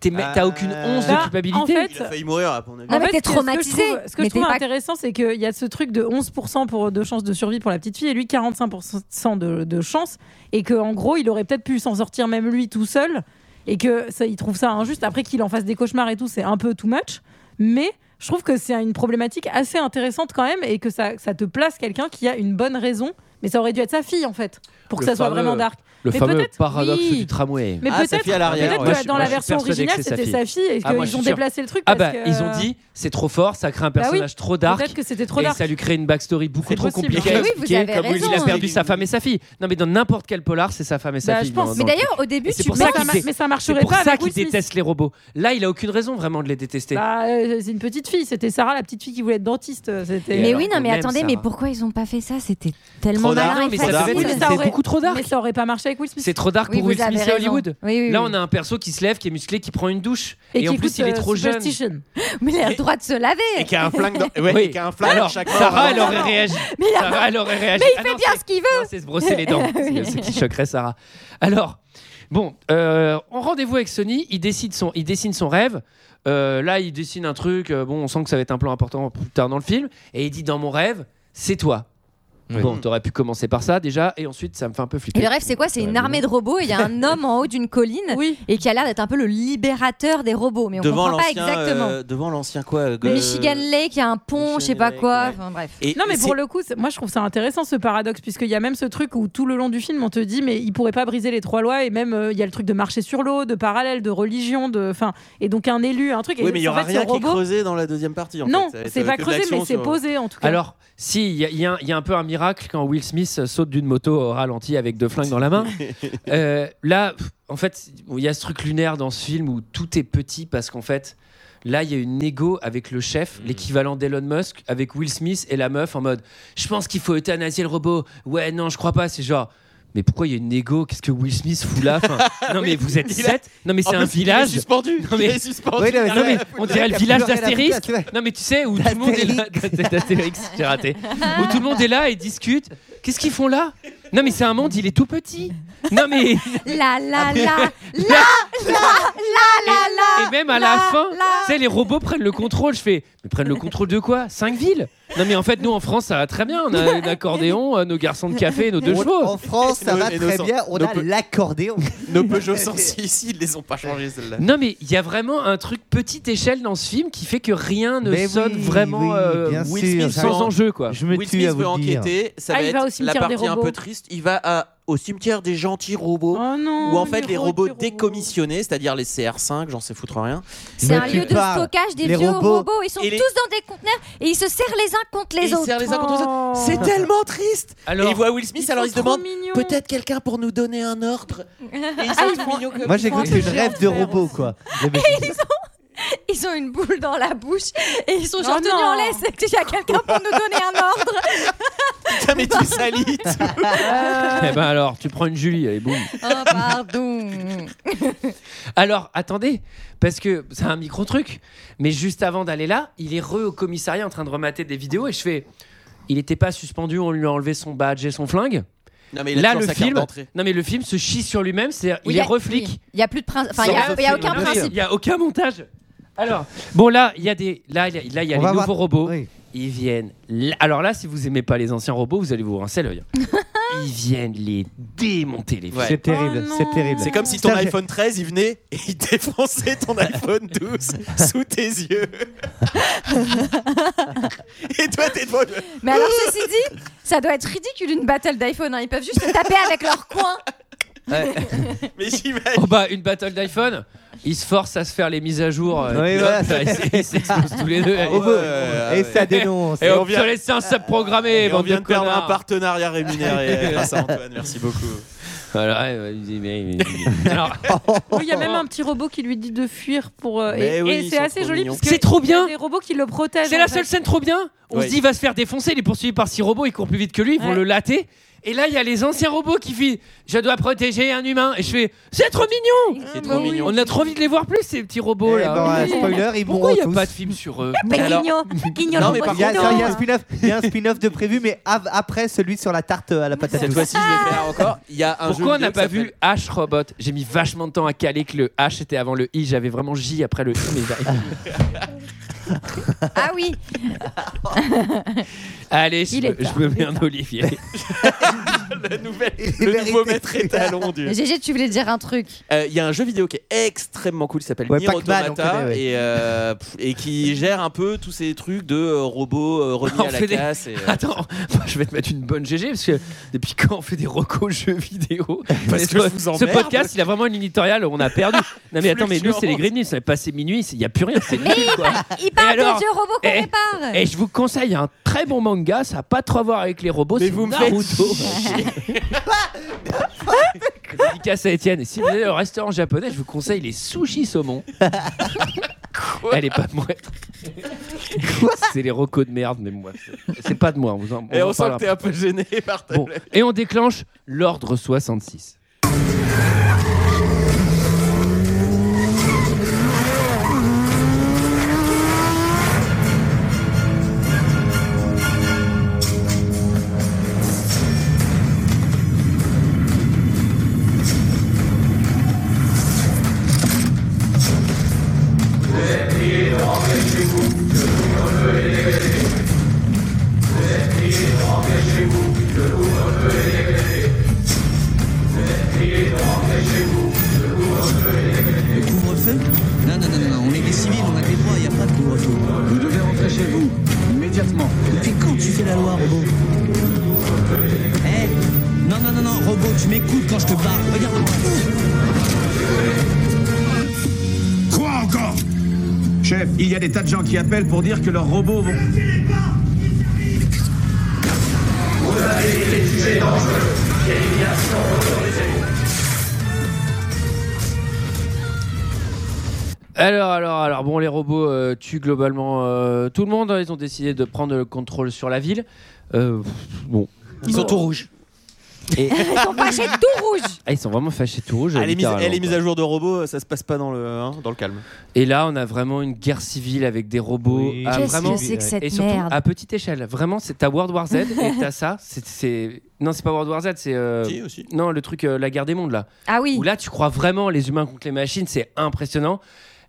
A: T'es me-
F: Ah.
A: T'as aucune once
K: Bah,
A: de culpabilité.
K: en fait-
F: Il a failli mourir, à mon avis.
I: Ah, mais
K: fait,
I: t'es
K: ce que- ce que je
I: traumatisé,
K: trouve- Ce que
I: mais
K: je
I: t'es
K: trouve
I: pas-
K: intéressant, c'est qu'il y a ce truc de 11% pour, de chance de survie pour la petite fille et lui 45% de, de chance. Et qu'en gros, il aurait peut-être pu s'en sortir même lui tout seul. Et que ça, il trouve ça injuste. Après qu'il en fasse des cauchemars et tout, c'est un peu too much. Mais je trouve que c'est une problématique assez intéressante quand même. Et que ça, ça te place quelqu'un qui a une bonne raison. Mais ça aurait dû être sa fille en fait. Pour que
A: Le
K: ça soit
A: fameux- euh,
K: vraiment dark.
A: le
K: Mais
A: fameux
K: peut-être-
A: paradoxe
K: oui.
A: du tramway.
K: Mais
F: Ah, sa
K: peut-être
F: fille à l'arrière,
K: peut-être
A: ouais.
K: que dans
A: Moi,
K: la
A: je suis
K: version
A: persuadé que
K: originale,
A: c'est sa
K: c'était
A: fille.
K: sa fille et
A: Ah, moi, je
K: qu'ils
A: suis
K: ont
A: sûr.
K: déplacé le truc.
A: Ah bah
K: parce que-
A: ils ont dit c'est trop fort, ça crée un
K: Bah oui.
A: personnage trop dark
K: Peut-être que c'était trop
A: et
K: dark.
A: ça lui crée une backstory beaucoup
K: C'est
A: trop
K: possible.
A: compliquée. à
I: Oui, vous
A: expliquer,
I: avez
A: comme
I: raison.
A: il a perdu sa femme et sa fille. Non mais dans n'importe quel polar c'est sa femme et sa
K: Bah, je
A: fille. hein,
K: pense.
A: dans-
I: Mais
A: dans-
I: d'ailleurs, au début,
A: Et c'est
I: tu
A: pour ça
I: penses.
K: mais,
A: qu'il
K: ça,
A: fait-
K: mais ça
A: C'est
K: marcherait
A: pour
K: pas
A: ça
K: avec
A: qu'il
K: Will Smith.
A: déteste les robots. Là il a aucune raison vraiment de les détester.
K: Bah, euh, c'est une petite fille, c'était Sarah, la petite fille qui voulait être dentiste. euh, C'était...
A: Et
I: Mais
A: alors
I: oui, non,
A: qu'on
I: mais
A: aime
I: attendez,
A: ça.
I: mais pourquoi ils ont pas fait ça C'était tellement
F: Trop dark.
I: malin
A: Non, mais
I: et
A: ça
F: devait
I: facile.
F: être-
A: c'est beaucoup trop dark.
K: Ah Mais ça aurait pas marché avec Will Smith.
A: C'est trop dark
I: Oui,
A: pour
I: vous
A: Will
I: avez
A: Smith et
I: raison.
A: Hollywood.
I: Oui, oui,
A: Là
I: oui.
A: on a un perso qui se lève, qui est musclé, qui prend une douche
K: Et, qui
A: en
K: écoute,
A: plus il est
K: euh,
A: trop jeune.
K: Superstition.
I: Mais il a le droit de se laver.
F: Et qui a un flingue dans, ouais,
A: Oui.
F: et qui a un flingue dans
A: Alors
F: chaque
A: Sarah
F: main.
A: elle aurait réagi.
I: Mais il a-
A: Sarah elle aurait réagi.
I: Mais il
A: Ah
I: fait
A: non,
I: bien
A: c'est-
I: ce qu'il veut.
A: Non, c'est se brosser les dents. C'est ce qui choquerait Sarah. Alors, bon, euh, en rendez-vous avec Sony, il, décide son, il dessine son rêve. Euh, là, il dessine un truc. euh, bon, on sent que ça va être un plan important plus tard dans le film. Et il dit Dans mon rêve, c'est toi.
C: Oui.
A: Bon, t'aurais pu commencer par ça déjà. Et ensuite, ça me fait un peu flipper.
I: Et le rêve, c'est quoi C'est une
F: Euh,
I: armée de robots et il y a un homme en haut d'une colline
K: Oui.
I: et qui a l'air d'être un peu le libérateur des robots. Mais on
F: Devant
I: comprend pas
F: l'ancien,
I: exactement.
F: euh, devant l'ancien quoi euh,
I: Le Michigan Lake, il y a un pont,
F: Michigan
I: je sais pas
F: Lake,
I: quoi.
F: ouais.
I: Enfin, bref.
F: Et
K: Non, mais
F: c'est-
K: pour le coup, c'est- moi je trouve ça intéressant ce paradoxe, puisqu'il y a même ce truc où tout le long du film on te dit, mais il pourrait pas briser les trois lois, et même euh, il y a le truc de marcher sur l'eau, de parallèle, de religion, de. Enfin, et donc un élu, un truc. et
F: Oui, mais il y
K: en
F: aura
K: fait,
F: rien
K: ce
F: qui est
K: robot-
F: creusé dans la deuxième partie. En
K: Non,
F: fait. Ça va être,
K: c'est
F: euh,
K: pas
F: que de
K: creusé,
F: l'action
K: mais c'est
F: sur-
K: posé en tout cas.
A: Alors, si, il y, a- il y a un- il y a un peu un miracle quand Will Smith euh, saute d'une moto au ralenti avec deux flingues dans la main. Euh, là, pff, en fait, il y a ce truc lunaire dans ce film où tout est petit parce qu'en fait, Là, il y a une négo avec le chef,
F: Mm.
A: l'équivalent d'Elon Musk, avec Will Smith et la meuf en mode Je pense qu'il faut euthanasier le robot. Ouais, non, je crois pas. C'est genre. Mais pourquoi il y a une négo Qu'est-ce que Will Smith fout là Enfin, Non mais vous êtes
F: il a-
A: sept Non mais
F: En
A: c'est un
F: plus, Oh, il est
A: village
F: suspendu.
A: Non mais,
F: Il est suspendu.
A: Oui, non, mais-
F: Ah
A: non, mais
F: ouais.
A: on dirait
F: Il
A: le
F: a
A: village
F: pleuré la
A: d'Astérix
F: poudre,
A: Non mais tu sais où tout le monde est là D'Astérix, j'ai raté Où tout le monde est là et discute Qu'est-ce qu'ils font là Non mais c'est un monde, il est tout petit Non mais
I: La la la
A: Après-
I: la la la la la.
A: et même à la, fin, tu sais, les robots prennent le contrôle. Je fais, mais prennent le contrôle de quoi Cinq villes Non, mais en fait, nous en France, ça va très bien. On a un accordéon, euh, nos garçons de café, et nos deux
C: On-
A: chevaux.
C: En France, ça
F: Nos-
C: va
F: et
C: très
F: nos-
C: bien. On
F: nos
C: a
F: pe-
C: l'accordéon.
F: Nos Peugeot 106, ils les ont pas changés celle-là.
A: Non, mais il y a vraiment un truc petite échelle dans ce film qui fait que rien ne
F: Mais oui,
A: sonne vraiment
F: oui,
A: euh,
F: bien
A: Will
F: sûr,
A: Smith
F: ça-
A: sans enjeu, quoi.
C: Je me
F: Will
C: tue
F: Smith
C: à vous
F: veut
C: le dire.
F: enquêter, ça
K: Ah,
F: va
K: il va au
F: être la
K: cimetière des
F: partie un
K: robots.
F: peu triste. Il va à- au cimetière des gentils robots,
K: Oh non,
F: où en fait
K: les
F: les robots
K: Oh.
F: décommissionnés, c'est-à-dire les CR5, j'en sais foutre rien.
I: C'est un lieu de stockage des
F: Les
I: vieux robots.
F: robots.
I: Ils sont
F: Et les-
I: tous dans des conteneurs et ils se serrent les uns contre les
F: Et ils
I: autres.
F: serrent les uns contre les autres. C'est tellement triste.
A: Alors,
F: et il voit Will Smith, alors il se demande peut-être quelqu'un pour nous donner un ordre. Ah,
C: Moi, j'ai cru que c'était une rêve de robot, quoi. Le mec-
I: Ils ont une boule dans la bouche et ils sont
K: Oh
I: genre tenus
K: non.
I: en laisse. Il y a quelqu'un pour nous donner un ordre.
F: Putain, mais tu salis tout.
A: Eh ben alors, tu prends une Julie, allez, boum.
I: Oh, pardon.
A: Alors, attendez, parce que c'est un micro-truc. Mais juste avant d'aller là, il est re au commissariat en train de remater des vidéos et je fais. Il n'était pas suspendu, on lui a enlevé son badge et son flingue.
F: Non, mais il a
A: Là,
F: toujours
A: le
F: sa carte
A: film,
F: d'entrée.
A: non mais le film se chie sur lui-même, c'est-à-dire
I: Oui,
A: il
I: y
A: est
I: a-
A: reflic.
I: oui. Il y a plus de principe. Enfin, il y a- il y a aucun
A: Il
I: principe.
A: y a aucun montage. Alors, bon là, il y a des là il y a, là, il y a
C: On
A: les
C: va
A: nouveaux
C: voir-
A: robots. Ils viennent. l- Alors là, si vous aimez pas les anciens robots, vous allez vous rincer l'œil. Ils viennent les démonter les
F: Ouais.
C: C'est terrible, c'est terrible.
F: C'est comme si ton
C: Ça, j'ai-
F: iPhone 13, il venait et il défonçait ton iPhone 12 sous tes yeux. et toi, t'es devant. le-
I: Mais alors, ceci dit, ça doit être ridicule une battle d'iPhone. hein. Ils peuvent juste se taper avec leur coin.
F: Mais j'imagine.
A: Oh bah une battle d'iPhone, ils se forcent à se faire les mises à jour. euh,
C: Oui,
A: et puis
C: voilà,
A: hop,
C: c'est-
A: là, ils- ils s'explosent tous les deux.
C: Au bout.
F: euh,
C: Et ça dénonce.
A: Oh, Et
C: Et
A: on
C: on vient-
A: vient laisser un sub programmé.
F: Et on
A: bande
F: vient
A: de
F: de perdre un
A: connards.
F: partenariat rémunéré grâce à Antoine. Merci beaucoup.
A: Voilà, ouais, ouais, il dit, mais- mais- mais- Alors,
K: Oui, il y a même un petit robot qui lui dit de fuir pour. euh,
A: Oh. Mais
K: et
A: oui,
K: et
A: ils
K: c'est
A: sont
K: assez
A: trop
K: joli
A: mignons.
K: parce que
A: C'est trop
K: il y a
A: bien.
K: Des robots qui le protègent.
A: C'est
K: en
A: la
K: fait.
A: seule scène trop bien. On
F: Ouais.
A: se dit, il va se faire défoncer. Il est poursuivi par six robots. Il court plus vite que lui. Ils vont
K: Ouais.
A: le latter. Et là, il y a les anciens robots qui disent Je dois protéger un humain. Et je fais C'est trop mignon
F: C'est trop mignon.
A: On a trop envie de les voir plus, ces petits robots
C: Eh
A: là.
C: ben, euh, spoiler, ils
A: Pourquoi
C: mourront
A: il n'y a
C: tous.
A: pas de film sur eux
K: Mais
F: Alors-
K: Guignol, Guignol,
F: Non, mais
K: robot
F: par
C: Il y a,
K: Guignol.
C: ça, il y a un spin-off, il y a un spin-off de prévu, mais av- après celui sur la tarte à la patate
F: Cette
C: douce.
F: fois-ci, je vais faire encore. Il y a un
A: Pourquoi on
F: jeu vidéo
A: n'a pas
F: qui s'appelle-
A: vu H Robot J'ai mis vachement de temps à caler que le H était avant le I. J'avais vraiment J après le I. mais j'arrive.
I: Ah oui.
A: Allez, je,
K: Il est
A: me-
K: tard,
A: je me
K: il est
A: mets un
K: tard.
A: Olivier.
F: la nouvelle,
C: est
F: le nouveau
C: mérité.
F: maître étalon du. Euh,
I: GG, tu voulais dire un truc.
F: Il Euh, y a un jeu vidéo qui est extrêmement cool qui s'appelle
C: Ouais,
F: Nier
C: Pac-Man,
F: Automata
C: on connaît, ouais.
F: et, euh, pff, et qui gère un peu tous ces trucs de euh, robots euh, remis
A: On
F: à la
A: fait des-
F: casse. et, euh,
A: Attends, moi, je vais te mettre une bonne GG parce que depuis quand on fait des recos jeux vidéo
F: Parce
A: Mais ce-
F: que je vous
A: Ce
F: emmerde.
A: podcast, il a vraiment une éditoriale où on a perdu. Non mais attends, mais nous c'est les
F: Fluctuante.
A: Gremlins, on est passé minuit, il n'y a plus rien, c'est nul quoi.
I: Il parle
A: Et alors
I: des vieux robots qu'on
A: Eh,
I: répare.
A: Et je vous conseille un très bon manga, ça n'a pas trop à voir avec les robots,
F: Mais
A: c'est
F: vous me faites
A: Naruto. Dédicace à Étienne. Et si vous allez au restaurant japonais, je vous conseille les sushis saumon. Elle est pas de moi. c'est les recos de merde, mais moi, c'est- c'est pas de moi. On vous en,
F: et
A: on en
F: on sent
A: parlera
F: que t'es un peu gêné par ta
A: Bon, et on déclenche l'ordre 66.
J: Le couvre-feu Non, non, non, non, non, on est des civils, on a des droits, il n'y a pas de couvre-feu. Vous devez rentrer chez vous, immédiatement. Depuis quand tu fais la loi, robot Eh Non, non, non, non, robot, tu m'écoutes quand je te parle, regarde-moi.
D: Quoi encore Chef, il y a des tas de gens qui appellent pour dire que leurs robots vont.
A: Alors, alors, alors, bon, les robots euh, tuent globalement euh, tout le monde. Ils ont décidé de prendre le contrôle sur la ville. Euh, pff, bon.
F: Ils sont tout rouges.
A: Et...
I: Ils sont fâchés tout rouge.
A: Ah, ils sont vraiment fâchés tout rouges.
F: Ah, les, mises,
A: littéralement,
F: eh, les
A: quoi.
F: mises à jour de robots, ça se passe pas dans le, hein, dans le calme.
A: Et là, on a vraiment une guerre civile avec des robots.
F: Oui.
A: à
F: Qu'est-ce
A: Ah, vraiment...
F: que c'est que cette
A: Et surtout ah,
F: merde
A: à petite échelle. Vraiment, c'est ta World War Z et t'as ça. C'est, c'est- Non, c'est pas World War Z, c'est. euh, Non, le truc, euh, la guerre des mondes, là.
I: Ah oui.
A: Où là, tu crois vraiment les humains contre les machines, c'est impressionnant.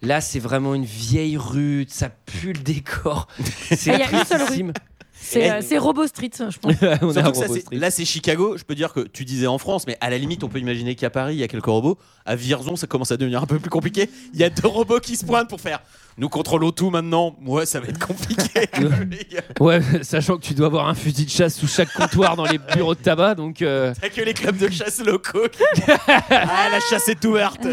A: Là, c'est vraiment une vieille rue, ça pue le décor.
K: Ah, il y a une seule
A: tristissime.
K: rue. C'est
F: Et-
K: euh, c'est Robo Street, je pense.
A: On a
F: Surtout
A: un
F: que ça,
A: robot
F: c'est- là, c'est Chicago. Je peux dire que tu disais en France, mais à la limite, on peut imaginer qu'à Paris, il y a quelques robots. À Vierzon, ça commence à devenir un peu plus compliqué. Il y a deux robots qui se pointent pour faire. Nous contrôlons tout maintenant. Ouais, ça va être compliqué.
A: Ouais, sachant que tu dois avoir un fusil de chasse sous chaque comptoir dans les bureaux de tabac, donc. euh,
F: T'as que les clubs de chasse locaux. ah, la chasse est ouverte.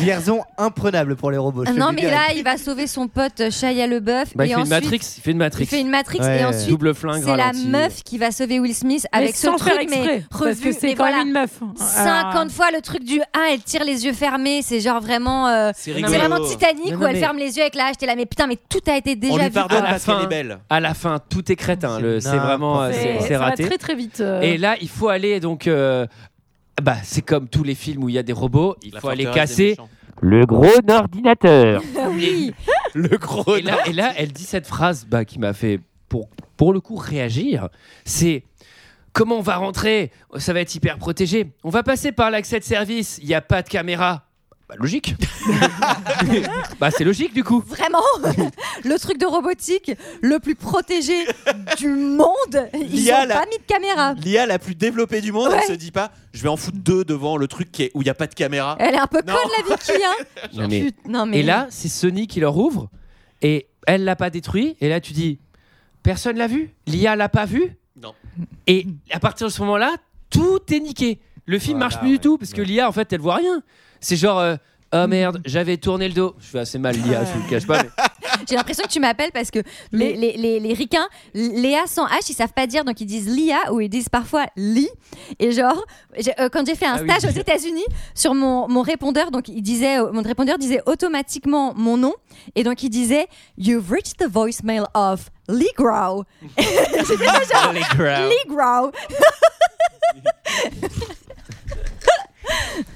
C: Vierzon imprenable pour les robots. je te
I: Ah non,
C: le dis
I: mais
C: direct.
I: là, il va sauver son pote euh, Shia LeBeouf.
A: bah, il
I: et
A: fait une
I: ensuite-
A: Matrix. Il fait une Matrix.
I: Il fait une Matrix
A: Ouais.
I: et ensuite
A: Double flingue
I: c'est la
A: ralenti.
I: meuf qui va sauver Will Smith
K: Mais
I: avec ce
K: sans
I: truc
K: faire exprès,
I: mais
K: parce
I: revu,
K: que c'est
I: mais
K: quand même
I: voilà.
K: une meuf.
A: Ah.
K: Ah. Alors-
I: 50 fois le truc du 1 elle tire les yeux fermés c'est genre vraiment euh,
A: C'est
I: c'est
A: rigolo.
I: vraiment Titanic
A: oh. Non, non,
I: où elle
A: mais-
I: ferme les yeux avec la hache t'es là mais putain mais tout a été déjà vu Ah,
A: à la fin- À la fin, tout est crétin. le- C'est
F: n'importe
A: vraiment, euh,
F: quoi.
A: c'est
F: C'est-
A: c'est
F: ça va
A: raté.
K: très, très vite, euh.
A: Et là, il faut aller donc. euh, bah, c'est comme tous les films où il y a des robots. Il
F: La
A: faut aller
F: forteresse des
A: casser
F: méchants.
A: le gros ordinateur.
I: oui.
F: le gros.
A: Et là, et là, elle dit cette phrase bah, qui m'a fait pour pour le coup réagir. C'est comment on va rentrer Ça va être hyper protégé. On va passer par l'accès de service. Il n'y a pas de caméra. Bah, logique. bah c'est logique du coup.
I: vraiment le truc de robotique le plus protégé du monde ils
F: L'IA,
I: ont
F: là.
I: pas mis de caméra
F: L'IA la plus développée du monde,
I: Ouais.
F: elle se dit pas, je vais en foutre deux devant le truc qui est- où il n'y a pas de caméra.
I: elle est un peu
F: Non.
I: conne la Vicky hein
A: Non, mais-
I: Putain, non, mais-
A: Et là, c'est Sony qui leur ouvre et elle l'a pas détruit. Et là, tu dis personne l'a vu, l'IA l'a pas vu.
F: Non.
A: Et à partir de ce moment-là, tout est niqué. Le film marche plus du tout parce que l'IA en fait elle voit rien. C'est genre euh, oh merde, j'avais tourné le dos. Je fais assez mal l'IA, je vous le cache pas. mais-
I: J'ai l'impression que tu m'appelles parce que les, les, les, les ricains, Léa sans H, ils savent pas dire, donc ils disent Lia ou ils disent parfois Li. Et genre, j'ai- euh, quand j'ai fait un
M: Ah oui.
I: stage aux États-Unis, sur mon, mon répondeur, donc il disait, euh, mon répondeur disait automatiquement mon nom, et donc il disait You've reached the voicemail of Lee Grow. J'étais là genre
B: Lee Grow.
I: Lee Grow.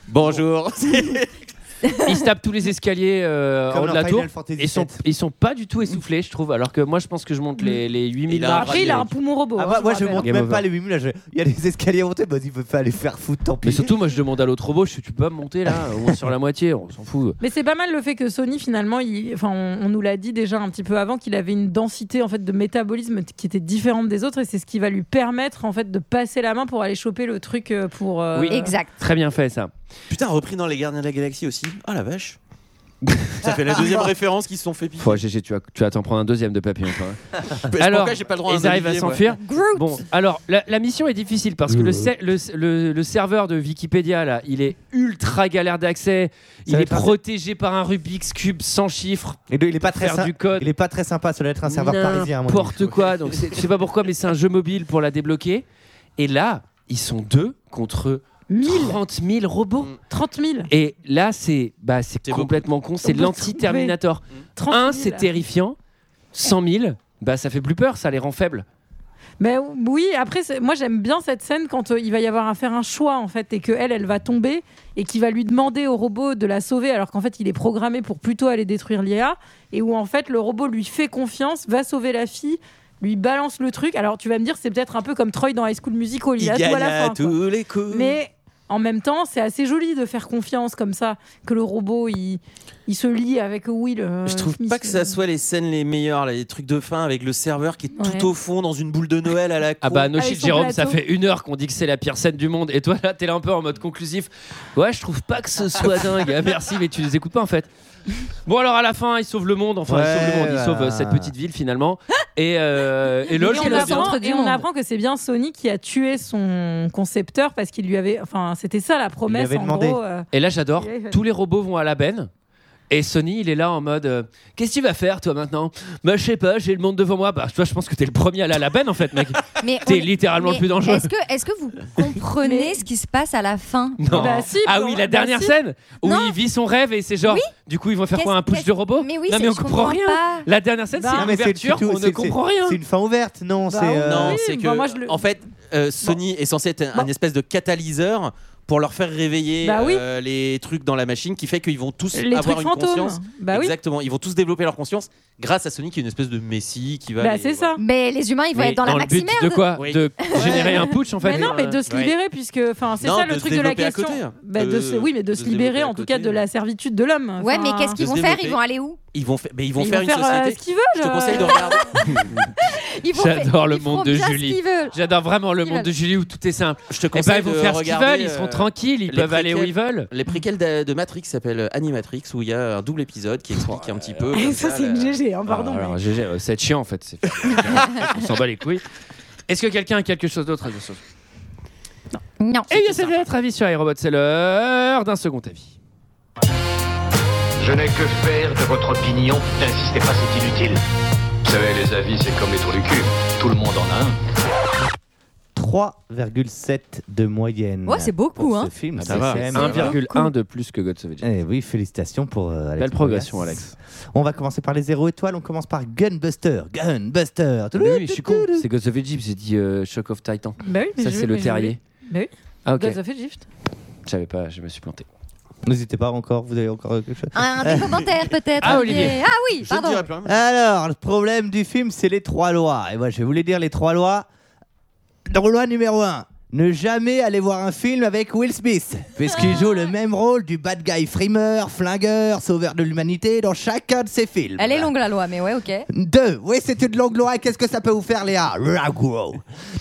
F: Bonjour.
A: ils se tapent tous les escaliers euh, en
C: Comme
A: haut de
C: dans
A: la tour.
C: Final Fantasy
A: Ils sont, ils sont pas du tout essoufflés, je trouve. Alors que moi, je pense que je monte les, les 8000
C: a un
A: marches.
C: Après, il a un
K: poumon robot. hein,
C: Ah,
A: bah,
C: moi, moi, je monte
A: Game
C: même
A: over.
C: pas les 8000 là. je- Il y a des escaliers à monter. Vas-y, peut pas aller faire foutre, tant pis.
A: Mais surtout, moi, je demande à l'autre robot, je fais, tu peux pas me monter là On est sur la moitié, on s'en fout.
K: Mais c'est pas mal le fait que Sony finalement, il- enfin, on, on nous l'a dit déjà un petit peu avant qu'il avait une densité en fait de métabolisme t- qui était différente des autres et c'est ce qui va lui permettre en fait de passer la main pour aller choper le truc euh, pour. euh,
A: Très bien fait ça.
F: Putain, repris dans Les Gardiens de la Galaxie aussi. Ah la vache. Ça fait la deuxième référence qu'ils se sont fait piquer.
A: Faut, GG, tu vas, tu vas t'en prendre un deuxième de papillon. toi, hein.
F: Pourquoi
A: alors,
F: j'ai pas le droit à un
A: ils arrivent à
F: olivier, moi
A: s'enfuir.
I: Groot.
A: Bon, alors la, la mission est difficile parce que le, ser- le, le- le serveur de Wikipédia là, il est ultra galère d'accès. Il
C: va
A: est
C: être un-
A: protégé par un Rubik's cube sans chiffres.
C: Et donc, il est pas très
A: Faire
C: sy-
A: du code.
C: Il est pas très sympa. Ça doit être un serveur parisien. à mon avis.
A: N'importe quoi. Donc, c'est- je sais pas pourquoi, mais c'est un jeu mobile pour la débloquer. Et là, ils sont deux contre 30 000
F: Mm.
A: robots.
K: 30 000.
A: Et là, c'est bah, c'est complètement con. C'est
K: On peut
A: l'anti-Terminator.
K: trouver 30 000.
A: Un, c'est terrifiant. 100 000, bah, ça fait plus peur, ça les rend faibles.
K: Mais Ben oui, après, c'est- moi j'aime bien cette scène quand euh, il va y avoir à faire un choix en fait et que elle, elle va tomber et qu'il va lui demander au robot de la sauver alors qu'en fait il est programmé pour plutôt aller détruire l'IA et où en fait le robot lui fait confiance, va sauver la fille, lui balance le truc. Alors tu vas me dire c'est peut-être un peu comme Troy dans High School Musical, il,
F: Il
K: a tout
F: gagne
K: à la fin.
F: à
K: quoi.
F: tous les coups.
K: Mais en même temps, c'est assez joli de faire confiance comme ça que le robot il, il se lie avec Will. euh,
F: Je trouve
K: Smith,
F: pas que
K: euh.
F: ça soit les scènes les meilleures, là, les trucs de fin avec le serveur qui est
K: Ouais.
F: tout au fond dans une boule de Noël à la con.
A: Ah bah, no shit, Jérôme, ça
F: plateau.
A: fait une heure qu'on dit que c'est la pire scène du monde. Et toi, là, t'es là un peu en mode conclusif. Ouais, je trouve pas que ce soit dingue. Ah, merci, mais tu les écoutes pas en fait. Bon, alors à la fin, ils sauvent le monde. Enfin, ils sauvent le monde. Ils
C: Ouais,
A: sauvent euh,
C: voilà.
A: cette petite ville finalement. Et, euh, et LOL,
K: Et
A: c'est
K: on,
A: le
K: apprend,
A: centre
K: et on apprend que c'est bien Sony qui a tué son concepteur parce qu'il lui avait. Enfin, c'était ça la promesse en gros. euh,
A: Et là, j'adore.
K: il lui avait-
A: Tous les robots vont à la benne. Et Sony, il est là en mode euh, Qu'est-ce que tu vas faire, toi, maintenant Bah, je sais pas, j'ai le monde devant moi. Bah, toi, je pense que t'es le premier à la la benne, en fait, mec.
I: Mais
A: t'es
I: on-
A: littéralement
I: mais
A: le plus dangereux.
I: Est-ce que, est-ce que vous comprenez ce qui se passe à la fin
A: Non. ah oui, la dernière scène où il vit son rêve et c'est genre,
I: bah, Oui.
A: du coup, ils vont faire quoi
I: Qu'est-ce-
A: Un push
I: qu'est-ce-
A: de robot
I: Mais oui,
A: Non,
I: c'est-
A: mais on
I: je
A: comprend
I: comprends
A: rien.
I: pas. Bah,
A: La dernière scène, c'est
C: Non, mais c'est-
A: l'ouverture,
C: c'est tout-
A: on ne
C: c'est-
A: comprend
C: c'est-
A: rien.
C: C'est une fin ouverte, non
A: Bah
C: c'est,
A: oui.
C: euh,
F: Non,
A: oui,
F: c'est que
A: bah moi, je le-
F: en fait, euh, Sony est censé être un, un espèce de catalyseur pour leur faire réveiller
K: Bah oui.
F: euh, les trucs dans la machine qui fait qu'ils vont tous
K: Les
F: avoir
K: trucs
F: une
K: fantômes.
F: conscience.
K: Bah oui.
F: Exactement, ils vont tous développer leur conscience grâce à Sony qui est une espèce de messie qui va
K: Bah,
F: les-
K: c'est ça.
I: Mais les humains, ils vont
F: Oui,
I: être dans, la
F: dans le but
I: maximerde.
F: de quoi Oui. De
A: générer un putsch, en fait.
K: Mais non, mais de se
A: Ouais.
K: libérer, puisque. Enfin, c'est
A: Non,
K: ça
A: de
K: le
A: se
K: truc de la
A: développer à
K: question.
A: côté.
K: Bah, de
F: hein. De-
K: se- oui, mais de,
F: de
K: se
F: se
K: libérer,
F: développer à
K: en tout cas,
F: côté.
K: de la servitude de l'homme.
I: Ouais, mais
K: Enfin,
I: qu'est-ce qu'ils
F: De
I: vont
F: se
I: faire Ils
F: développer.
I: vont aller où
F: Ils vont, fa- mais ils vont
K: Ils
F: faire
K: vont
F: une
K: faire, euh,
F: société.
K: ce qu'ils veulent,
F: Je te
K: euh.
F: conseille de regarder.
I: Ils vont faire-
A: J'adore le
I: ils
A: monde
I: feront
A: de
I: bien ce
A: Julie.
I: qu'ils veulent.
A: J'adore vraiment le
I: Ils
A: monde de
I: veulent.
A: Julie où tout est simple.
F: Je te
A: Eh
F: conseille
A: ben, ils vont
F: de
A: faire ce qu'ils
F: regarder,
A: veulent, ils seront
F: euh,
A: tranquilles, ils
F: les
A: peuvent aller où
F: préquels-
A: ils veulent.
F: Les préquels de, de Matrix s'appellent Animatrix où il y a un double épisode qui explique un petit peu. comme
K: Ça,
F: ça,
K: c'est
F: la-
K: une GG, hein, pardon.
A: Alors, GG, euh, c'est chiant en fait. c'est- On s'en bat les couilles. Est-ce que quelqu'un a quelque chose d'autre à dire sur
I: Non.
A: Eh bien, c'était notre avis sur iRobot. C'est l'heure d'un second avis.
M: Je n'ai que faire de votre opinion. N'insistez pas, c'est inutile. Vous savez, les avis, c'est comme les trous du cul. Tout le monde en a un.
C: 3,7 de moyenne.
I: Ouais, c'est beaucoup,
C: pour
I: hein.
C: Ce film,
A: Ah,
C: ça
A: bah,
C: va.
A: c'est
C: c'est-
A: 1,1 de plus que God Savage.
C: Eh oui, félicitations pour euh, Alex
A: Belle progression,
C: Proyas.
A: Alex.
C: On va commencer par les zéro étoiles. On commence par Gunbuster. Gunbuster.
A: Ah, Mais Eh, oui, je suis con. C'est God of Egypt, j'ai dit euh, Shock of Titan.
K: Bah oui, mais
A: Ça,
K: je-
A: c'est le
K: mais je
A: terrier.
K: voulais- Bah oui.
A: Ah, ok.
K: Gods of Egypt.
A: Je savais pas, je me suis planté.
C: N'hésitez pas encore, vous avez encore euh, quelque chose.
I: Un des commentaires, peut-être.
A: Ah, Olivier.
I: Ah oui, pardon.
C: Alors, le problème du film, c'est les trois lois. Et moi, je vais vous les dire, les trois lois. Dans loi numéro 1, ne jamais aller voir un film avec Will Smith,
A: Ah,
C: puisqu'il joue le même rôle du bad guy frimeur, flingueur, sauveur de l'humanité dans chacun de ses films.
I: Elle est longue la loi, mais ouais, ok.
C: 2. Oui, c'est une longue loi. Qu'est-ce que ça peut vous faire, Léa Raguro.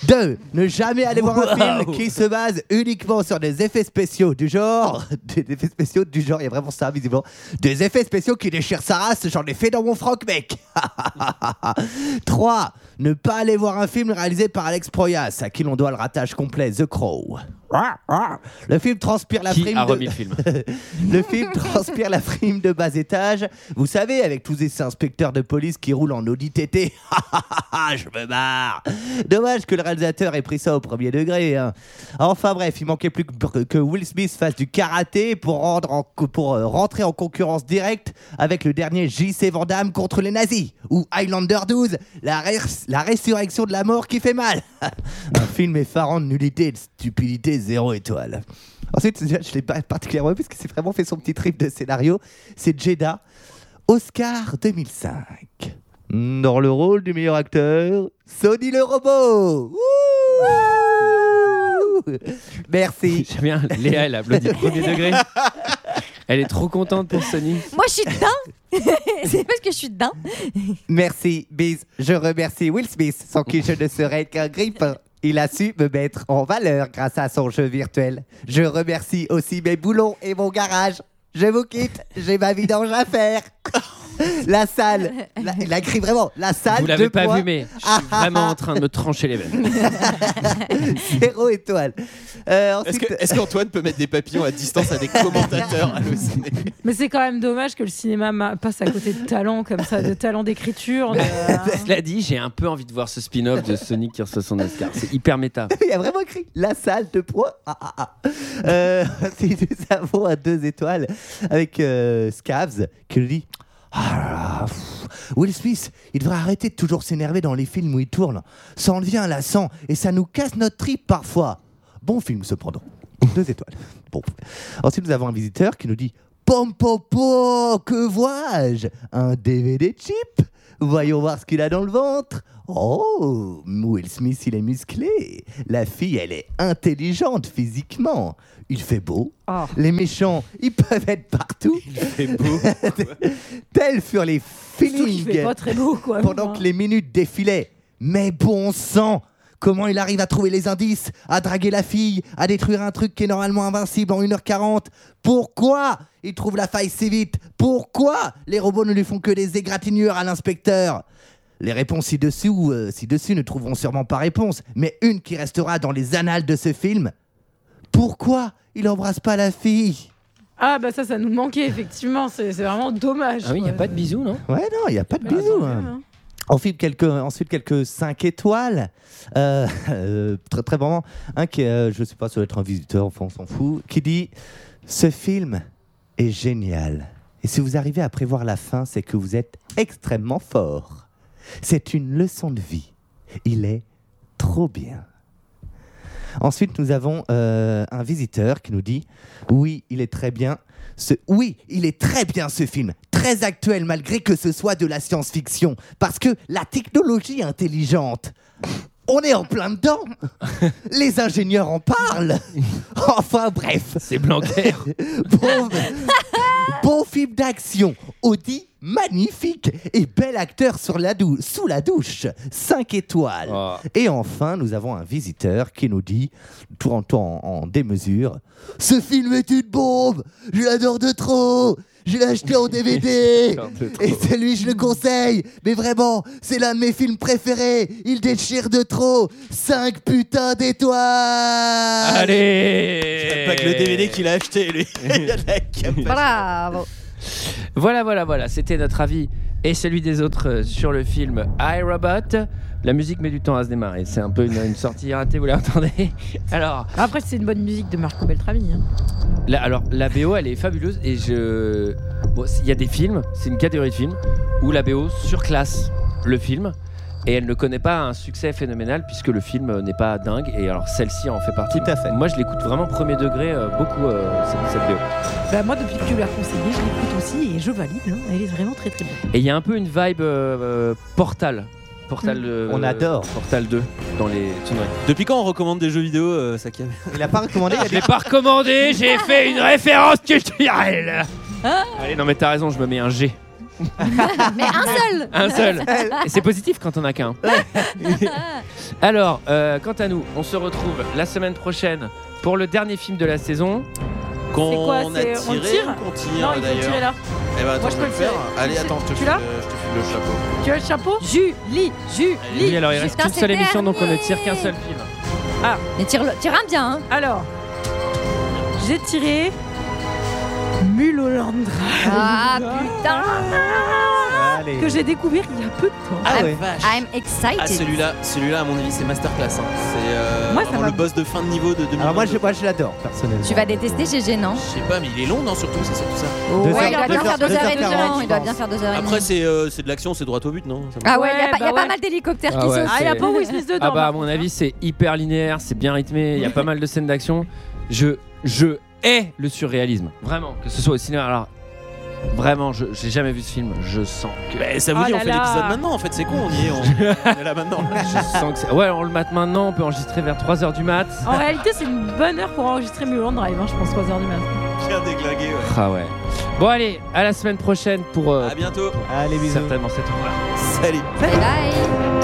C: 2. Ne jamais aller voir un
N: Wow.
C: film qui se base uniquement sur des effets spéciaux du genre. Des effets spéciaux du genre, il y a vraiment ça, visiblement. Des effets spéciaux qui déchirent sa race, j'en ai fait dans mon froc, mec. 3. Ne pas aller voir un film réalisé par Alex Proyas, à qui l'on doit le ratage complet The Crow. Le film transpire la
A: Qui
C: frime
A: a
C: de-
A: remis le film
C: le film transpire la frime de bas étage. Vous savez, avec tous ces inspecteurs de police qui roulent en Audi TT. Je me marre. Dommage que le réalisateur ait pris ça au premier degré. hein. Enfin bref, il manquait plus que, que Will Smith fasse du karaté pour, rendre en- pour euh, rentrer en concurrence directe avec le dernier J.C. Van Damme contre les nazis. Ou Highlander 12, la, res- la résurrection de la mort qui fait mal. Un film effarant de nullité et de stupidité zéro étoile. Ensuite, celui-là, je l'ai pas particulièrement aimé parce qu'il s'est vraiment fait son petit trip de scénario. C'est Jeddah, Oscar 2005. Dans le rôle du meilleur acteur, Sony le robot. Ouh Merci.
A: J'aime bien, Léa, elle applaudit premier degré. Elle est trop contente pour Sony.
I: Moi, je suis dedans. c'est parce que je suis dedans.
C: Merci, bis. Je remercie Will Smith, sans qui je ne serais qu'un grippin. Il a su me mettre en valeur grâce à son jeu virtuel. Je remercie aussi mes boulons et mon garage. Je vous quitte, j'ai ma vidange à faire. La salle, la- il a écrit vraiment, la salle.
A: Vous l'avez
C: deux
A: pas
C: points.
A: vu, mais je suis vraiment en train de me trancher les veines.
C: Zéro étoile. Euh,
F: Est-ce
C: ensuite-
F: que- est-ce qu'Antoine peut mettre des papillons à distance à des commentateurs à ciné
K: Mais c'est quand même dommage que le cinéma ma- passe à côté de talents comme ça, de talents d'écriture. de-
A: Cela dit, j'ai un peu envie de voir ce spin-off de Sonic qui reçoit son Oscar. C'est hyper méta.
C: Il a vraiment écrit la salle de proie. Ah, ah, ah. Euh, si nous avons à deux étoiles avec euh, Scavs qui lui dit Ah là là, pff, Will Smith, il devrait arrêter de toujours s'énerver dans les films où il tourne. Ça en devient lassant et ça nous casse notre trip parfois. Bon film cependant. Deux étoiles. Bon. Ensuite, nous avons un visiteur qui nous dit Pom pom pom, que vois-je Un DVD cheap Voyons voir ce qu'il a dans le ventre. Oh, Will Smith, il est musclé. La fille, elle est intelligente physiquement. Il fait beau.
K: Oh.
C: Les méchants, ils peuvent être partout. Il fait beau. Tels furent les
K: Surtout qu'il
C: feelings
K: fait pas très beau, quoi.
C: pendant
K: Enfin.
C: que les minutes défilaient. Mais bon sang Comment il arrive à trouver les indices, à draguer la fille, à détruire un truc qui est normalement invincible en 1h40 Pourquoi il trouve la faille si vite Pourquoi les robots ne lui font que des égratignures à l'inspecteur les réponses ci-dessus ou euh, ci-dessus ne trouveront sûrement pas réponse, mais une qui restera dans les annales de ce film. Pourquoi il embrasse pas la fille
K: Ah bah ça, ça nous manquait effectivement. C'est c'est vraiment dommage. Bah,
C: Ah oui,
A: y a pas de bisous, non
C: Ouais, non, il n'y a pas de bisous. hein. Ensuite quelques, ensuite quelques 5 étoiles. Euh, euh, très, très vraiment. Un qui, est, euh, je sais pas, ça doit être un visiteur, enfin, on s'en fout, qui dit Ce film est génial. Et si vous arrivez à prévoir la fin, c'est que vous êtes extrêmement fort. C'est une leçon de vie. Il est trop bien. Ensuite, nous avons euh, un visiteur qui nous dit Oui, il est très bien. Ce... Oui, il est très bien ce film, très actuel malgré que ce soit de la science-fiction, parce que la technologie intelligente, on est en plein dedans. Les ingénieurs en parlent. Enfin bref.
A: C'est Blanquer.
C: bon, bon film d'action, Audi magnifique et bel acteur sur la dou- sous la douche, 5 étoiles.
A: Oh. Ah,
C: Et enfin, nous avons un visiteur qui nous dit, tout en, tout en, en démesure, Ce film est une bombe, je l'adore de trop, je l'ai acheté en DVD et celui je le conseille, mais vraiment, c'est l'un de mes films préférés, il déchire de trop, 5 putains d'étoiles.
A: Allez
F: Pas que le DVD qu'il a acheté, lui. Il a la capacité.
I: Bravo.
A: Voilà, voilà, voilà, c'était notre avis et celui des autres euh, sur le film I, Robot. La musique met du temps à se démarrer, c'est un peu une, une sortie ratée, vous l'entendez Alors,
K: Bah, Après, c'est une bonne musique de Marco Beltrami. hein.
A: la, alors, la BO, elle est fabuleuse et je... Bon, c'est- il y a des films, c'est une catégorie de films, où la BO surclasse le film et elle ne connaît pas un succès phénoménal puisque le film euh, n'est pas dingue et alors celle-ci en fait partie. Tout à fait. Moi, je l'écoute vraiment premier degré euh, beaucoup, euh, cette, cette BO.
K: Bah, moi, depuis que tu me l'as conseillé, je l'écoute aussi et je valide. hein. Elle est vraiment très très bien.
A: Et il y a un peu une vibe euh, euh, Portal. Portal, euh,
F: On adore.
A: Portal 2 dans les sonneries.
F: Depuis quand on recommande des jeux vidéo, euh, Sakia
C: Il a pas recommandé.
A: Je l'ai pas recommandé, j'ai fait une référence culturelle. Allez, non mais t'as raison, je me mets un G.
I: Mais un seul
A: Un seul. Et c'est positif quand on a qu'un. Alors, euh, quant à nous, on se retrouve la semaine prochaine pour le dernier film de la saison.
K: C'est quoi, c'est- on tire Non, il faut tirer là.
F: Eh ben, attends,
K: Moi,
F: je peux
K: je peux
F: le
K: le
F: faire.
K: tirer.
F: Allez, attends, je te
K: Tu
F: file
K: l'as
F: le- je te file le chapeau.
K: Tu as le chapeau Julie Julie
A: Oui, alors il reste qu'une seule émission, donc on ne tire qu'un seul film. Ah
I: Mais tire, tire un bien, hein
K: Alors, j'ai tiré. Mulholland Drive.
I: Ah putain
F: Allez.
K: Que j'ai découvert il y a peu de temps.
F: Ah ouais.
I: I'm excited.
F: Ah celui-là, celui-là à mon avis c'est masterclass. hein. C'est euh,
I: Moi, ça
F: vraiment
I: m'a-
F: le boss de fin de niveau de 2000.
C: moi, je, moi, je l'adore, personnellement.
I: Tu vas détester GG, non
F: Je sais pas, mais il est long, non Surtout, c'est surtout ça.
I: Ouais, il doit bien faire 2h30. Il doit bien faire 2h30.
F: Après, c'est euh, c'est de l'action, c'est droit au but, non Ça va.
I: Ah ouais, il y a,
K: Ouais,
I: pas, y a
K: bah
I: pas
K: ouais.
I: mal d'hélicoptères
A: Ah
I: qui
A: ouais,
I: sautent.
A: c'est- Ah bah à
C: hein.
I: par
A: mon avis c'est hyper linéaire, c'est bien rythmé, il y a pas mal de scènes d'action. Je je hais le surréalisme, vraiment. Que ce soit au cinéma, alors vraiment, je j'ai jamais vu ce film, je sens que.
F: Eh, ça vous
K: Oh
F: dit, on fait l'épisode maintenant, en fait, c'est con, on y est, on, on est là maintenant.
A: Je sens que c'est- ouais, on le mate maintenant, on peut enregistrer vers 3h du mat.
K: En réalité, c'est une bonne heure pour enregistrer Mulholland Drive, hein, je pense, 3h du matin.
F: Bien déglingué, ouais.
A: Ah ouais. Bon allez, à la semaine prochaine pour euh,
F: À bientôt.
C: Allez,
A: certainement cette heure.
F: Salut.
I: Bye bye